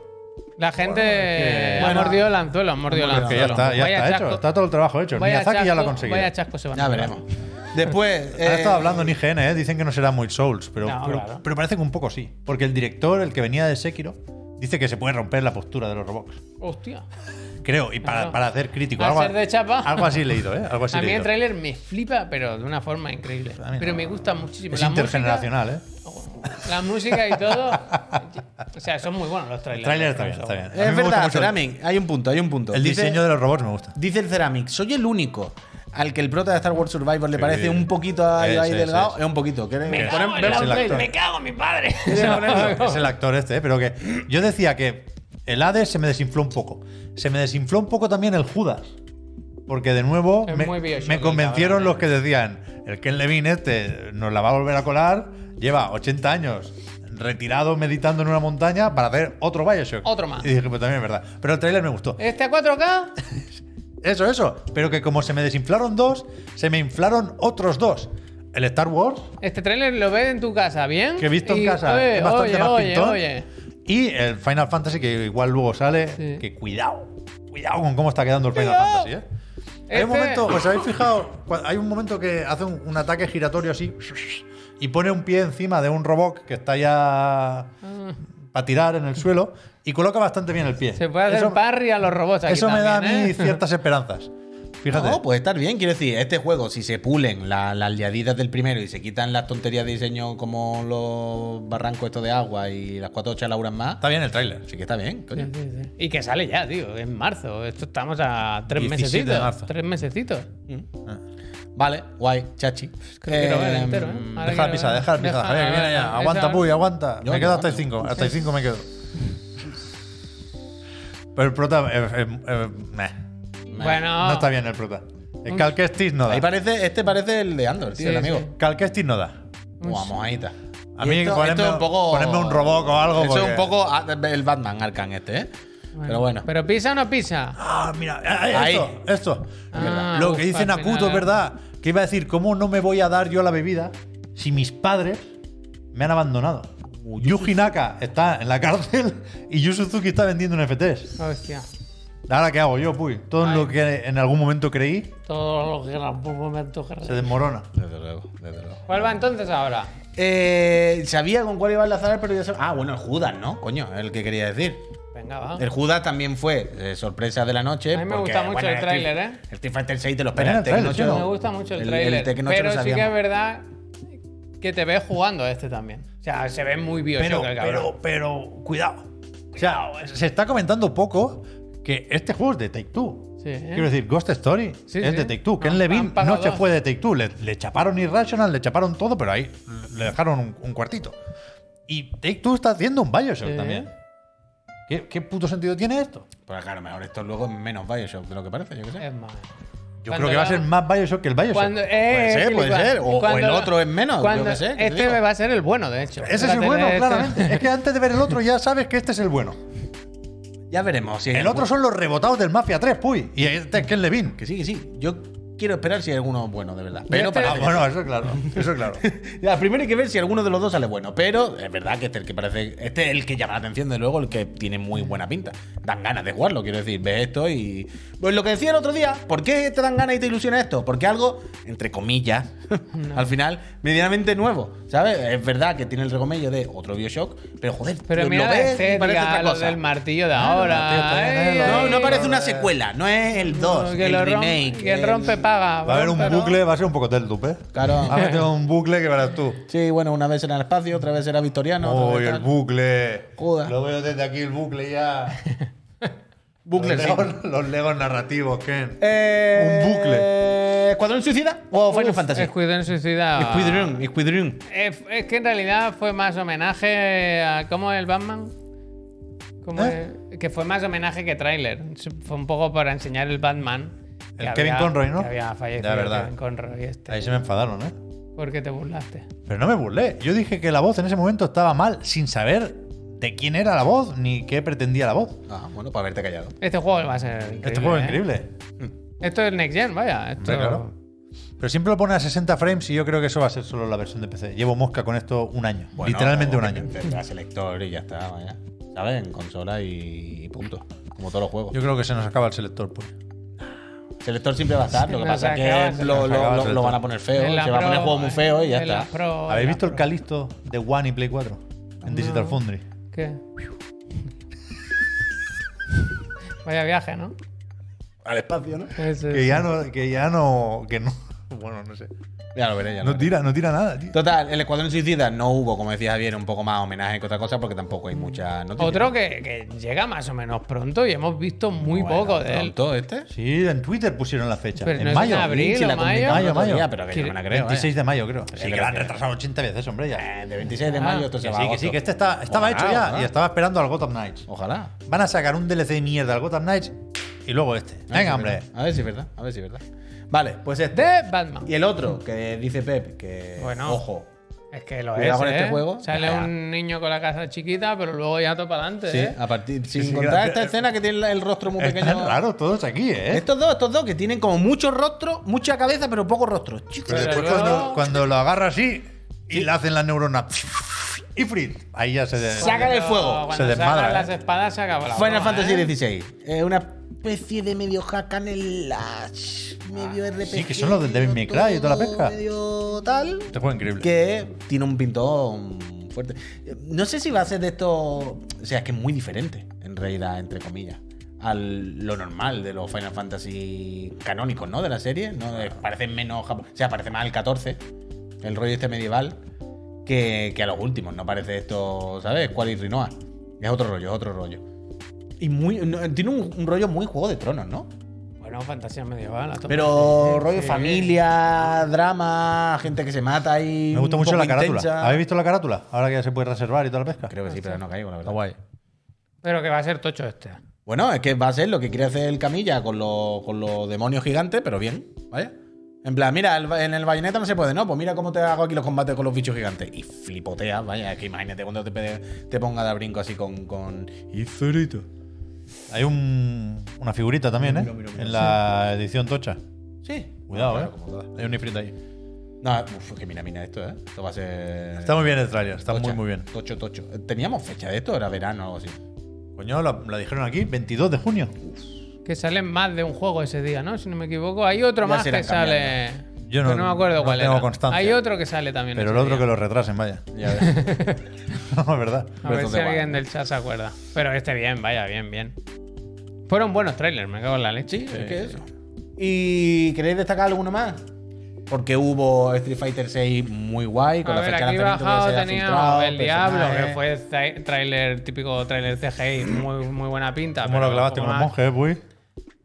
Speaker 1: La gente ha
Speaker 2: Bueno.
Speaker 1: mordido el anzuelo, ha mordido el
Speaker 2: Porque
Speaker 3: que
Speaker 1: anzuelo.
Speaker 3: ya está, ya
Speaker 1: Vaya
Speaker 3: está
Speaker 1: chasco-
Speaker 3: hecho. Está todo el trabajo hecho.
Speaker 1: vaya
Speaker 3: Miyazaki ya lo ha
Speaker 1: chasco-
Speaker 3: conseguido.
Speaker 1: Vaya chasco se van a
Speaker 2: Ya
Speaker 1: llevar.
Speaker 2: veremos. Después.
Speaker 3: Han
Speaker 2: eh,
Speaker 3: estado hablando en IGN, ¿eh? dicen que no será muy Souls, pero,
Speaker 1: No,
Speaker 3: pero,
Speaker 1: claro.
Speaker 3: pero parece que un poco sí. Porque el director, el que venía de Sekiro, dice que se puede romper la postura de los robots.
Speaker 1: Hostia.
Speaker 3: Creo, y para,
Speaker 1: Claro.
Speaker 3: para hacer crítico.
Speaker 1: Al
Speaker 3: Algo,
Speaker 1: ser de chapa.
Speaker 3: algo así he leído, ¿eh? Algo así
Speaker 1: a mí el
Speaker 3: leído.
Speaker 1: tráiler me flipa, pero de una forma increíble.
Speaker 3: A mí no.
Speaker 1: Pero me gusta muchísimo.
Speaker 3: Es
Speaker 1: La
Speaker 3: intergeneracional, ¿eh?
Speaker 1: música- La música y todo. O sea, son muy buenos los
Speaker 3: El
Speaker 1: trailers.
Speaker 3: tráiler está bien, está bien. A mí
Speaker 2: Es
Speaker 3: me gusta
Speaker 2: verdad,
Speaker 3: mucho el-
Speaker 2: Ceramic. Hay un punto, hay un punto.
Speaker 3: El
Speaker 2: Dice-
Speaker 3: diseño de los robots me gusta.
Speaker 2: Dice el Ceramic, soy el único al que el prota de Star Wars Survivor le parece un poquito a
Speaker 3: Es,
Speaker 2: Ibai
Speaker 3: es,
Speaker 2: Delgado.
Speaker 3: es.
Speaker 2: Es, un poquito. ¿Quieres-
Speaker 1: Me
Speaker 2: ponen-
Speaker 1: cago, en
Speaker 3: Pero es
Speaker 1: la-
Speaker 3: el actor.
Speaker 1: me cago en mi padre.
Speaker 3: es el actor este, ¿eh? pero que yo decía que el Hades se me desinfló un poco. Se me desinfló un poco también el Judas. Porque de nuevo
Speaker 1: Es
Speaker 3: me,
Speaker 1: muy Bioshock,
Speaker 3: me
Speaker 1: el
Speaker 3: convencieron
Speaker 1: cabrón,
Speaker 3: los que decían, el Ken Levine este nos la va a volver a colar, lleva 80 años retirado meditando en una montaña para hacer otro Bioshock.
Speaker 1: Otro más.
Speaker 3: Y dije, pues también es verdad. Pero el trailer me gustó.
Speaker 1: Este a 4K
Speaker 3: Eso, eso. Pero que como se me desinflaron dos, se me inflaron otros dos. El Star Wars
Speaker 1: Este tráiler lo ves en tu casa, ¿bien?
Speaker 3: que he visto en
Speaker 1: Y-
Speaker 3: casa
Speaker 1: oye,
Speaker 3: es bastante
Speaker 1: oye,
Speaker 3: más
Speaker 1: oye,
Speaker 3: pintón.
Speaker 1: oye.
Speaker 3: Y el Final Fantasy, que igual luego sale,
Speaker 1: Sí.
Speaker 3: que cuidado, cuidado con cómo está quedando el Final
Speaker 1: Cuidado.
Speaker 3: Fantasy, ¿eh? Hay un
Speaker 1: Este-
Speaker 3: momento, os habéis fijado, Cu- hay un momento que hace un, un ataque giratorio así y pone un pie encima de un robot que está
Speaker 1: Ah.
Speaker 3: ya para tirar en el suelo y coloca bastante bien el pie.
Speaker 1: Se puede hacer
Speaker 3: eso,
Speaker 1: parry a los robots aquí
Speaker 3: Eso me da a
Speaker 1: también,
Speaker 3: mí
Speaker 1: ¿eh? pues.
Speaker 3: ciertas esperanzas. Fíjate.
Speaker 2: No, puede estar bien. Quiero decir, este juego, si se pulen la- las liaditas del primero y se quitan las tonterías de diseño como los barrancos estos de agua y las cuatro chalauras más,
Speaker 3: Está bien el tráiler.
Speaker 2: sí que está bien, coño.
Speaker 1: Sí, sí, sí. Y que sale ya, tío, en marzo. Esto estamos a tres
Speaker 3: 17 de marzo.
Speaker 1: mesecitos. Tres mesecitos.
Speaker 2: Vale, guay, chachi.
Speaker 1: que lo quiero ver entero, ¿eh? Ahora
Speaker 2: mm,
Speaker 3: Deja la
Speaker 1: quiero-
Speaker 3: pisada, deja la pisada.
Speaker 1: deja-
Speaker 3: Javier, que viene ya.
Speaker 1: esa-
Speaker 3: Aguanta, Puy, aguanta.
Speaker 2: Yo
Speaker 3: me quedo hasta el
Speaker 2: aguanto.
Speaker 3: 5. Hasta el 5 me quedo. Pero el prota. eh, eh, eh, meh.
Speaker 1: Bueno,
Speaker 3: No está bien el prota. El Cal Kestis no
Speaker 2: Ahí
Speaker 3: da.
Speaker 2: parece, este parece el de Andor,
Speaker 1: Sí,
Speaker 2: tío, el amigo.
Speaker 1: sí.
Speaker 3: Cal Kestis no da.
Speaker 2: Vamos, ahí está.
Speaker 3: A
Speaker 2: Y
Speaker 3: mí
Speaker 2: esto-
Speaker 3: ponerme,
Speaker 2: esto es un poco-
Speaker 3: ponerme un robot o
Speaker 2: Eso
Speaker 3: algo.
Speaker 2: es
Speaker 3: porque-
Speaker 2: un poco a- el Batman Arkham este, ¿eh? pero bueno.
Speaker 1: ¿Pero pisa o no pisa?
Speaker 3: Ah, mira, ah, eh,
Speaker 2: Ahí.
Speaker 3: esto, esto.
Speaker 1: Ah,
Speaker 3: Lo que
Speaker 1: uf,
Speaker 3: dice
Speaker 1: al
Speaker 3: Nakuto es
Speaker 1: final.
Speaker 3: verdad. Que iba a decir, ¿cómo no me voy a dar yo la bebida si mis padres me han abandonado? Yuji Naka está en la cárcel y Yu Suzuki está vendiendo NFTs.
Speaker 1: Hostia.
Speaker 3: Ahora, ¿qué hago yo, puy? Todo
Speaker 1: Ay.
Speaker 3: lo que en algún momento creí
Speaker 1: Todos los gran momentos que
Speaker 3: se desmorona.
Speaker 2: Desde luego, desde luego.
Speaker 1: ¿Cuál va entonces ahora?
Speaker 2: Eh, sabía con cuál iba a enlazar, pero ya sabía. Ah, bueno, el Judas, ¿no? Coño, el que quería decir.
Speaker 1: Venga, va.
Speaker 2: El Judas también fue eh, sorpresa de la noche.
Speaker 1: A mí me
Speaker 2: porque,
Speaker 1: gusta mucho el
Speaker 2: Street-
Speaker 1: tráiler, ¿eh?
Speaker 2: El Street Fighter 6 te lo
Speaker 3: Era
Speaker 2: espera.
Speaker 3: el
Speaker 2: El
Speaker 3: tráiler,
Speaker 2: Tecnocho
Speaker 3: sí,
Speaker 2: no.
Speaker 1: Me gusta mucho el
Speaker 2: El-
Speaker 1: trailer.
Speaker 2: el Tecnocho
Speaker 1: pero
Speaker 2: lo
Speaker 1: sí que es
Speaker 2: sabíamos.
Speaker 1: verdad que te ves jugando a este también. O sea, se ve muy Bioshock
Speaker 3: Pero,
Speaker 1: el cabrón.
Speaker 3: pero, pero, cuidado. O sea, se está comentando poco que este juego es de Take Two.
Speaker 1: Sí, ¿eh?
Speaker 3: Quiero decir, Ghost Story
Speaker 1: Sí,
Speaker 3: es
Speaker 1: sí.
Speaker 3: de Take Two.
Speaker 1: Han-
Speaker 3: Ken
Speaker 1: han
Speaker 3: Levine
Speaker 1: pagado
Speaker 3: no se
Speaker 1: dos.
Speaker 3: fue de Take Two. Le, le chaparon Irrational, le chaparon todo, pero ahí le dejaron un, un cuartito. Y Take Two está haciendo un Bioshock
Speaker 1: Sí.
Speaker 3: también. ¿Qué, qué puto sentido tiene esto?
Speaker 2: Pues claro, mejor esto luego es menos Bioshock de lo que parece, yo qué sé.
Speaker 1: Es más.
Speaker 3: Yo
Speaker 1: Cuando
Speaker 3: creo que va a
Speaker 1: la-
Speaker 3: ser más Bioshock que el Bioshock.
Speaker 1: Cuando, eh,
Speaker 2: Puede ser,
Speaker 1: eh,
Speaker 2: puede
Speaker 1: Filipa,
Speaker 2: ser. O- o
Speaker 1: cuando
Speaker 2: el
Speaker 1: la-
Speaker 2: otro es menos, yo
Speaker 1: cuando-
Speaker 2: qué sé, ¿qué te
Speaker 1: este
Speaker 2: digo?
Speaker 1: va a ser el bueno, de hecho.
Speaker 3: Ese es
Speaker 1: Va a
Speaker 3: el bueno,
Speaker 1: tener este-
Speaker 3: claramente. Es que antes de ver el otro ya sabes que este es el bueno.
Speaker 2: Ya veremos si hay
Speaker 3: El otro
Speaker 2: alguno-
Speaker 3: son los rebotados del Mafia 3, puy. Y este es Ken Levine.
Speaker 2: Que sí, que sí. Yo quiero esperar si hay alguno bueno, de verdad.
Speaker 1: Yo
Speaker 2: Pero
Speaker 1: este-
Speaker 2: para.
Speaker 3: Ah, bueno, eso claro. Eso claro.
Speaker 2: Ya, primero hay que ver si alguno de los dos sale bueno. Pero es verdad que este es el que parece. Este es el que llama la atención, de luego, el que tiene muy buena pinta. Dan ganas de jugarlo, quiero decir. Ves esto y. Pues lo que decía el otro día, ¿por qué te dan ganas y te ilusiona esto? Porque algo, entre comillas, al final, medianamente nuevo. ¿Sabes? Es verdad que tiene el regomillo de otro Bioshock, pero joder,
Speaker 1: Pero
Speaker 2: lo-
Speaker 1: mira
Speaker 2: lo
Speaker 1: la
Speaker 2: ves y parece
Speaker 1: estética,
Speaker 2: otra
Speaker 1: lo
Speaker 2: cosa.
Speaker 1: del martillo de
Speaker 3: Claro, martillo
Speaker 1: ahora.
Speaker 3: también,
Speaker 1: Ay,
Speaker 3: eh, lo-
Speaker 2: No, no parece una
Speaker 3: Eh,
Speaker 2: secuela, no es el 2,
Speaker 1: que
Speaker 2: el
Speaker 1: lo rom-
Speaker 2: remake.
Speaker 1: que
Speaker 2: el-
Speaker 1: rompe paga.
Speaker 3: Va a haber un
Speaker 1: rompe, ¿no?
Speaker 3: bucle, va a ser un poco Teltup, ¿eh?
Speaker 2: Claro.
Speaker 3: Va a meter un bucle que verás tú.
Speaker 2: Sí, bueno, una vez era el espacio, otra vez era victoriano. otra
Speaker 3: Uy,
Speaker 2: vez
Speaker 3: el
Speaker 2: tal.
Speaker 3: bucle.
Speaker 2: Joda.
Speaker 3: Lo veo desde aquí, el bucle ya.
Speaker 2: Bucle,
Speaker 3: los,
Speaker 2: sí.
Speaker 3: legos, los legos narrativos, Ken.
Speaker 2: Eh,
Speaker 3: Un bucle.
Speaker 2: ¿Escuadrón Suicida o Final
Speaker 1: Uf,
Speaker 2: Fantasy?
Speaker 1: Escuadrón Suicida.
Speaker 2: Escuadrón, Escuadrón.
Speaker 1: Eh, es que en realidad fue más homenaje a. ¿Cómo es el Batman? ¿Cómo
Speaker 3: ¿Eh?
Speaker 1: es? Que fue más homenaje que tráiler. Fue un poco para enseñar el Batman.
Speaker 3: El
Speaker 1: que
Speaker 3: Kevin Conroy, ¿no?
Speaker 1: Que había fallecido
Speaker 3: La verdad.
Speaker 1: Kevin Conroy este.
Speaker 3: Ahí se me enfadaron, ¿eh?
Speaker 1: ¿Por qué te burlaste?
Speaker 3: Pero no me burlé. Yo dije que la voz en ese momento estaba mal, sin saber de quién era la voz ni qué pretendía la voz.
Speaker 2: Ah, bueno, para haberte callado.
Speaker 1: Este juego va a ser increíble.
Speaker 3: este juego
Speaker 1: ¿eh?
Speaker 3: es increíble.
Speaker 1: Esto es Next Gen, vaya. Esto...
Speaker 3: Hombre, claro. Pero siempre lo pone a 60 frames y yo creo que eso va a ser solo la versión de PC. Llevo mosca con esto un año.
Speaker 2: Bueno,
Speaker 3: literalmente un año.
Speaker 2: obviamente, Te das el lector y ya está, vaya. ¿Sabes? En consola y y punto. Como todos los juegos.
Speaker 3: Yo creo que se nos acaba el selector, pues.
Speaker 2: El lector siempre va a estar, lo que
Speaker 1: Sí,
Speaker 2: pasa
Speaker 1: nos acaba
Speaker 2: es que
Speaker 1: el
Speaker 2: lo, lo-
Speaker 3: selector.
Speaker 2: lo- lo van a poner feo,
Speaker 1: En la
Speaker 2: se va a poner
Speaker 1: Pro,
Speaker 2: el juego muy feo y ya
Speaker 1: en la
Speaker 2: está.
Speaker 1: Pro, en
Speaker 3: ¿Habéis
Speaker 1: la
Speaker 3: visto el
Speaker 1: Pro.
Speaker 3: Calisto de One y Play 4? En Digital Foundry.
Speaker 1: ¿Qué? Vaya viaje, ¿no?
Speaker 2: Al espacio, ¿no?
Speaker 1: Eso es.
Speaker 3: Que ya no, que ya no, que no. Bueno, no sé.
Speaker 2: Ya lo veré, ya lo
Speaker 3: No
Speaker 2: veré.
Speaker 3: tira, no tira nada, tío.
Speaker 2: Total, el Escuadrón Suicida no hubo, como decía Javier, un poco más homenaje que otra cosa porque tampoco hay mucha noticia.
Speaker 1: Otro que, que llega más o menos pronto y hemos visto muy
Speaker 2: Bueno,
Speaker 1: poco de él.
Speaker 2: ¿Pronto este?
Speaker 3: Sí, en Twitter pusieron la fecha.
Speaker 1: Pero
Speaker 3: en
Speaker 1: no es
Speaker 3: mayo.
Speaker 1: en abril
Speaker 2: Sí,
Speaker 1: o
Speaker 2: la
Speaker 1: mayo.
Speaker 2: comunicaron el
Speaker 3: Mayo,
Speaker 2: otro
Speaker 3: mayo.
Speaker 2: día, pero que yo no
Speaker 1: Quiere-
Speaker 2: me la creo.
Speaker 3: 26
Speaker 2: vaya.
Speaker 3: de mayo, creo.
Speaker 2: eh. Sí,
Speaker 3: Sí, que
Speaker 2: creo
Speaker 3: la han
Speaker 2: que-
Speaker 3: retrasado 80 veces, hombre, ya.
Speaker 2: Eh, de 26 de
Speaker 1: Ah,
Speaker 2: mayo esto
Speaker 3: Que
Speaker 2: se va
Speaker 3: sí,
Speaker 2: a
Speaker 3: que sí,
Speaker 2: otro.
Speaker 3: que este está, estaba
Speaker 2: Ojalá,
Speaker 3: hecho ya
Speaker 2: ojalá.
Speaker 3: y estaba esperando al Gotham Knights.
Speaker 2: Ojalá.
Speaker 3: Van a sacar un DLC de mierda al Gotham Knights y luego este.
Speaker 2: A ver si
Speaker 3: Venga,
Speaker 2: es
Speaker 3: hombre.
Speaker 2: Ah, verdad. A ver si es verdad, a ver si es verdad. Vale, pues este.
Speaker 1: De Eh, Batman.
Speaker 2: Y el otro, que dice Pep, que.
Speaker 1: Bueno.
Speaker 2: Ojo.
Speaker 1: Es que lo
Speaker 2: Cuidado
Speaker 1: es.
Speaker 2: con este
Speaker 1: ¿eh?
Speaker 2: juego.
Speaker 1: Sale
Speaker 2: Ya.
Speaker 1: un niño con la casa chiquita, pero luego ya topa adelante.
Speaker 2: Sí,
Speaker 1: ¿eh?
Speaker 2: a partir. Sin
Speaker 3: sí,
Speaker 2: contar
Speaker 3: gracias.
Speaker 2: esta escena que tiene la- el rostro muy pequeño.
Speaker 3: Están raros todos aquí, ¿eh?
Speaker 2: Estos dos, estos dos, que tienen como mucho rostro, mucha cabeza, pero poco rostro.
Speaker 3: Pero
Speaker 1: Pero
Speaker 3: después
Speaker 1: luego-
Speaker 3: cuando, cuando lo agarra así y le hacen las neuronas y Fritz, ahí ya se de-
Speaker 2: Saca del fuego.
Speaker 1: Cuando
Speaker 3: Se desmadra,
Speaker 1: sacan
Speaker 3: ¿eh?
Speaker 1: las espadas, se acaba la
Speaker 2: Final
Speaker 1: broma,
Speaker 2: Fantasy
Speaker 1: ¿eh?
Speaker 2: XVI. eh, una especie de medio hack and slash, medio RPG.
Speaker 3: Ah, sí, que son los del Devil May
Speaker 2: medio
Speaker 3: Cry y toda la
Speaker 2: todo,
Speaker 3: pesca.
Speaker 2: Medio tal.
Speaker 3: Este juego es increíble.
Speaker 2: que tiene un pintón fuerte. Eh, No sé si va a ser de esto. O sea, es que es muy diferente, en realidad, entre comillas, al lo normal de los Final Fantasy canónicos, ¿no? De la serie. ¿no? Eh, Parece menos. japo- O sea, parece más el 14, el rollo este medieval, que, que a los últimos. No parece esto, ¿sabes? Cual y Rinoa. Es otro rollo, es otro rollo. Y muy, no, tiene un, un rollo muy Juego de Tronos, ¿no?
Speaker 1: Bueno, fantasía medieval. a tope.
Speaker 2: Pero
Speaker 1: Sí,
Speaker 2: rollo
Speaker 1: sí.
Speaker 2: familia, drama, gente que se mata y.
Speaker 3: Me gusta mucho la carátula.
Speaker 2: A
Speaker 3: ¿Habéis visto la carátula? Ahora que ya se puede reservar y toda la pesca.
Speaker 2: Creo que sí, pero no caigo, la
Speaker 3: Está
Speaker 2: verdad.
Speaker 3: guay.
Speaker 1: Pero que va a ser tocho este.
Speaker 2: Bueno, es que va a ser lo que quiere hacer el Camilla con los con los demonios gigantes, pero bien, ¿vale? En plan, mira, el- en el bayoneta no se puede, ¿no? Pues mira cómo te hago aquí los combates con los bichos gigantes. Y flipoteas, vaya, es que imagínate cuando te, pe- te ponga a dar brinco así con. con... Y zurito.
Speaker 3: Hay un, una figurita también, ¿eh?
Speaker 2: Mira, mira, mira.
Speaker 3: En la edición tocha.
Speaker 2: Sí.
Speaker 3: Cuidado,
Speaker 2: Claro,
Speaker 3: ¿eh?
Speaker 2: como todas.
Speaker 3: Hay un ifrit ahí.
Speaker 2: No, uf, es que mira, mira esto, ¿eh? Esto va a ser.
Speaker 3: Está muy bien el trailer, está
Speaker 2: tocha,
Speaker 3: muy, muy bien.
Speaker 2: Tocho, tocho. ¿Teníamos fecha de esto? ¿Era verano o algo así?
Speaker 3: Coño, la, la dijeron aquí, 22 de junio.
Speaker 1: Que salen más de un juego ese día, ¿no? Si no me equivoco. Hay otro
Speaker 2: Ya
Speaker 1: más
Speaker 2: se
Speaker 1: que
Speaker 2: irán
Speaker 1: sale.
Speaker 3: Yo no-
Speaker 1: que me acuerdo
Speaker 3: no
Speaker 1: cuál
Speaker 3: tengo
Speaker 1: era.
Speaker 3: constancia.
Speaker 1: Hay otro que sale también.
Speaker 3: Pero el
Speaker 1: ese
Speaker 3: otro que
Speaker 1: día.
Speaker 3: lo retrasen, vaya.
Speaker 2: Ya ves.
Speaker 3: No, es verdad.
Speaker 1: A
Speaker 2: Breath
Speaker 1: ver
Speaker 2: of
Speaker 1: si
Speaker 2: the
Speaker 1: alguien
Speaker 2: Wild.
Speaker 1: del chat se acuerda. Pero este bien, vaya, bien, bien. Fueron buenos trailers, me cago en la leche.
Speaker 2: Sí, es que eso. ¿Y queréis destacar alguno más? Porque hubo Street Fighter 6 muy guay, con
Speaker 1: A
Speaker 2: la
Speaker 1: ver,
Speaker 2: fecha
Speaker 1: aquí
Speaker 2: de lanzamiento que
Speaker 1: bajado
Speaker 2: se ha
Speaker 1: teníamos
Speaker 2: filtrado,
Speaker 1: El Diablo,
Speaker 2: personajes.
Speaker 1: que fue tra- trailer, típico trailer CGI, muy, muy buena
Speaker 2: Ah,
Speaker 1: pinta.
Speaker 3: ¿Cómo
Speaker 1: pero
Speaker 3: lo clavaste
Speaker 1: poco
Speaker 3: con los
Speaker 1: más.
Speaker 3: monjes, Puy?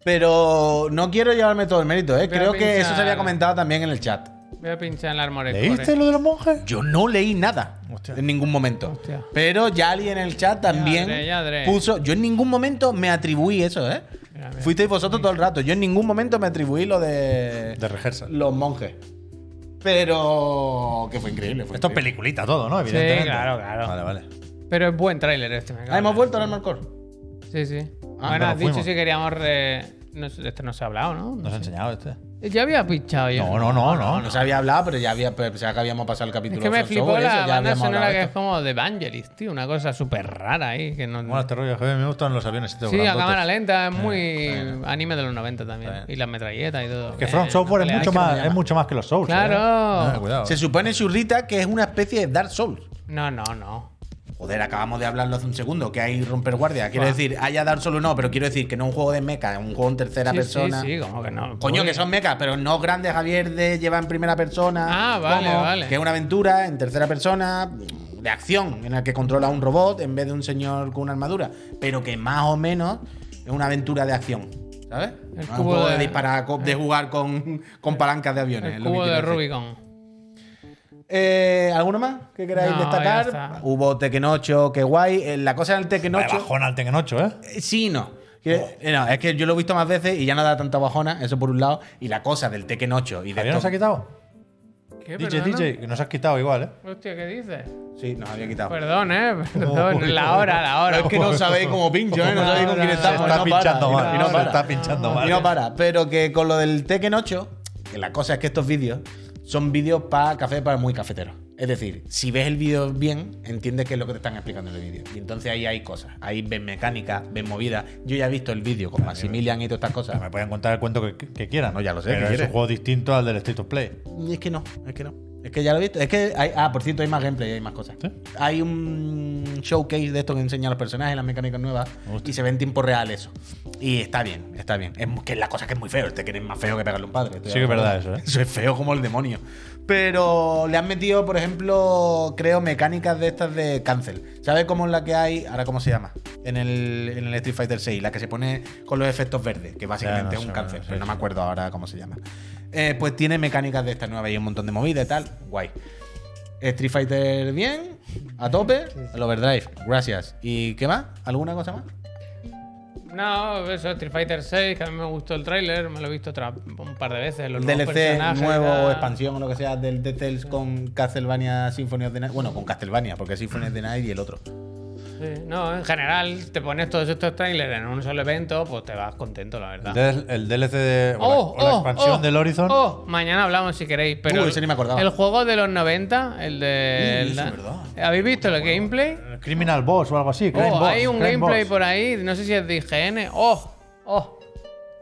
Speaker 2: Pero no quiero llevarme todo el mérito, ¿eh?
Speaker 1: Voy a
Speaker 2: Creo que eso se
Speaker 1: pinchar.
Speaker 2: había comentado también en el chat.
Speaker 1: Voy a pinchar en la armored.
Speaker 3: ¿Leíste lo de los monjes?
Speaker 2: Yo no leí nada
Speaker 3: Hostia.
Speaker 2: en ningún momento.
Speaker 1: Hostia.
Speaker 2: Pero Yali en el chat también
Speaker 1: Yadre, yadre.
Speaker 2: puso. Yo en ningún momento me atribuí eso, ¿eh?
Speaker 1: Mira, mira.
Speaker 2: Fuisteis vosotros todo el rato. Yo en ningún momento me atribuí lo de,
Speaker 3: De rehearsal.
Speaker 2: los monjes. Pero que fue increíble. Fue
Speaker 3: Esto es
Speaker 2: increíble.
Speaker 3: peliculita todo, ¿no? Evidentemente.
Speaker 1: claro, claro.
Speaker 3: Vale, vale.
Speaker 1: Pero es buen tráiler este, me cago
Speaker 2: Ah,
Speaker 1: en la
Speaker 2: hemos vuelto al Armor Core.
Speaker 1: Sí, sí.
Speaker 2: Ah,
Speaker 1: bueno,
Speaker 3: no,
Speaker 1: has dicho
Speaker 3: fuimos.
Speaker 1: si queríamos. Re... No, sé, este no se ha hablado, ¿no? No
Speaker 3: Nos ha
Speaker 1: sé.
Speaker 3: enseñado este.
Speaker 1: Ya había pinchado yo.
Speaker 3: No, no, no, no.
Speaker 2: No se había hablado, pero ya había pensaba que habíamos pasado el capítulo.
Speaker 1: Es que me
Speaker 2: sobre
Speaker 1: flipó
Speaker 2: Soul, eso,
Speaker 1: la
Speaker 2: ya
Speaker 1: banda
Speaker 2: habíamos
Speaker 1: sonora
Speaker 2: hablado
Speaker 1: que
Speaker 2: de
Speaker 1: es
Speaker 2: esto.
Speaker 1: como de Evangelist, tío. Una cosa súper rara ahí. Que no...
Speaker 3: Bueno, este rollo, joder, me gustan los aviones. este estos
Speaker 1: sí, a
Speaker 3: grandotes.
Speaker 1: cámara lenta. Es
Speaker 2: Eh,
Speaker 1: muy anime de los 90 también. Y las metralletas y todo. Eh,
Speaker 3: Que
Speaker 1: Bien,
Speaker 3: From Software es
Speaker 1: pelea.
Speaker 3: mucho, más, es mucho más que los Souls.
Speaker 1: Claro.
Speaker 3: ¿eh? Ah, cuidado.
Speaker 2: Se supone, Churrita, que es una especie de Dark Souls.
Speaker 1: No, no, no.
Speaker 2: Joder, acabamos de hablarlo hace un segundo, que hay romper guardia. Quiero decir, haya Dark Souls o no, pero quiero decir que no es un juego de mecha, es un juego en tercera
Speaker 1: Sí, sí,
Speaker 2: persona.
Speaker 1: sí, como que no.
Speaker 2: Coño,
Speaker 1: Uy.
Speaker 2: que son mechas, pero no grandes, Javier, de lleva en primera persona.
Speaker 1: Ah, vale,
Speaker 2: Como
Speaker 1: vale.
Speaker 2: Que es una aventura en tercera persona de acción, en la que controla un robot en vez de un señor con una armadura. Pero que más o menos es una aventura de acción, ¿sabes? No es un
Speaker 1: cubo
Speaker 2: juego de,
Speaker 1: de- eh.
Speaker 2: disparar, co- de jugar con, con palancas de aviones.
Speaker 1: El
Speaker 2: es lo que
Speaker 1: cubo de
Speaker 2: quiero decir.
Speaker 1: Rubicon.
Speaker 2: Eh, ¿Alguno más que queráis
Speaker 1: No, ya
Speaker 2: destacar?
Speaker 1: está.
Speaker 2: Hubo Tekken 8, que guay. Eh, La cosa del Tekken 8.
Speaker 3: Vaya bajón al Tekken 8, ¿eh?
Speaker 2: Eh, Sí, y no. Que- eh, no, es que yo lo he visto más veces y ya no da tanta bajona, eso por un lado. Y la cosa del Tekken 8 y de
Speaker 3: ¿Javier nos
Speaker 2: esto-
Speaker 3: ha quitado?
Speaker 1: ¿Qué,
Speaker 3: DJ,
Speaker 1: perdona?
Speaker 3: DJ, que nos has quitado igual, ¿eh?
Speaker 1: Hostia, ¿qué dices?
Speaker 2: Sí, nos había quitado.
Speaker 1: Perdón, eh. Perdón. La hora, la hora.
Speaker 2: Es que no sabéis cómo pincho, ¿eh? No sabéis con quién
Speaker 1: Se
Speaker 2: estamos.
Speaker 1: está
Speaker 2: y no
Speaker 3: está
Speaker 2: para,
Speaker 3: pinchando
Speaker 2: y no-
Speaker 3: mal.
Speaker 2: y no
Speaker 3: se
Speaker 2: para.
Speaker 3: está pinchando mal.
Speaker 2: Y no para. Pero que con lo del Tekken 8, que la cosa es que estos vídeos son vídeos para café para muy cafetero. Es decir, si ves el vídeo bien, entiendes qué es lo que te están explicando en el vídeo. Y entonces ahí hay cosas. Ahí ves mecánica, ves movidas. Yo ya he visto el vídeo con Maximilian y todas estas
Speaker 3: O sea,
Speaker 2: cosas.
Speaker 3: me pueden contar el cuento que, que quieran.
Speaker 2: No, ya lo sé, ¿qué
Speaker 3: Pero es
Speaker 2: quieres?
Speaker 3: un juego distinto al del State of Play.
Speaker 2: Y Es que no, es que no. Es que ya lo he visto. Es que hay, ah, por cierto, hay más gameplay, hay más cosas.
Speaker 3: ¿Sí?
Speaker 2: Hay un showcase de esto que enseña a los personajes, las mecánicas nuevas,
Speaker 3: Hostia.
Speaker 2: y se ve en tiempo real eso. Y está bien, está bien. Es mu- que la cosa es que es muy feo, este que es más feo que pegarle a un padre. estoy
Speaker 3: Sí que
Speaker 2: de
Speaker 3: es
Speaker 2: acuerdo.
Speaker 3: verdad eso, ¿eh?
Speaker 2: Eso es feo como el demonio. Pero le han metido, por ejemplo, creo, mecánicas de estas de cancel. ¿Sabes cómo es la que hay? Ahora, ¿cómo se llama? En el, en el Street Fighter 6, la que se pone con los efectos verdes, que básicamente
Speaker 3: Ya, no
Speaker 2: es
Speaker 3: sé,
Speaker 2: un cáncer,
Speaker 3: no sé,
Speaker 2: pero no
Speaker 3: sí.
Speaker 2: me acuerdo ahora cómo se llama. Eh, pues tiene mecánicas de estas nuevas y un montón de movidas y tal. Guay. Street Fighter bien, a tope, el Overdrive, gracias. ¿Y qué más? ¿Alguna cosa más?
Speaker 1: No, eso, Street Fighter 6, que a mí me gustó el tráiler, me lo he visto otra- un par de veces. Los
Speaker 2: El
Speaker 1: nuevos
Speaker 2: DLC
Speaker 1: personajes,
Speaker 2: nuevo,
Speaker 1: tal.
Speaker 2: expansión o lo que sea, del Dead Cells con Castlevania Symphony of the Night. Bueno, con Castlevania, porque es Symphony of the Night y el otro.
Speaker 1: Sí, No, en general, te pones todos estos trailers en un solo evento, pues te vas contento, la
Speaker 2: Ah.
Speaker 1: verdad.
Speaker 3: El, el DLC de, o, la-
Speaker 1: Oh,
Speaker 3: o la
Speaker 1: oh,
Speaker 3: expansión
Speaker 1: oh,
Speaker 3: del Horizon.
Speaker 1: oh, mañana hablamos si queréis, pero
Speaker 2: Uy, Uh, ese ni me acordaba.
Speaker 1: el juego de los 90, el de...
Speaker 2: Sí, eso
Speaker 1: la-
Speaker 2: es verdad.
Speaker 1: ¿Habéis visto el gameplay?
Speaker 3: el Criminal Boss o algo así. Crime
Speaker 1: Oh,
Speaker 3: Boss,
Speaker 1: hay un
Speaker 3: Crime
Speaker 1: gameplay
Speaker 3: Boss.
Speaker 1: por ahí, no sé si es de IGN. Oh, oh.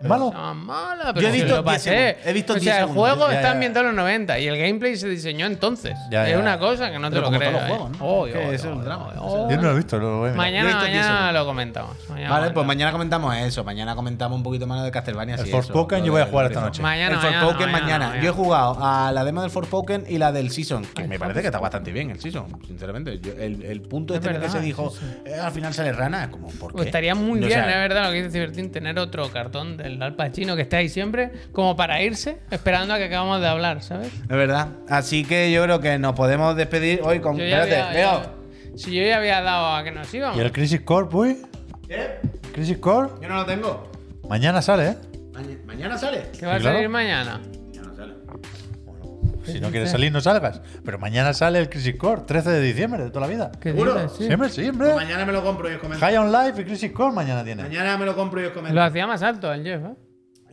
Speaker 3: ¿Es malo?
Speaker 1: Esa mala, pero
Speaker 2: Yo he
Speaker 1: si
Speaker 2: visto
Speaker 1: lo
Speaker 2: 10
Speaker 1: pasé.
Speaker 2: segundos, he visto
Speaker 1: o
Speaker 2: 10
Speaker 1: sea, el
Speaker 2: segundos.
Speaker 1: juego
Speaker 3: Ya,
Speaker 1: está
Speaker 3: ya.
Speaker 1: ambientado en los 90 y el gameplay se diseñó entonces.
Speaker 3: Ya,
Speaker 1: Es
Speaker 3: ya.
Speaker 1: una cosa que no te
Speaker 2: Pero
Speaker 1: lo
Speaker 2: como
Speaker 1: crees.
Speaker 2: todos los
Speaker 1: ¿eh?
Speaker 2: juegos, ¿no?
Speaker 1: Oh,
Speaker 2: Es
Speaker 1: oh,
Speaker 2: que ese es
Speaker 1: oh,
Speaker 2: el drama,
Speaker 1: oh,
Speaker 2: ese es
Speaker 1: oh.
Speaker 3: Yo no lo he visto, lo voy a mirar.
Speaker 1: Mañana,
Speaker 2: Yo he visto 10
Speaker 1: mañana
Speaker 2: segundos.
Speaker 1: lo comentamos. Mañana
Speaker 2: Vale, pues
Speaker 1: comentamos.
Speaker 2: mañana comentamos eso. Mañana comentamos un poquito más de Castlevania.
Speaker 3: El
Speaker 2: sí,
Speaker 3: Forspoken
Speaker 2: eso,
Speaker 3: yo voy a
Speaker 2: lo
Speaker 3: jugar
Speaker 2: del-
Speaker 3: esta noche.
Speaker 1: Mañana,
Speaker 2: el
Speaker 1: mañana,
Speaker 2: Forspoken mañana,
Speaker 1: mañana, mañana.
Speaker 2: Yo he jugado a la demo del Forspoken y la del Season, que me parece que está bastante bien el Season, sinceramente. Yo- el, el punto
Speaker 1: Es
Speaker 2: este en el que
Speaker 1: verdad,
Speaker 2: se dijo, eh, al final sale rana, es como, ¿por
Speaker 1: Pues
Speaker 2: qué?
Speaker 1: estaría muy
Speaker 2: O
Speaker 1: bien,
Speaker 2: sea,
Speaker 1: es verdad, lo que dice Cibertín, tener otro cartón del Al Pacino que está ahí siempre, como para irse, esperando a que acabamos de hablar, ¿sabes?
Speaker 2: Es verdad. Así que yo creo que nos podemos despedir hoy con.
Speaker 1: Yo ya
Speaker 2: Espérate,
Speaker 1: había-
Speaker 2: veo.
Speaker 1: ya- si yo ya había dado a que nos íbamos.
Speaker 3: ¿Y el Crisis Core, uy? Crisis Core.
Speaker 2: ¿Eh? Yo no lo tengo.
Speaker 3: Mañana sale, ¿eh?
Speaker 2: Maña- mañana sale.
Speaker 1: ¿Qué va a salir
Speaker 3: Sí, claro.
Speaker 1: mañana?
Speaker 2: Mañana sale.
Speaker 3: Si no quieres salir, no salgas. Pero mañana sale el Crisis Core, 13 de diciembre, de toda la vida.
Speaker 1: ¿Qué
Speaker 2: ¿Seguro?
Speaker 1: dices? Sí.
Speaker 3: Siempre,
Speaker 1: ¿Eh?
Speaker 2: Pues
Speaker 3: siempre.
Speaker 2: mañana me lo compro y os comento.
Speaker 3: High on Life y Crisis Core mañana tiene.
Speaker 2: Mañana me lo compro y os
Speaker 1: Lo
Speaker 2: comento.
Speaker 1: hacía más alto el Jeff, ¿eh?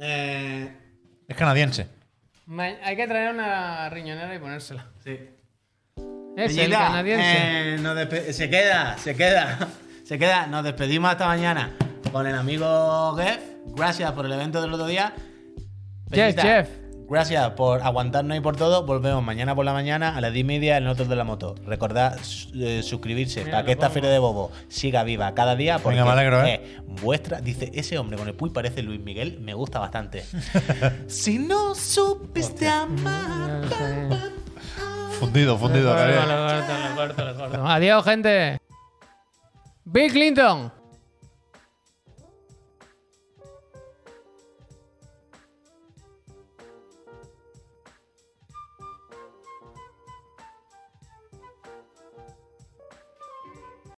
Speaker 2: Eh,
Speaker 3: Es canadiense.
Speaker 1: Ma- Hay que traer una riñonera y ponérsela.
Speaker 2: sí.
Speaker 1: Es el
Speaker 2: Peñita,
Speaker 1: canadiense.
Speaker 2: eh, nos despe- se queda, se queda, se queda. Nos despedimos hasta mañana con el amigo Jeff. Gracias por el evento del otro día.
Speaker 1: Yes,
Speaker 2: Peñita,
Speaker 1: Jeff.
Speaker 2: Gracias por aguantarnos y por todo. Volvemos mañana por la mañana a las 10 y media en Otros de la Moto. Recordad su- eh, suscribirse
Speaker 1: Mira,
Speaker 2: para
Speaker 1: lo
Speaker 2: que esta
Speaker 1: pongo.
Speaker 2: feria de bobo siga viva cada día. Porque
Speaker 3: Venga, me alegro, ¿eh?
Speaker 2: es vuestra. Dice, ese hombre con el puy parece Luis Miguel, me gusta bastante. si no supiste amar.
Speaker 1: Eh,
Speaker 3: Fundido, fundido.
Speaker 1: Lo
Speaker 3: canadiense.
Speaker 1: corto, lo corto, lo corto, lo corto. Adiós, gente. Bill Clinton.